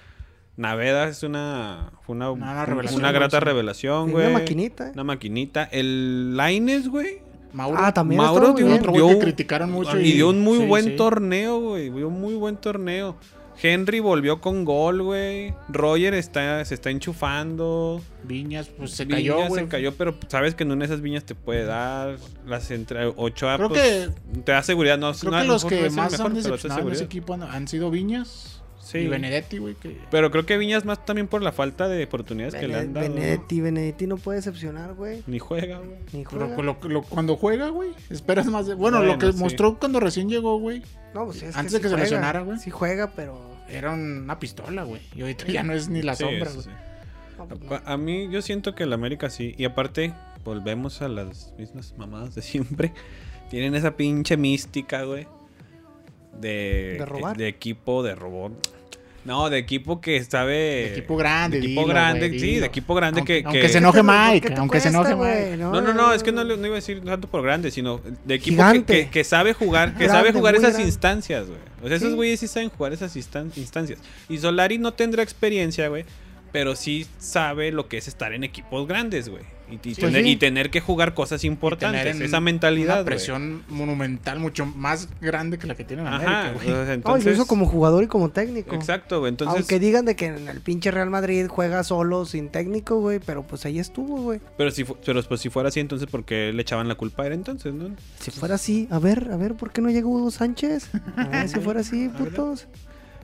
[SPEAKER 1] Naveda es una, fue una,
[SPEAKER 3] Una
[SPEAKER 1] una
[SPEAKER 3] revelación,
[SPEAKER 1] una grata
[SPEAKER 3] sí.
[SPEAKER 1] revelación,
[SPEAKER 2] Una
[SPEAKER 1] güey.
[SPEAKER 2] maquinita, eh.
[SPEAKER 1] Una maquinita. El Lines, güey.
[SPEAKER 3] Mauro.
[SPEAKER 2] Ah, también.
[SPEAKER 1] Mauro
[SPEAKER 2] estuvo muy
[SPEAKER 1] dio
[SPEAKER 2] bien.
[SPEAKER 1] un-
[SPEAKER 3] Otro güey que criticaron mucho
[SPEAKER 1] Y
[SPEAKER 3] y-
[SPEAKER 1] dio un muy
[SPEAKER 3] sí,
[SPEAKER 1] buen
[SPEAKER 3] sí.
[SPEAKER 1] torneo, güey. Dio un muy buen torneo. Henry volvió con gol, güey. Roger está, se está enchufando.
[SPEAKER 3] Viñas, pues se
[SPEAKER 1] Viña
[SPEAKER 3] cayó, güey.
[SPEAKER 1] Se cayó, pero sabes que en una de esas viñas te puede dar. Las entre Ochoa,
[SPEAKER 3] Creo
[SPEAKER 1] pues, te da seguridad. No,
[SPEAKER 3] Creo
[SPEAKER 1] no, a
[SPEAKER 3] que
[SPEAKER 1] lo
[SPEAKER 3] los
[SPEAKER 1] mejor no
[SPEAKER 3] que
[SPEAKER 1] es el
[SPEAKER 3] más
[SPEAKER 1] mejor,
[SPEAKER 3] han
[SPEAKER 1] pero te da
[SPEAKER 3] decepcionado en ese
[SPEAKER 1] seguridad.
[SPEAKER 3] equipo han, han sido Viñas
[SPEAKER 1] Sí.
[SPEAKER 3] y Benedetti, güey. Que...
[SPEAKER 1] Pero creo que Viñas más también por la falta de oportunidades que le
[SPEAKER 2] Bene-
[SPEAKER 1] han dado. ¿no?
[SPEAKER 2] Benedetti, Benedetti no puede decepcionar, güey.
[SPEAKER 1] Ni juega, güey.
[SPEAKER 2] Ni
[SPEAKER 3] Pero
[SPEAKER 2] juega.
[SPEAKER 3] lo- lo- Ah. cuando juega, güey, esperas más de... Bueno,
[SPEAKER 1] Bueno,
[SPEAKER 3] lo que
[SPEAKER 1] sí.
[SPEAKER 3] mostró cuando recién llegó, güey,
[SPEAKER 2] No, pues es
[SPEAKER 3] antes
[SPEAKER 2] sí
[SPEAKER 3] de que se
[SPEAKER 2] juega.
[SPEAKER 3] lesionara, güey.
[SPEAKER 2] Sí juega, pero.
[SPEAKER 3] era una pistola, güey. Y ahorita ya no es ni la
[SPEAKER 1] Sí,
[SPEAKER 3] sombra,
[SPEAKER 1] sí,
[SPEAKER 3] güey.
[SPEAKER 1] sí.
[SPEAKER 2] no, pues no.
[SPEAKER 1] A- A mí yo siento que el América sí. Y aparte, volvemos a las mismas mamadas de siempre. Tienen esa pinche mística, güey. De,
[SPEAKER 2] De robar.
[SPEAKER 1] de equipo de robot. No, de equipo que sabe.
[SPEAKER 3] De equipo grande,
[SPEAKER 1] de equipo
[SPEAKER 3] dilo,
[SPEAKER 1] grande,
[SPEAKER 3] güey,
[SPEAKER 1] sí,
[SPEAKER 3] dilo.
[SPEAKER 1] de equipo grande
[SPEAKER 3] Aunque-
[SPEAKER 1] que.
[SPEAKER 3] aunque
[SPEAKER 1] que-
[SPEAKER 3] se enoje
[SPEAKER 2] ¿Por qué
[SPEAKER 3] Mike,
[SPEAKER 2] te
[SPEAKER 3] aunque se
[SPEAKER 2] cuesta,
[SPEAKER 3] enoje
[SPEAKER 2] güey?
[SPEAKER 3] Mike.
[SPEAKER 1] No, no, no, es que no, le- no iba a decir tanto por grande, sino de equipo que,
[SPEAKER 2] Gigante.
[SPEAKER 1] que- que sabe jugar, que
[SPEAKER 2] Grande,
[SPEAKER 1] sabe jugar
[SPEAKER 2] muy
[SPEAKER 1] esas
[SPEAKER 2] grande.
[SPEAKER 1] instancias, güey. O sea, esos
[SPEAKER 2] Sí.
[SPEAKER 1] güeyes sí saben jugar esas instan- instancias. Y Solari no tendrá experiencia, güey, pero sí sabe lo que es estar en equipos grandes, güey. Y, y
[SPEAKER 3] Sí,
[SPEAKER 1] tener,
[SPEAKER 2] sí.
[SPEAKER 1] y tener que jugar cosas importantes,
[SPEAKER 3] Tener en-
[SPEAKER 1] esa mentalidad,
[SPEAKER 3] Una
[SPEAKER 1] güey.
[SPEAKER 3] presión monumental mucho más grande que la que tiene en
[SPEAKER 1] Ajá,
[SPEAKER 3] América,
[SPEAKER 1] o
[SPEAKER 3] güey.
[SPEAKER 1] sea,
[SPEAKER 2] No,
[SPEAKER 1] entonces,
[SPEAKER 2] incluso como jugador y como técnico.
[SPEAKER 1] Exacto, güey, entonces...
[SPEAKER 2] Aunque digan de que en el pinche Real Madrid juega solo, sin técnico, güey, pero pues ahí estuvo, güey.
[SPEAKER 1] Pero, si, fu- pero pues, si fuera así, entonces, ¿por qué le echaban la culpa a él entonces, no?
[SPEAKER 2] Si fuera así, a ver, a ver, ¿por qué no llegó Hugo Sánchez? A ver, si fuera así, putos.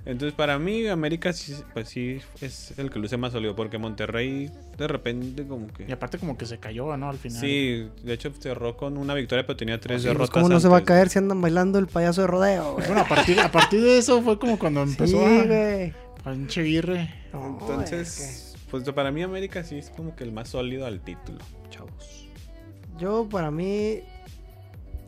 [SPEAKER 1] Entonces, para mí, América sí, pues sí es el que luce más sólido, porque Monterrey de repente como que...
[SPEAKER 3] Y aparte como que se cayó, ¿no? Al final.
[SPEAKER 1] Sí, de hecho cerró con una victoria, pero tenía tres
[SPEAKER 2] Sí, pues,
[SPEAKER 1] derrotas.
[SPEAKER 2] ¿Cómo no se va a
[SPEAKER 1] antes.
[SPEAKER 2] caer si andan bailando el payaso de rodeo, güey?
[SPEAKER 3] Bueno, a partir, a partir de eso fue como cuando
[SPEAKER 2] Sí,
[SPEAKER 3] empezó a...
[SPEAKER 2] güey.
[SPEAKER 3] Panche Aguirre.
[SPEAKER 2] No, es
[SPEAKER 1] Entonces, pues para mí América sí es como que el más sólido al título, chavos.
[SPEAKER 2] que yo, para mí.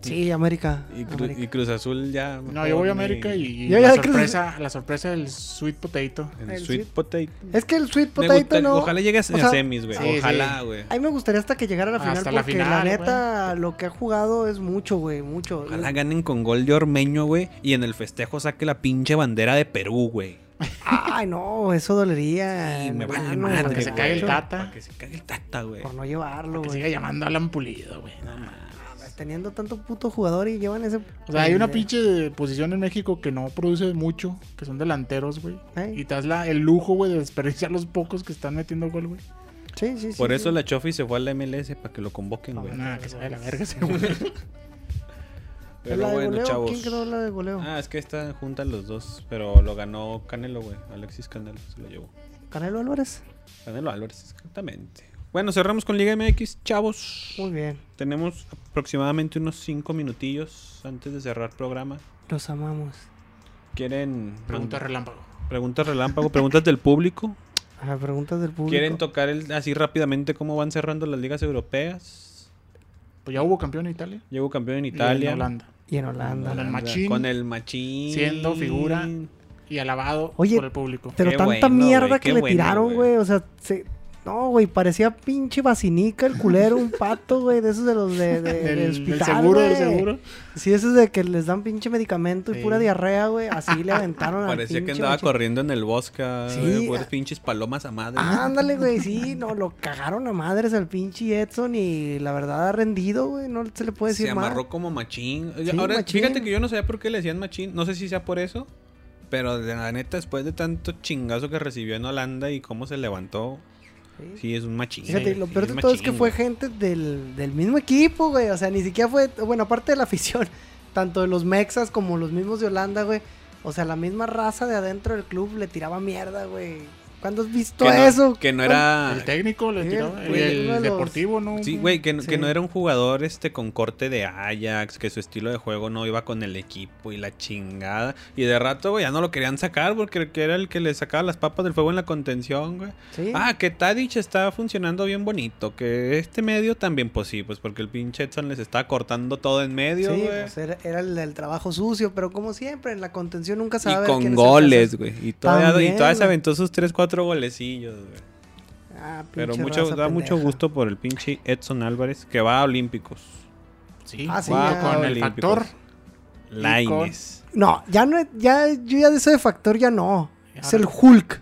[SPEAKER 2] Sí, América.
[SPEAKER 1] Y, Cru-
[SPEAKER 2] América.
[SPEAKER 1] y Cruz Azul ya.
[SPEAKER 3] No, yo voy a América y, y
[SPEAKER 2] Yo
[SPEAKER 3] la,
[SPEAKER 2] ya creo que-
[SPEAKER 3] sorpresa, la sorpresa del Sweet Potato.
[SPEAKER 1] El,
[SPEAKER 2] El
[SPEAKER 1] Sweet
[SPEAKER 2] sweet-
[SPEAKER 1] Potato.
[SPEAKER 2] Es que el Sweet
[SPEAKER 1] Me
[SPEAKER 2] Pues Potato
[SPEAKER 1] gusta-
[SPEAKER 2] no.
[SPEAKER 1] Ojalá llegues
[SPEAKER 2] o
[SPEAKER 1] a
[SPEAKER 2] sea,
[SPEAKER 1] semis, güey.
[SPEAKER 3] sí,
[SPEAKER 1] ojalá,
[SPEAKER 3] sí.
[SPEAKER 1] güey.
[SPEAKER 2] A mí me gustaría hasta que llegara a la final
[SPEAKER 3] Hasta la
[SPEAKER 2] porque la,
[SPEAKER 3] final,
[SPEAKER 2] neta lo que ha jugado es mucho, güey, mucho.
[SPEAKER 1] Ojalá ganen con gol de Ormeño, güey. Y en el festejo saque la pinche bandera de Perú, güey.
[SPEAKER 2] Ay, no, eso dolería.
[SPEAKER 1] Y me
[SPEAKER 2] en
[SPEAKER 1] vale
[SPEAKER 2] verano,
[SPEAKER 1] madre.
[SPEAKER 2] güey,
[SPEAKER 3] que se
[SPEAKER 2] mucho,
[SPEAKER 3] cague el Tata.
[SPEAKER 1] Para que se cague el tata, güey.
[SPEAKER 2] Por no llevarlo, güey. Ah,
[SPEAKER 3] Que
[SPEAKER 2] pues,
[SPEAKER 3] siga llamando a Alan Pulido, güey. No,
[SPEAKER 2] Teniendo tanto puto jugador y llevan ese.
[SPEAKER 3] O sea, hay una pinche posición en México que no produce mucho, que son delanteros, güey.
[SPEAKER 2] Ey.
[SPEAKER 3] Y te das la, el lujo, güey, de desperdiciar los pocos que están metiendo gol, güey.
[SPEAKER 2] Sí, sí, sí.
[SPEAKER 1] Por eso
[SPEAKER 2] sí.
[SPEAKER 1] la Chofi se fue a la MLS para que lo convoquen,
[SPEAKER 2] Ah, Pues,
[SPEAKER 1] güey.
[SPEAKER 3] Nada, que se vaya a la verga ese güey.
[SPEAKER 2] ¿Es
[SPEAKER 1] Pero
[SPEAKER 2] la de
[SPEAKER 1] bueno,
[SPEAKER 2] goleo?
[SPEAKER 1] chavos.
[SPEAKER 2] ¿Quién quedó la de goleo?
[SPEAKER 1] Ah, es que están juntas los dos, pero lo ganó Canelo, güey. Alexis Canelo se lo llevó.
[SPEAKER 2] Canelo Álvarez.
[SPEAKER 1] Canelo Álvarez, exactamente. Bueno, cerramos con Liga MX, chavos.
[SPEAKER 2] Muy bien.
[SPEAKER 1] Tenemos aproximadamente unos 5 minutillos antes de cerrar programa.
[SPEAKER 2] Los amamos.
[SPEAKER 1] ¿Quieren
[SPEAKER 3] Pregunta relámpago.
[SPEAKER 1] preguntas relámpago, preguntas del público?
[SPEAKER 2] A preguntas del público.
[SPEAKER 1] ¿Quieren tocar el- así rápidamente cómo van cerrando las ligas europeas?
[SPEAKER 3] Pues ya hubo campeón en Italia.
[SPEAKER 1] Llegó campeón en
[SPEAKER 3] y en
[SPEAKER 1] Italia.
[SPEAKER 3] Holanda.
[SPEAKER 2] y en Holanda.
[SPEAKER 3] Con el machín.
[SPEAKER 1] Con el machín.
[SPEAKER 3] Siendo figura. Y alabado
[SPEAKER 2] Oye,
[SPEAKER 3] por el público.
[SPEAKER 2] Pero
[SPEAKER 1] Qué
[SPEAKER 2] tanta
[SPEAKER 1] bueno,
[SPEAKER 2] mierda
[SPEAKER 1] güey,
[SPEAKER 2] que
[SPEAKER 1] qué
[SPEAKER 2] le
[SPEAKER 1] bueno,
[SPEAKER 2] tiraron,
[SPEAKER 1] güey.
[SPEAKER 2] güey. O sea, se- no, güey, parecía pinche vacinica el culero, un pato, güey, de esos de los de, de-
[SPEAKER 3] Del,
[SPEAKER 2] del
[SPEAKER 3] del
[SPEAKER 2] hospital,
[SPEAKER 3] seguro, del
[SPEAKER 2] güey.
[SPEAKER 3] seguro.
[SPEAKER 2] Sí, esos de que les dan pinche medicamento y
[SPEAKER 3] Sí.
[SPEAKER 2] pura diarrea, güey. Así le aventaron al
[SPEAKER 1] Parecía que
[SPEAKER 2] Ah, pinche
[SPEAKER 1] andaba
[SPEAKER 2] machi-
[SPEAKER 1] corriendo en el bosque,
[SPEAKER 2] Sí,
[SPEAKER 1] güey, puras
[SPEAKER 2] ah.
[SPEAKER 1] pinches palomas a madre.
[SPEAKER 2] Ándale, güey, sí, no, lo cagaron a madres al pinche Edson y la verdad ha rendido, güey, no se le puede decir
[SPEAKER 1] se
[SPEAKER 2] más.
[SPEAKER 1] amarró como machín. Oye,
[SPEAKER 2] Sí,
[SPEAKER 1] Ahora,
[SPEAKER 2] machín.
[SPEAKER 1] fíjate que yo no sabía por qué le decían machín. No sé si sea por eso. Pero de la neta, después de tanto chingazo que recibió en Holanda y cómo se levantó,
[SPEAKER 2] Sí.
[SPEAKER 1] sí es un machín.
[SPEAKER 2] Fíjate,
[SPEAKER 1] Sí,
[SPEAKER 2] lo peor
[SPEAKER 1] es
[SPEAKER 2] de todo es que
[SPEAKER 1] machín,
[SPEAKER 2] fue
[SPEAKER 1] güey.
[SPEAKER 2] gente del, del mismo equipo, güey. O sea, ni siquiera fue, bueno, aparte de la afición, tanto de los Mexas como los mismos de Holanda, güey. O sea, la misma raza de adentro del club le tiraba mierda, güey. ¿Cuándo has visto
[SPEAKER 1] Que no-
[SPEAKER 2] eso?
[SPEAKER 1] que no
[SPEAKER 2] ¿Cuándo-
[SPEAKER 1] era.
[SPEAKER 3] El técnico le
[SPEAKER 2] Sí,
[SPEAKER 3] tiró.
[SPEAKER 2] güey,
[SPEAKER 3] Y el
[SPEAKER 2] uno de los-
[SPEAKER 3] deportivo, ¿no?
[SPEAKER 1] Ah. Sí, güey, que, no- que
[SPEAKER 2] Sí.
[SPEAKER 1] no era un jugador este con corte de Ajax, que su estilo de juego no iba con el equipo y la chingada. Y de rato, güey, ya no lo querían sacar porque el que era el que le sacaba las papas del fuego en la contención, güey.
[SPEAKER 2] Sí.
[SPEAKER 1] Ah, que Tadic está funcionando bien bonito, que este medio también, pues sí, pues porque el pinche Edson les está cortando todo en medio,
[SPEAKER 2] Sí,
[SPEAKER 1] güey.
[SPEAKER 2] pues era, era el, del trabajo sucio, pero como siempre, en la contención nunca se va a
[SPEAKER 1] y
[SPEAKER 2] ver
[SPEAKER 1] con
[SPEAKER 2] quién es el
[SPEAKER 1] goles, güey. Y todavía,
[SPEAKER 2] También,
[SPEAKER 1] y todavía se
[SPEAKER 2] güey.
[SPEAKER 1] aventó sus 3, 4 golecillos, güey.
[SPEAKER 2] que hace- Ah,
[SPEAKER 1] Pero
[SPEAKER 2] pinche
[SPEAKER 1] mucho, da
[SPEAKER 2] raza
[SPEAKER 1] mucho
[SPEAKER 2] pendeja.
[SPEAKER 1] gusto por el pinche Edson Álvarez, que va a Olímpicos.
[SPEAKER 3] Sí,
[SPEAKER 2] Ah, sí,
[SPEAKER 3] junto
[SPEAKER 2] ya.
[SPEAKER 3] con el
[SPEAKER 1] Olímpicos.
[SPEAKER 3] factor.
[SPEAKER 1] Laines.
[SPEAKER 2] No, ya no, ya, yo ya de eso de factor ya no.
[SPEAKER 3] Ya
[SPEAKER 2] es el
[SPEAKER 3] no.
[SPEAKER 2] Hulk.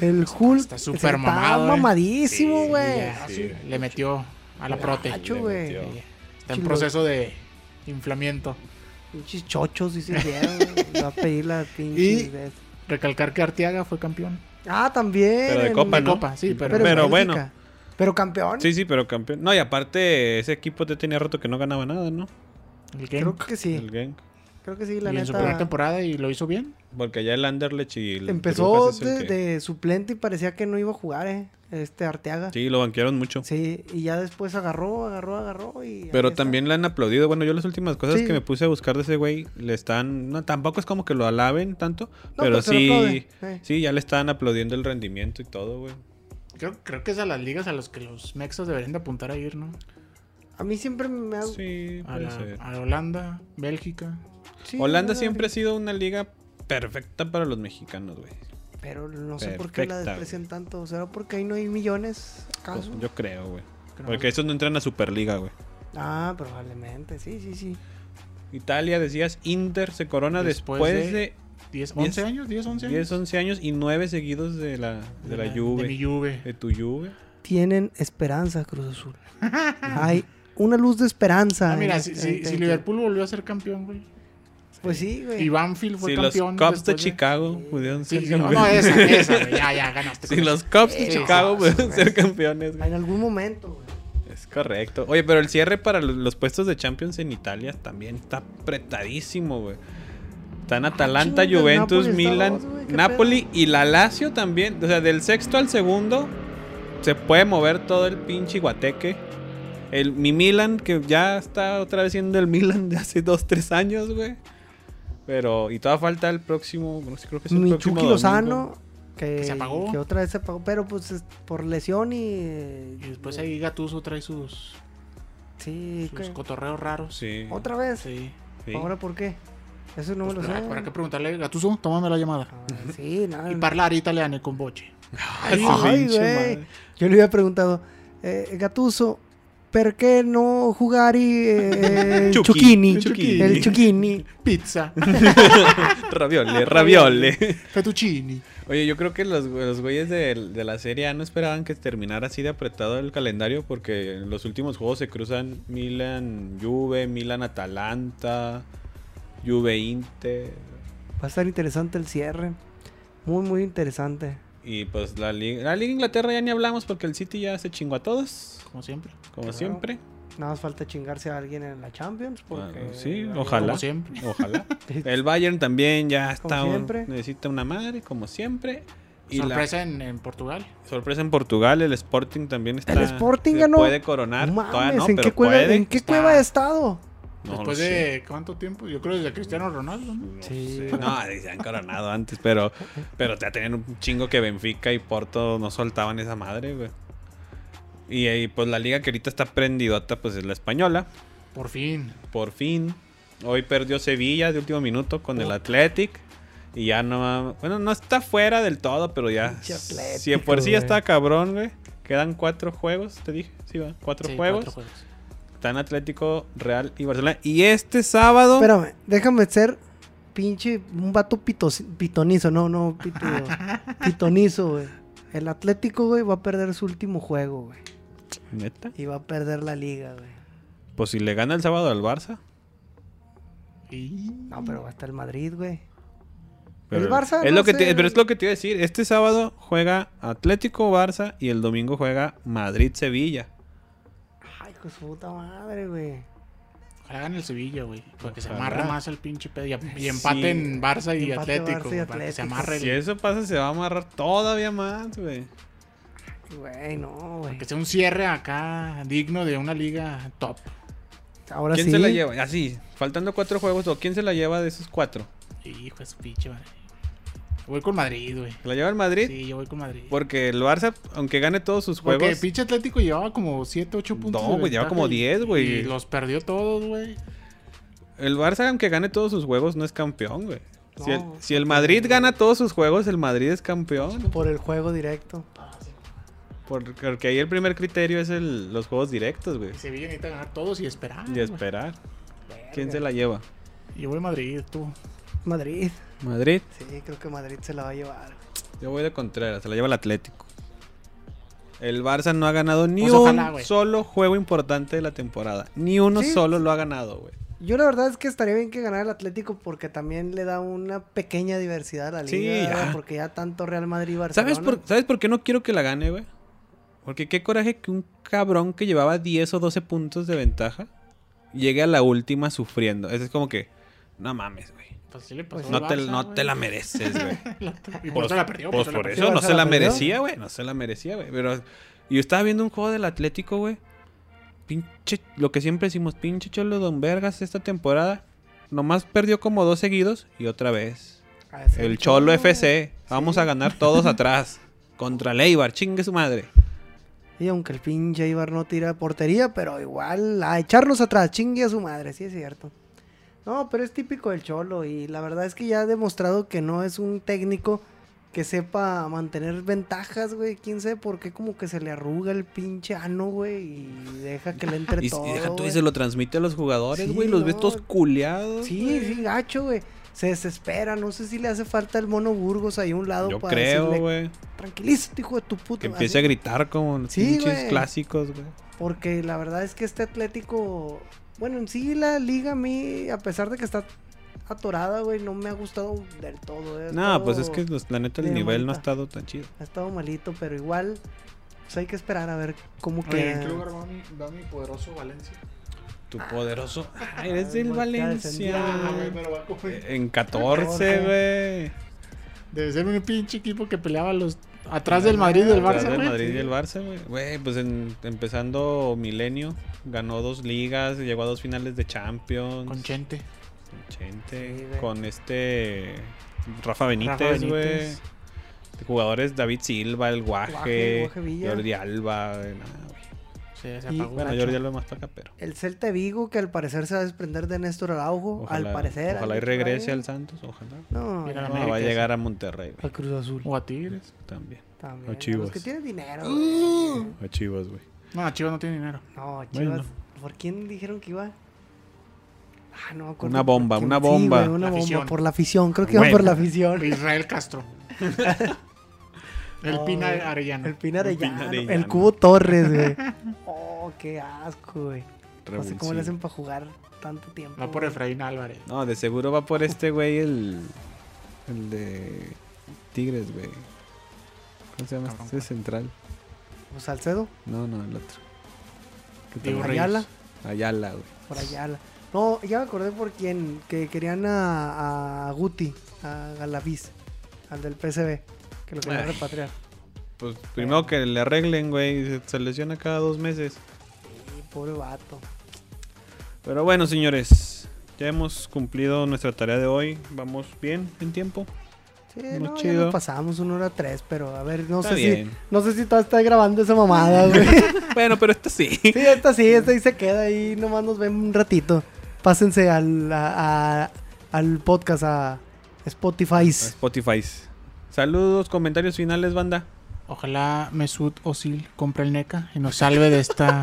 [SPEAKER 2] El Hulk.
[SPEAKER 3] está súper mamado, eh.
[SPEAKER 2] Está mamadísimo,
[SPEAKER 1] Sí,
[SPEAKER 2] güey. Ah,
[SPEAKER 3] Ya,
[SPEAKER 1] Sí,
[SPEAKER 3] sí,
[SPEAKER 1] güey.
[SPEAKER 3] le metió a la prote.
[SPEAKER 2] Gacho,
[SPEAKER 1] le
[SPEAKER 2] Ah, güey.
[SPEAKER 1] metió.
[SPEAKER 3] Está en
[SPEAKER 2] Chilo.
[SPEAKER 3] proceso de inflamiento.
[SPEAKER 2] Pinches chochos, sí se hicieron, güey. Va a pedir la pinche.
[SPEAKER 3] Y- Recalcar que Arteaga fue campeón.
[SPEAKER 2] Ah, también.
[SPEAKER 1] Pero de
[SPEAKER 2] en-
[SPEAKER 1] copa,
[SPEAKER 3] De
[SPEAKER 1] ¿no?
[SPEAKER 3] copa, sí, pero,
[SPEAKER 2] Pero, en
[SPEAKER 1] Pero
[SPEAKER 2] Bélgica.
[SPEAKER 1] bueno.
[SPEAKER 2] Pero campeón.
[SPEAKER 1] Sí, sí, pero campeón. No, y aparte, ese equipo te tenía rato que no ganaba nada, ¿no?
[SPEAKER 3] el game.
[SPEAKER 2] Creo que sí.
[SPEAKER 1] El Genk.
[SPEAKER 2] Creo que sí,
[SPEAKER 3] Y
[SPEAKER 2] la
[SPEAKER 3] en su primera
[SPEAKER 2] neta.
[SPEAKER 3] temporada y lo hizo bien.
[SPEAKER 1] Porque allá el Anderlecht y el
[SPEAKER 2] Empezó
[SPEAKER 1] Brujas es el
[SPEAKER 2] de,
[SPEAKER 1] que-
[SPEAKER 2] de suplente y parecía que no iba a jugar, eh. Este Arteaga.
[SPEAKER 1] Sí, lo banquearon mucho.
[SPEAKER 2] Sí, y ya después agarró, agarró, agarró y... ahí
[SPEAKER 1] Pero
[SPEAKER 2] está.
[SPEAKER 1] también le han aplaudido. Bueno, yo las últimas cosas
[SPEAKER 2] Sí.
[SPEAKER 1] que me puse a buscar de ese güey, le están... No, tampoco es como que lo alaben tanto,
[SPEAKER 2] No,
[SPEAKER 1] pero
[SPEAKER 2] pues, se lo
[SPEAKER 1] sí...
[SPEAKER 2] aplauden, eh.
[SPEAKER 1] Sí, ya le están aplaudiendo el rendimiento y todo, güey.
[SPEAKER 3] Creo, creo que es a las ligas a las que los mexas deberían de apuntar a ir, ¿no?
[SPEAKER 2] A mí siempre me ha...
[SPEAKER 1] Sí,
[SPEAKER 3] A,
[SPEAKER 1] puede
[SPEAKER 3] la-
[SPEAKER 1] ser.
[SPEAKER 3] a Holanda, Bélgica.
[SPEAKER 2] sí,
[SPEAKER 1] Holanda
[SPEAKER 2] no,
[SPEAKER 1] siempre ha sido una liga perfecta para los mexicanos, güey.
[SPEAKER 2] Pero no sé por qué la
[SPEAKER 1] Perfecta,
[SPEAKER 2] desprecian tanto. ¿Será porque ahí no hay millones?
[SPEAKER 1] Pues,
[SPEAKER 2] ¿Acaso?
[SPEAKER 1] yo creo, güey.
[SPEAKER 3] Creo.
[SPEAKER 1] Porque esos no entran a Superliga, güey.
[SPEAKER 2] Ah, probablemente, sí, sí, sí.
[SPEAKER 1] Italia, decías, Inter se corona después, de,
[SPEAKER 3] Después de 10, 11
[SPEAKER 1] 10,
[SPEAKER 3] años, 10, 11 años.
[SPEAKER 1] 10, 11 años y 9 seguidos de la, de la
[SPEAKER 3] De mi
[SPEAKER 1] Juve. Eh,
[SPEAKER 3] Juve.
[SPEAKER 1] De tu Juve.
[SPEAKER 2] Tienen esperanza, Cruz Azul. hay una luz de esperanza.
[SPEAKER 3] Ah, mira,
[SPEAKER 2] en
[SPEAKER 3] si,
[SPEAKER 2] este-
[SPEAKER 3] si-
[SPEAKER 2] en
[SPEAKER 3] si
[SPEAKER 2] este-
[SPEAKER 3] Liverpool volvió a ser campeón, güey.
[SPEAKER 2] Pues sí, güey.
[SPEAKER 3] Y Banfield fue
[SPEAKER 1] Si los
[SPEAKER 3] campeón.
[SPEAKER 1] Cubs de
[SPEAKER 3] después
[SPEAKER 1] Chicago pudieron
[SPEAKER 3] Sí,
[SPEAKER 1] ser
[SPEAKER 3] sí, no,
[SPEAKER 1] campeones.
[SPEAKER 3] no, esa, esa, güey. Ya, ya, ganaste.
[SPEAKER 1] Si
[SPEAKER 3] con
[SPEAKER 1] los
[SPEAKER 3] eso.
[SPEAKER 1] Cubs de
[SPEAKER 3] Sí,
[SPEAKER 1] Chicago
[SPEAKER 2] sí,
[SPEAKER 1] pudieron
[SPEAKER 2] sí.
[SPEAKER 1] ser campeones, güey.
[SPEAKER 2] En algún momento, güey.
[SPEAKER 1] Es correcto. Oye, pero el cierre para los, los puestos de Champions en Italia también está apretadísimo, güey. Están Atalanta,
[SPEAKER 2] Ah, chinga, el
[SPEAKER 1] Juventus,
[SPEAKER 2] Napoli está
[SPEAKER 1] Milan,
[SPEAKER 2] dos, güey, qué
[SPEAKER 1] Napoli y la Lazio también. O sea, del sexto al segundo se puede mover todo el pinche guateque. El, mi Milan, que ya está otra vez siendo el Milan de hace dos, tres años, güey. Pero, y todavía falta el próximo, no sé, creo que es el próximo
[SPEAKER 2] Michuki
[SPEAKER 1] domingo.
[SPEAKER 2] Lozano. Que,
[SPEAKER 3] Que se apagó.
[SPEAKER 2] que otra vez se apagó. Pero pues es por lesión y...
[SPEAKER 3] Y después ahí Gatuso trae sus,
[SPEAKER 2] Sí,
[SPEAKER 3] sus
[SPEAKER 2] que-
[SPEAKER 3] cotorreos raros.
[SPEAKER 1] Sí.
[SPEAKER 2] ¿Otra vez?
[SPEAKER 3] Sí.
[SPEAKER 1] sí.
[SPEAKER 2] ¿Ahora por qué? Eso no me lo
[SPEAKER 3] Pues,
[SPEAKER 2] sé.
[SPEAKER 3] ah, ¿Para qué preguntarle? Gatuso, tomando la llamada.
[SPEAKER 2] Ah, Sí, no,
[SPEAKER 3] Y
[SPEAKER 2] no.
[SPEAKER 3] parlare italiano con Boche.
[SPEAKER 1] Ay,
[SPEAKER 2] Ay,
[SPEAKER 1] pinche
[SPEAKER 2] güey.
[SPEAKER 1] madre.
[SPEAKER 2] Yo le había preguntado, eh, Gatuso, ¿por qué no jugar y, eh, el
[SPEAKER 1] Chucky,
[SPEAKER 2] Chuquini?
[SPEAKER 1] el Chuquini.
[SPEAKER 2] El Chuquini.
[SPEAKER 3] Pizza.
[SPEAKER 1] Raviole, raviole.
[SPEAKER 3] Fettuccini.
[SPEAKER 1] Oye, yo creo que los, los güeyes de, de la Serie A no esperaban que terminara así de apretado el calendario porque en los últimos juegos se cruzan Milan Juve, Milan Atalanta, Juve Inter
[SPEAKER 2] Va a estar interesante el cierre. Muy, muy interesante.
[SPEAKER 1] y pues la liga, la liga Inglaterra ya ni hablamos porque el City ya se chingó a todos,
[SPEAKER 3] Como siempre.
[SPEAKER 1] como
[SPEAKER 2] Claro.
[SPEAKER 1] siempre.
[SPEAKER 2] Nada más falta chingarse a alguien en la Champions. Porque
[SPEAKER 1] Ah, sí,
[SPEAKER 2] ahí-
[SPEAKER 1] ojalá.
[SPEAKER 3] Como siempre.
[SPEAKER 1] Ojalá. El Bayern también ya está
[SPEAKER 2] Como
[SPEAKER 1] un-
[SPEAKER 2] siempre.
[SPEAKER 1] necesita una madre como siempre. Y la-
[SPEAKER 3] Sorpresa en, en Portugal.
[SPEAKER 1] Sorpresa en Portugal, el Sporting también está.
[SPEAKER 2] Sporting
[SPEAKER 1] se
[SPEAKER 2] ganó.
[SPEAKER 1] Puede
[SPEAKER 2] No
[SPEAKER 1] coronar.
[SPEAKER 2] mames,
[SPEAKER 1] Todavía no,
[SPEAKER 2] ¿en,
[SPEAKER 1] pero
[SPEAKER 2] qué cueva,
[SPEAKER 1] puede.
[SPEAKER 2] ¿en qué
[SPEAKER 3] Está-
[SPEAKER 2] cueva he estado?
[SPEAKER 1] No lo
[SPEAKER 3] Después
[SPEAKER 1] sé.
[SPEAKER 3] de cuánto tiempo? Yo creo desde Cristiano Ronaldo. ¿no?
[SPEAKER 1] No
[SPEAKER 2] Sí.
[SPEAKER 1] sé. No, se han coronado antes, pero, pero ya tenían un chingo que Benfica y Porto no soltaban esa madre, güey. Y, ahí, pues la liga que ahorita está prendidota, pues es la española.
[SPEAKER 3] Por fin.
[SPEAKER 1] Por fin. Hoy perdió Sevilla de último minuto con el Athletic. Y ya no. Bueno, no está fuera del todo, pero ya.
[SPEAKER 2] Pinche Athletic,
[SPEAKER 1] Si de por sí ya
[SPEAKER 2] güey.
[SPEAKER 1] está cabrón, güey. Quedan cuatro juegos, te dije. Sí, va. Cuatro
[SPEAKER 3] Sí,
[SPEAKER 1] juegos.
[SPEAKER 3] cuatro juegos.
[SPEAKER 1] Están Atlético, Real y Barcelona. Y este sábado.
[SPEAKER 2] Espérame, déjame ser pinche un vato pitos- pitonizo. No, no, pito, pitonizo, güey. El Atlético, güey, va a perder su último juego, güey.
[SPEAKER 1] ¿Neta?
[SPEAKER 2] Y va a perder la liga, güey.
[SPEAKER 1] Pues si le gana el sábado al Barça.
[SPEAKER 3] Y-
[SPEAKER 2] No, pero va a estar el Madrid, güey.
[SPEAKER 1] Pero
[SPEAKER 2] El Barça,
[SPEAKER 1] Es
[SPEAKER 2] no
[SPEAKER 1] lo que
[SPEAKER 2] sé,
[SPEAKER 1] te- pero es
[SPEAKER 2] güey.
[SPEAKER 1] lo que te iba a decir. Este sábado juega Atlético Barça y el domingo juega Madrid Sevilla.
[SPEAKER 2] Ay, hijo de su puta madre, güey.
[SPEAKER 3] Ojalá gane el Sevilla, güey. Para que se
[SPEAKER 1] Ojalá.
[SPEAKER 3] amarre más el pinche pedo. Y, y
[SPEAKER 1] Sí.
[SPEAKER 3] empaten Barça y
[SPEAKER 2] Empate Barça
[SPEAKER 3] Atlético.
[SPEAKER 2] y
[SPEAKER 3] para que se
[SPEAKER 2] Atlético.
[SPEAKER 3] amarre. el-
[SPEAKER 1] Si eso pasa, se va a amarrar todavía más, güey.
[SPEAKER 2] Güey, no, güey.
[SPEAKER 3] Que sea un cierre acá digno de una liga top.
[SPEAKER 2] Ahora
[SPEAKER 1] ¿Quién
[SPEAKER 2] sí.
[SPEAKER 1] se la lleva? Así, faltando cuatro juegos, ¿o quién se la lleva de esos cuatro?
[SPEAKER 3] Hijo de su pinche madre. Voy con Madrid, güey.
[SPEAKER 1] ¿La lleva el Madrid?
[SPEAKER 3] Sí, yo voy con Madrid.
[SPEAKER 1] Porque el Barça, aunque gane todos sus
[SPEAKER 3] Porque
[SPEAKER 1] juegos,
[SPEAKER 3] pinche Atlético llevaba como 7, 8 puntos.
[SPEAKER 1] No,
[SPEAKER 3] de
[SPEAKER 1] güey, llevaba
[SPEAKER 3] ventaja
[SPEAKER 1] como
[SPEAKER 3] y-
[SPEAKER 1] 10, güey.
[SPEAKER 3] Y los perdió todos, güey.
[SPEAKER 1] el Barça, aunque gane todos sus juegos, no es campeón, güey. Si, el,
[SPEAKER 2] No,
[SPEAKER 1] si el Madrid gana todos sus juegos, el Madrid es campeón.
[SPEAKER 2] Por el juego directo.
[SPEAKER 1] Por- Porque ahí el primer criterio es el- los juegos directos, güey.
[SPEAKER 3] Y Sevilla necesita ganar todos y esperar.
[SPEAKER 1] Y
[SPEAKER 3] güey.
[SPEAKER 1] esperar. ¿Quién se la lleva?
[SPEAKER 3] Yo voy a Madrid, tú.
[SPEAKER 2] Madrid.
[SPEAKER 1] Madrid.
[SPEAKER 2] Sí, creo que Madrid se la va a llevar.
[SPEAKER 1] Yo voy de Contreras, se la lleva el Atlético. El Barça no ha ganado ni
[SPEAKER 3] Pues
[SPEAKER 1] un
[SPEAKER 3] ojalá, güey.
[SPEAKER 1] solo juego importante de la temporada. Ni uno
[SPEAKER 2] Sí.
[SPEAKER 1] solo lo ha ganado, güey.
[SPEAKER 2] Yo la verdad es que estaría bien que ganara el Atlético porque también le da una pequeña diversidad a la
[SPEAKER 1] Sí,
[SPEAKER 2] liga. ¿verdad?
[SPEAKER 1] ya.
[SPEAKER 2] Porque ya tanto Real Madrid y Barcelona.
[SPEAKER 1] ¿Sabes por, ¿Sabes por qué no quiero que la gane, güey? Porque qué coraje que un cabrón que llevaba 10 o 12 puntos de ventaja llegue a la última sufriendo. Es como que, no mames, güey.
[SPEAKER 3] Pues sí le pasó
[SPEAKER 2] Pues
[SPEAKER 1] No,
[SPEAKER 3] al
[SPEAKER 1] te,
[SPEAKER 3] Barça,
[SPEAKER 1] no
[SPEAKER 3] güey.
[SPEAKER 1] te la mereces, güey.
[SPEAKER 3] Y por eso la perdió.
[SPEAKER 1] Pues
[SPEAKER 3] eso la
[SPEAKER 1] por
[SPEAKER 3] perdió.
[SPEAKER 1] eso no
[SPEAKER 2] Barça
[SPEAKER 1] se la
[SPEAKER 2] la perdió.
[SPEAKER 1] merecía, güey. No se la merecía, güey. Pero yo estaba viendo un juego del Atlético, güey. Pinche, lo que siempre decimos, pinche Cholo Don Vergas esta temporada. Nomás perdió como dos seguidos y otra vez.
[SPEAKER 2] Ah, es
[SPEAKER 1] El Cholo FC. Vamos a ganar todos atrás. Contra Leibar, chingue su madre.
[SPEAKER 2] Y aunque el pinche Ibar no tira portería, pero igual a echarlos atrás, chingue a su madre, sí es cierto. No, pero es típico del Cholo y la verdad es que ya ha demostrado que no es un técnico que sepa mantener ventajas, güey. Quién sabe por qué como que se le arruga el pinche ano, güey, y deja que le entre
[SPEAKER 1] Y, y
[SPEAKER 2] todo.
[SPEAKER 1] deja tú y
[SPEAKER 2] güey.
[SPEAKER 1] se lo transmite a los jugadores,
[SPEAKER 2] Sí,
[SPEAKER 1] güey. los
[SPEAKER 2] no.
[SPEAKER 1] ves todos culeados.
[SPEAKER 2] Sí, sí, gacho, güey. Se desespera, no sé si le hace falta el mono Burgos ahí a un lado
[SPEAKER 1] Yo
[SPEAKER 2] para
[SPEAKER 1] creo,
[SPEAKER 2] decirle,
[SPEAKER 1] güey.
[SPEAKER 2] tranquilízate, hijo de tu puta.
[SPEAKER 1] Que empiece a gritar como en los
[SPEAKER 2] Sí,
[SPEAKER 1] pinches
[SPEAKER 2] güey.
[SPEAKER 1] clásicos, güey.
[SPEAKER 2] Porque la verdad es que este Atlético, bueno, en sí la liga a mí, a pesar de que está atorada, güey, no me ha gustado del todo. eh, ha
[SPEAKER 1] No, pues es
[SPEAKER 2] estado-
[SPEAKER 1] que los- la neta el
[SPEAKER 2] de
[SPEAKER 1] nivel no ha
[SPEAKER 2] malita.
[SPEAKER 1] estado tan chido.
[SPEAKER 2] Ha estado malito, pero igual, pues hay que esperar a ver cómo
[SPEAKER 3] Oye,
[SPEAKER 2] queda.
[SPEAKER 3] ¿en qué lugar va mi, va mi poderoso Valencia?
[SPEAKER 1] Tu poderoso. Ah, eres
[SPEAKER 2] Ah,
[SPEAKER 1] del
[SPEAKER 2] ya
[SPEAKER 1] Valencia. Eh,
[SPEAKER 2] descendió. Ah,
[SPEAKER 3] güey, pero va como-
[SPEAKER 1] En 14, güey.
[SPEAKER 3] Debe ser un pinche equipo que peleaba los atrás del Madrid y del
[SPEAKER 1] Atrás
[SPEAKER 3] Barça,
[SPEAKER 1] del
[SPEAKER 3] güey.
[SPEAKER 1] Madrid y el Barça, güey. Güey, pues en- empezando Milenio, ganó dos ligas, llegó a dos finales de Champions.
[SPEAKER 3] Con Chente.
[SPEAKER 1] Con Chente,
[SPEAKER 2] Sí, güey.
[SPEAKER 1] con este Rafa
[SPEAKER 3] Rafa
[SPEAKER 1] Benítez, güey.
[SPEAKER 3] Benítez.
[SPEAKER 1] Jugadores David Silva, el Guaje,
[SPEAKER 2] Guaje, Guaje Villa.
[SPEAKER 1] Jordi Alba, güey, nada, güey.
[SPEAKER 3] Sí, se
[SPEAKER 2] Y-
[SPEAKER 3] apagó.
[SPEAKER 1] Bueno,
[SPEAKER 3] gacho.
[SPEAKER 1] Jordi Alba más para acá, pero.
[SPEAKER 2] El Celta de Vigo, que al parecer se va a desprender de Néstor Araujo, al parecer.
[SPEAKER 1] Ojalá y
[SPEAKER 2] alguien por
[SPEAKER 1] regrese
[SPEAKER 2] ahí.
[SPEAKER 1] al Santos, ojalá.
[SPEAKER 2] No,
[SPEAKER 3] Mira,
[SPEAKER 1] No,
[SPEAKER 2] no,
[SPEAKER 1] va
[SPEAKER 3] América,
[SPEAKER 1] a
[SPEAKER 3] sí.
[SPEAKER 1] llegar a Monterrey, güey,
[SPEAKER 2] al Cruz Azul.
[SPEAKER 3] O a Tigres.
[SPEAKER 1] También.
[SPEAKER 2] También.
[SPEAKER 1] o
[SPEAKER 2] a
[SPEAKER 1] Chivas.
[SPEAKER 2] Los que tienen dinero, güey.
[SPEAKER 1] A Chivas, güey.
[SPEAKER 3] No, a Chivas no tiene dinero.
[SPEAKER 2] No,
[SPEAKER 1] Bueno.
[SPEAKER 2] Chivas. ¿Por quién dijeron que iba? Ah, no me acuerdo.
[SPEAKER 1] Una
[SPEAKER 2] por
[SPEAKER 1] bomba,
[SPEAKER 2] quién.
[SPEAKER 1] una
[SPEAKER 2] Sí,
[SPEAKER 1] bomba.
[SPEAKER 2] güey, una
[SPEAKER 3] La
[SPEAKER 2] bomba
[SPEAKER 3] afición.
[SPEAKER 2] por la afición. Creo que
[SPEAKER 1] Bueno.
[SPEAKER 2] iba por la afición.
[SPEAKER 3] Israel Castro. el
[SPEAKER 2] No,
[SPEAKER 3] Pina
[SPEAKER 2] güey.
[SPEAKER 3] Arellano.
[SPEAKER 2] El Pina Arellano,
[SPEAKER 1] Pina Arellano.
[SPEAKER 2] El Cubo Torres, güey. oh, qué asco, güey. No sé cómo
[SPEAKER 1] Revulsivo.
[SPEAKER 2] le
[SPEAKER 3] em-
[SPEAKER 2] hacen para jugar tanto tiempo.
[SPEAKER 3] No por
[SPEAKER 2] güey.
[SPEAKER 3] Efraín Álvarez.
[SPEAKER 1] No, de seguro va por este güey el. El de. Tigres, güey. ¿Cómo se llama?
[SPEAKER 3] Cabrón,
[SPEAKER 1] Este
[SPEAKER 3] güey.
[SPEAKER 1] es central.
[SPEAKER 2] O Pues Salcedo,
[SPEAKER 1] No, no, el otro. ¿Qué
[SPEAKER 3] Diego
[SPEAKER 1] tal?
[SPEAKER 2] por
[SPEAKER 3] Reyes.
[SPEAKER 2] Ayala.
[SPEAKER 1] Ayala, güey.
[SPEAKER 2] Por Ayala. No, ya me acordé por quién. Que querían a, a Guti, a Galaviz, al del PSV. Que lo querían
[SPEAKER 1] Ay.
[SPEAKER 2] repatriar.
[SPEAKER 1] Pues primero que le arreglen, güey. se- Se lesiona cada dos meses.
[SPEAKER 2] Sí, pobre vato.
[SPEAKER 1] Pero bueno, señores. Ya hemos cumplido nuestra tarea de hoy. Vamos bien en tiempo.
[SPEAKER 2] Sí,
[SPEAKER 1] Muy
[SPEAKER 2] no, ya
[SPEAKER 1] chido.
[SPEAKER 2] nos pasamos una hora tres, pero a ver, no
[SPEAKER 1] Está
[SPEAKER 2] sé
[SPEAKER 1] bien.
[SPEAKER 2] si. No sé si todavía está grabando esa mamada, güey.
[SPEAKER 1] bueno, pero esto sí.
[SPEAKER 2] Sí, esta sí, esta ahí se queda ahí, nomás nos ven un ratito. Pásense al, a- a- al podcast, a Spotify.
[SPEAKER 1] Spotify. Saludos, comentarios finales, banda.
[SPEAKER 3] Ojalá Mesut Osil compre el NECA y nos salve de esta.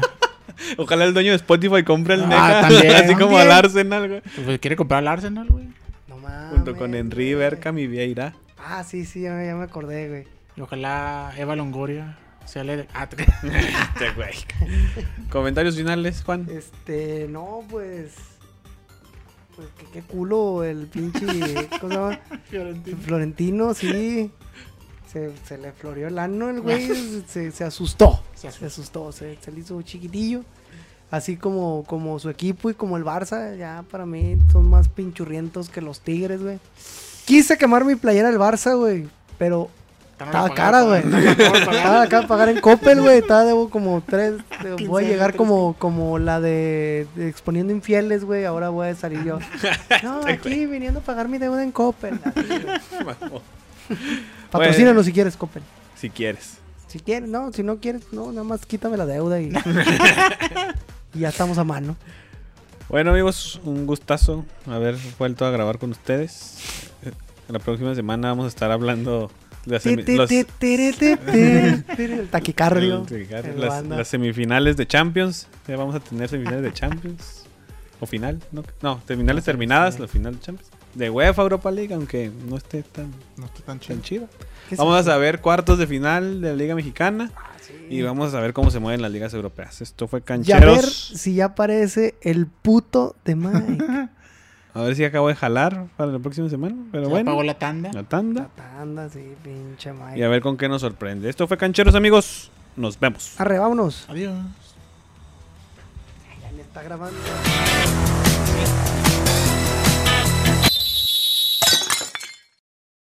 [SPEAKER 1] Ojalá el dueño de Spotify compre el
[SPEAKER 3] Ah,
[SPEAKER 1] NECA,
[SPEAKER 3] también,
[SPEAKER 1] así como al
[SPEAKER 3] también.
[SPEAKER 1] Arsenal, güey.
[SPEAKER 3] Pues quiere comprar el Arsenal, güey.
[SPEAKER 2] No mames,
[SPEAKER 1] Junto con Henry
[SPEAKER 2] Ah, güey.
[SPEAKER 1] Berca, mi Vieira.
[SPEAKER 2] Ah, sí, sí, ya, me- ya me acordé, güey.
[SPEAKER 3] Y ojalá Eva Longoria sea la de. Ah, te-
[SPEAKER 1] Este güey. Comentarios finales, Juan.
[SPEAKER 2] Este, no, pues. pues qué, qué culo el pinche. ¿Cómo se llama?
[SPEAKER 3] Fiorentino.
[SPEAKER 2] Florentino, sí. Se, se le floreó el ano el güey, Ah. se, se asustó.
[SPEAKER 3] Se asustó.
[SPEAKER 2] Se asustó, se, se le hizo chiquitillo. Así como, como su equipo y como el Barça, ya para mí son más pinchurrientos que los Tigres, güey. Quise quemar mi playera del Barça, güey, pero estaba cara, güey. Estaba acá a pagar en Coppel, güey. Estaba debo como tres. de- Voy a llegar como, como la de, de exponiendo infieles, güey. Ahora voy a salir yo. No, aquí viniendo a pagar mi deuda en Coppel. así, güey. Patrocínanos si quieres, Coppel.
[SPEAKER 1] Si quieres.
[SPEAKER 2] Si quieres, no, si no quieres, no, nada más quítame la deuda y. y ya estamos a mano.
[SPEAKER 1] Bueno, amigos, un gustazo haber vuelto a grabar con ustedes. Eh, La próxima semana vamos a estar hablando de las,
[SPEAKER 2] Ti,
[SPEAKER 1] semi-
[SPEAKER 2] ti,
[SPEAKER 1] los-
[SPEAKER 2] ti, tiri, ti, tiri, tiri. El taquicardio.
[SPEAKER 1] Sí, claro,
[SPEAKER 2] el
[SPEAKER 1] las,
[SPEAKER 2] banda.
[SPEAKER 1] las semifinales de Champions. Ya vamos a tener semifinales de Champions. O final, ¿no? No, terminales terminadas,
[SPEAKER 2] sí.
[SPEAKER 1] la final de Champions. De UEFA Europa League, aunque no esté tan,
[SPEAKER 3] No está tan chido.
[SPEAKER 1] tan chida.
[SPEAKER 2] ¿Qué es
[SPEAKER 1] Vamos
[SPEAKER 2] eso?
[SPEAKER 1] a ver cuartos de final de la Liga Mexicana. Y vamos a ver cómo se mueven las ligas europeas. Esto fue
[SPEAKER 2] Y a ver
[SPEAKER 1] Cancheros.
[SPEAKER 2] si ya aparece el puto de Mike.
[SPEAKER 1] A ver si acabo de jalar para la próxima semana. Pero
[SPEAKER 3] Se
[SPEAKER 1] bueno,
[SPEAKER 3] apagó la tanda.
[SPEAKER 1] la tanda.
[SPEAKER 2] La tanda, sí, pinche Mike.
[SPEAKER 1] Y a ver con qué nos sorprende. Esto fue Cancheros, amigos. Nos vemos.
[SPEAKER 2] Arre, vámonos.
[SPEAKER 3] Adiós.
[SPEAKER 2] Ya le está grabando.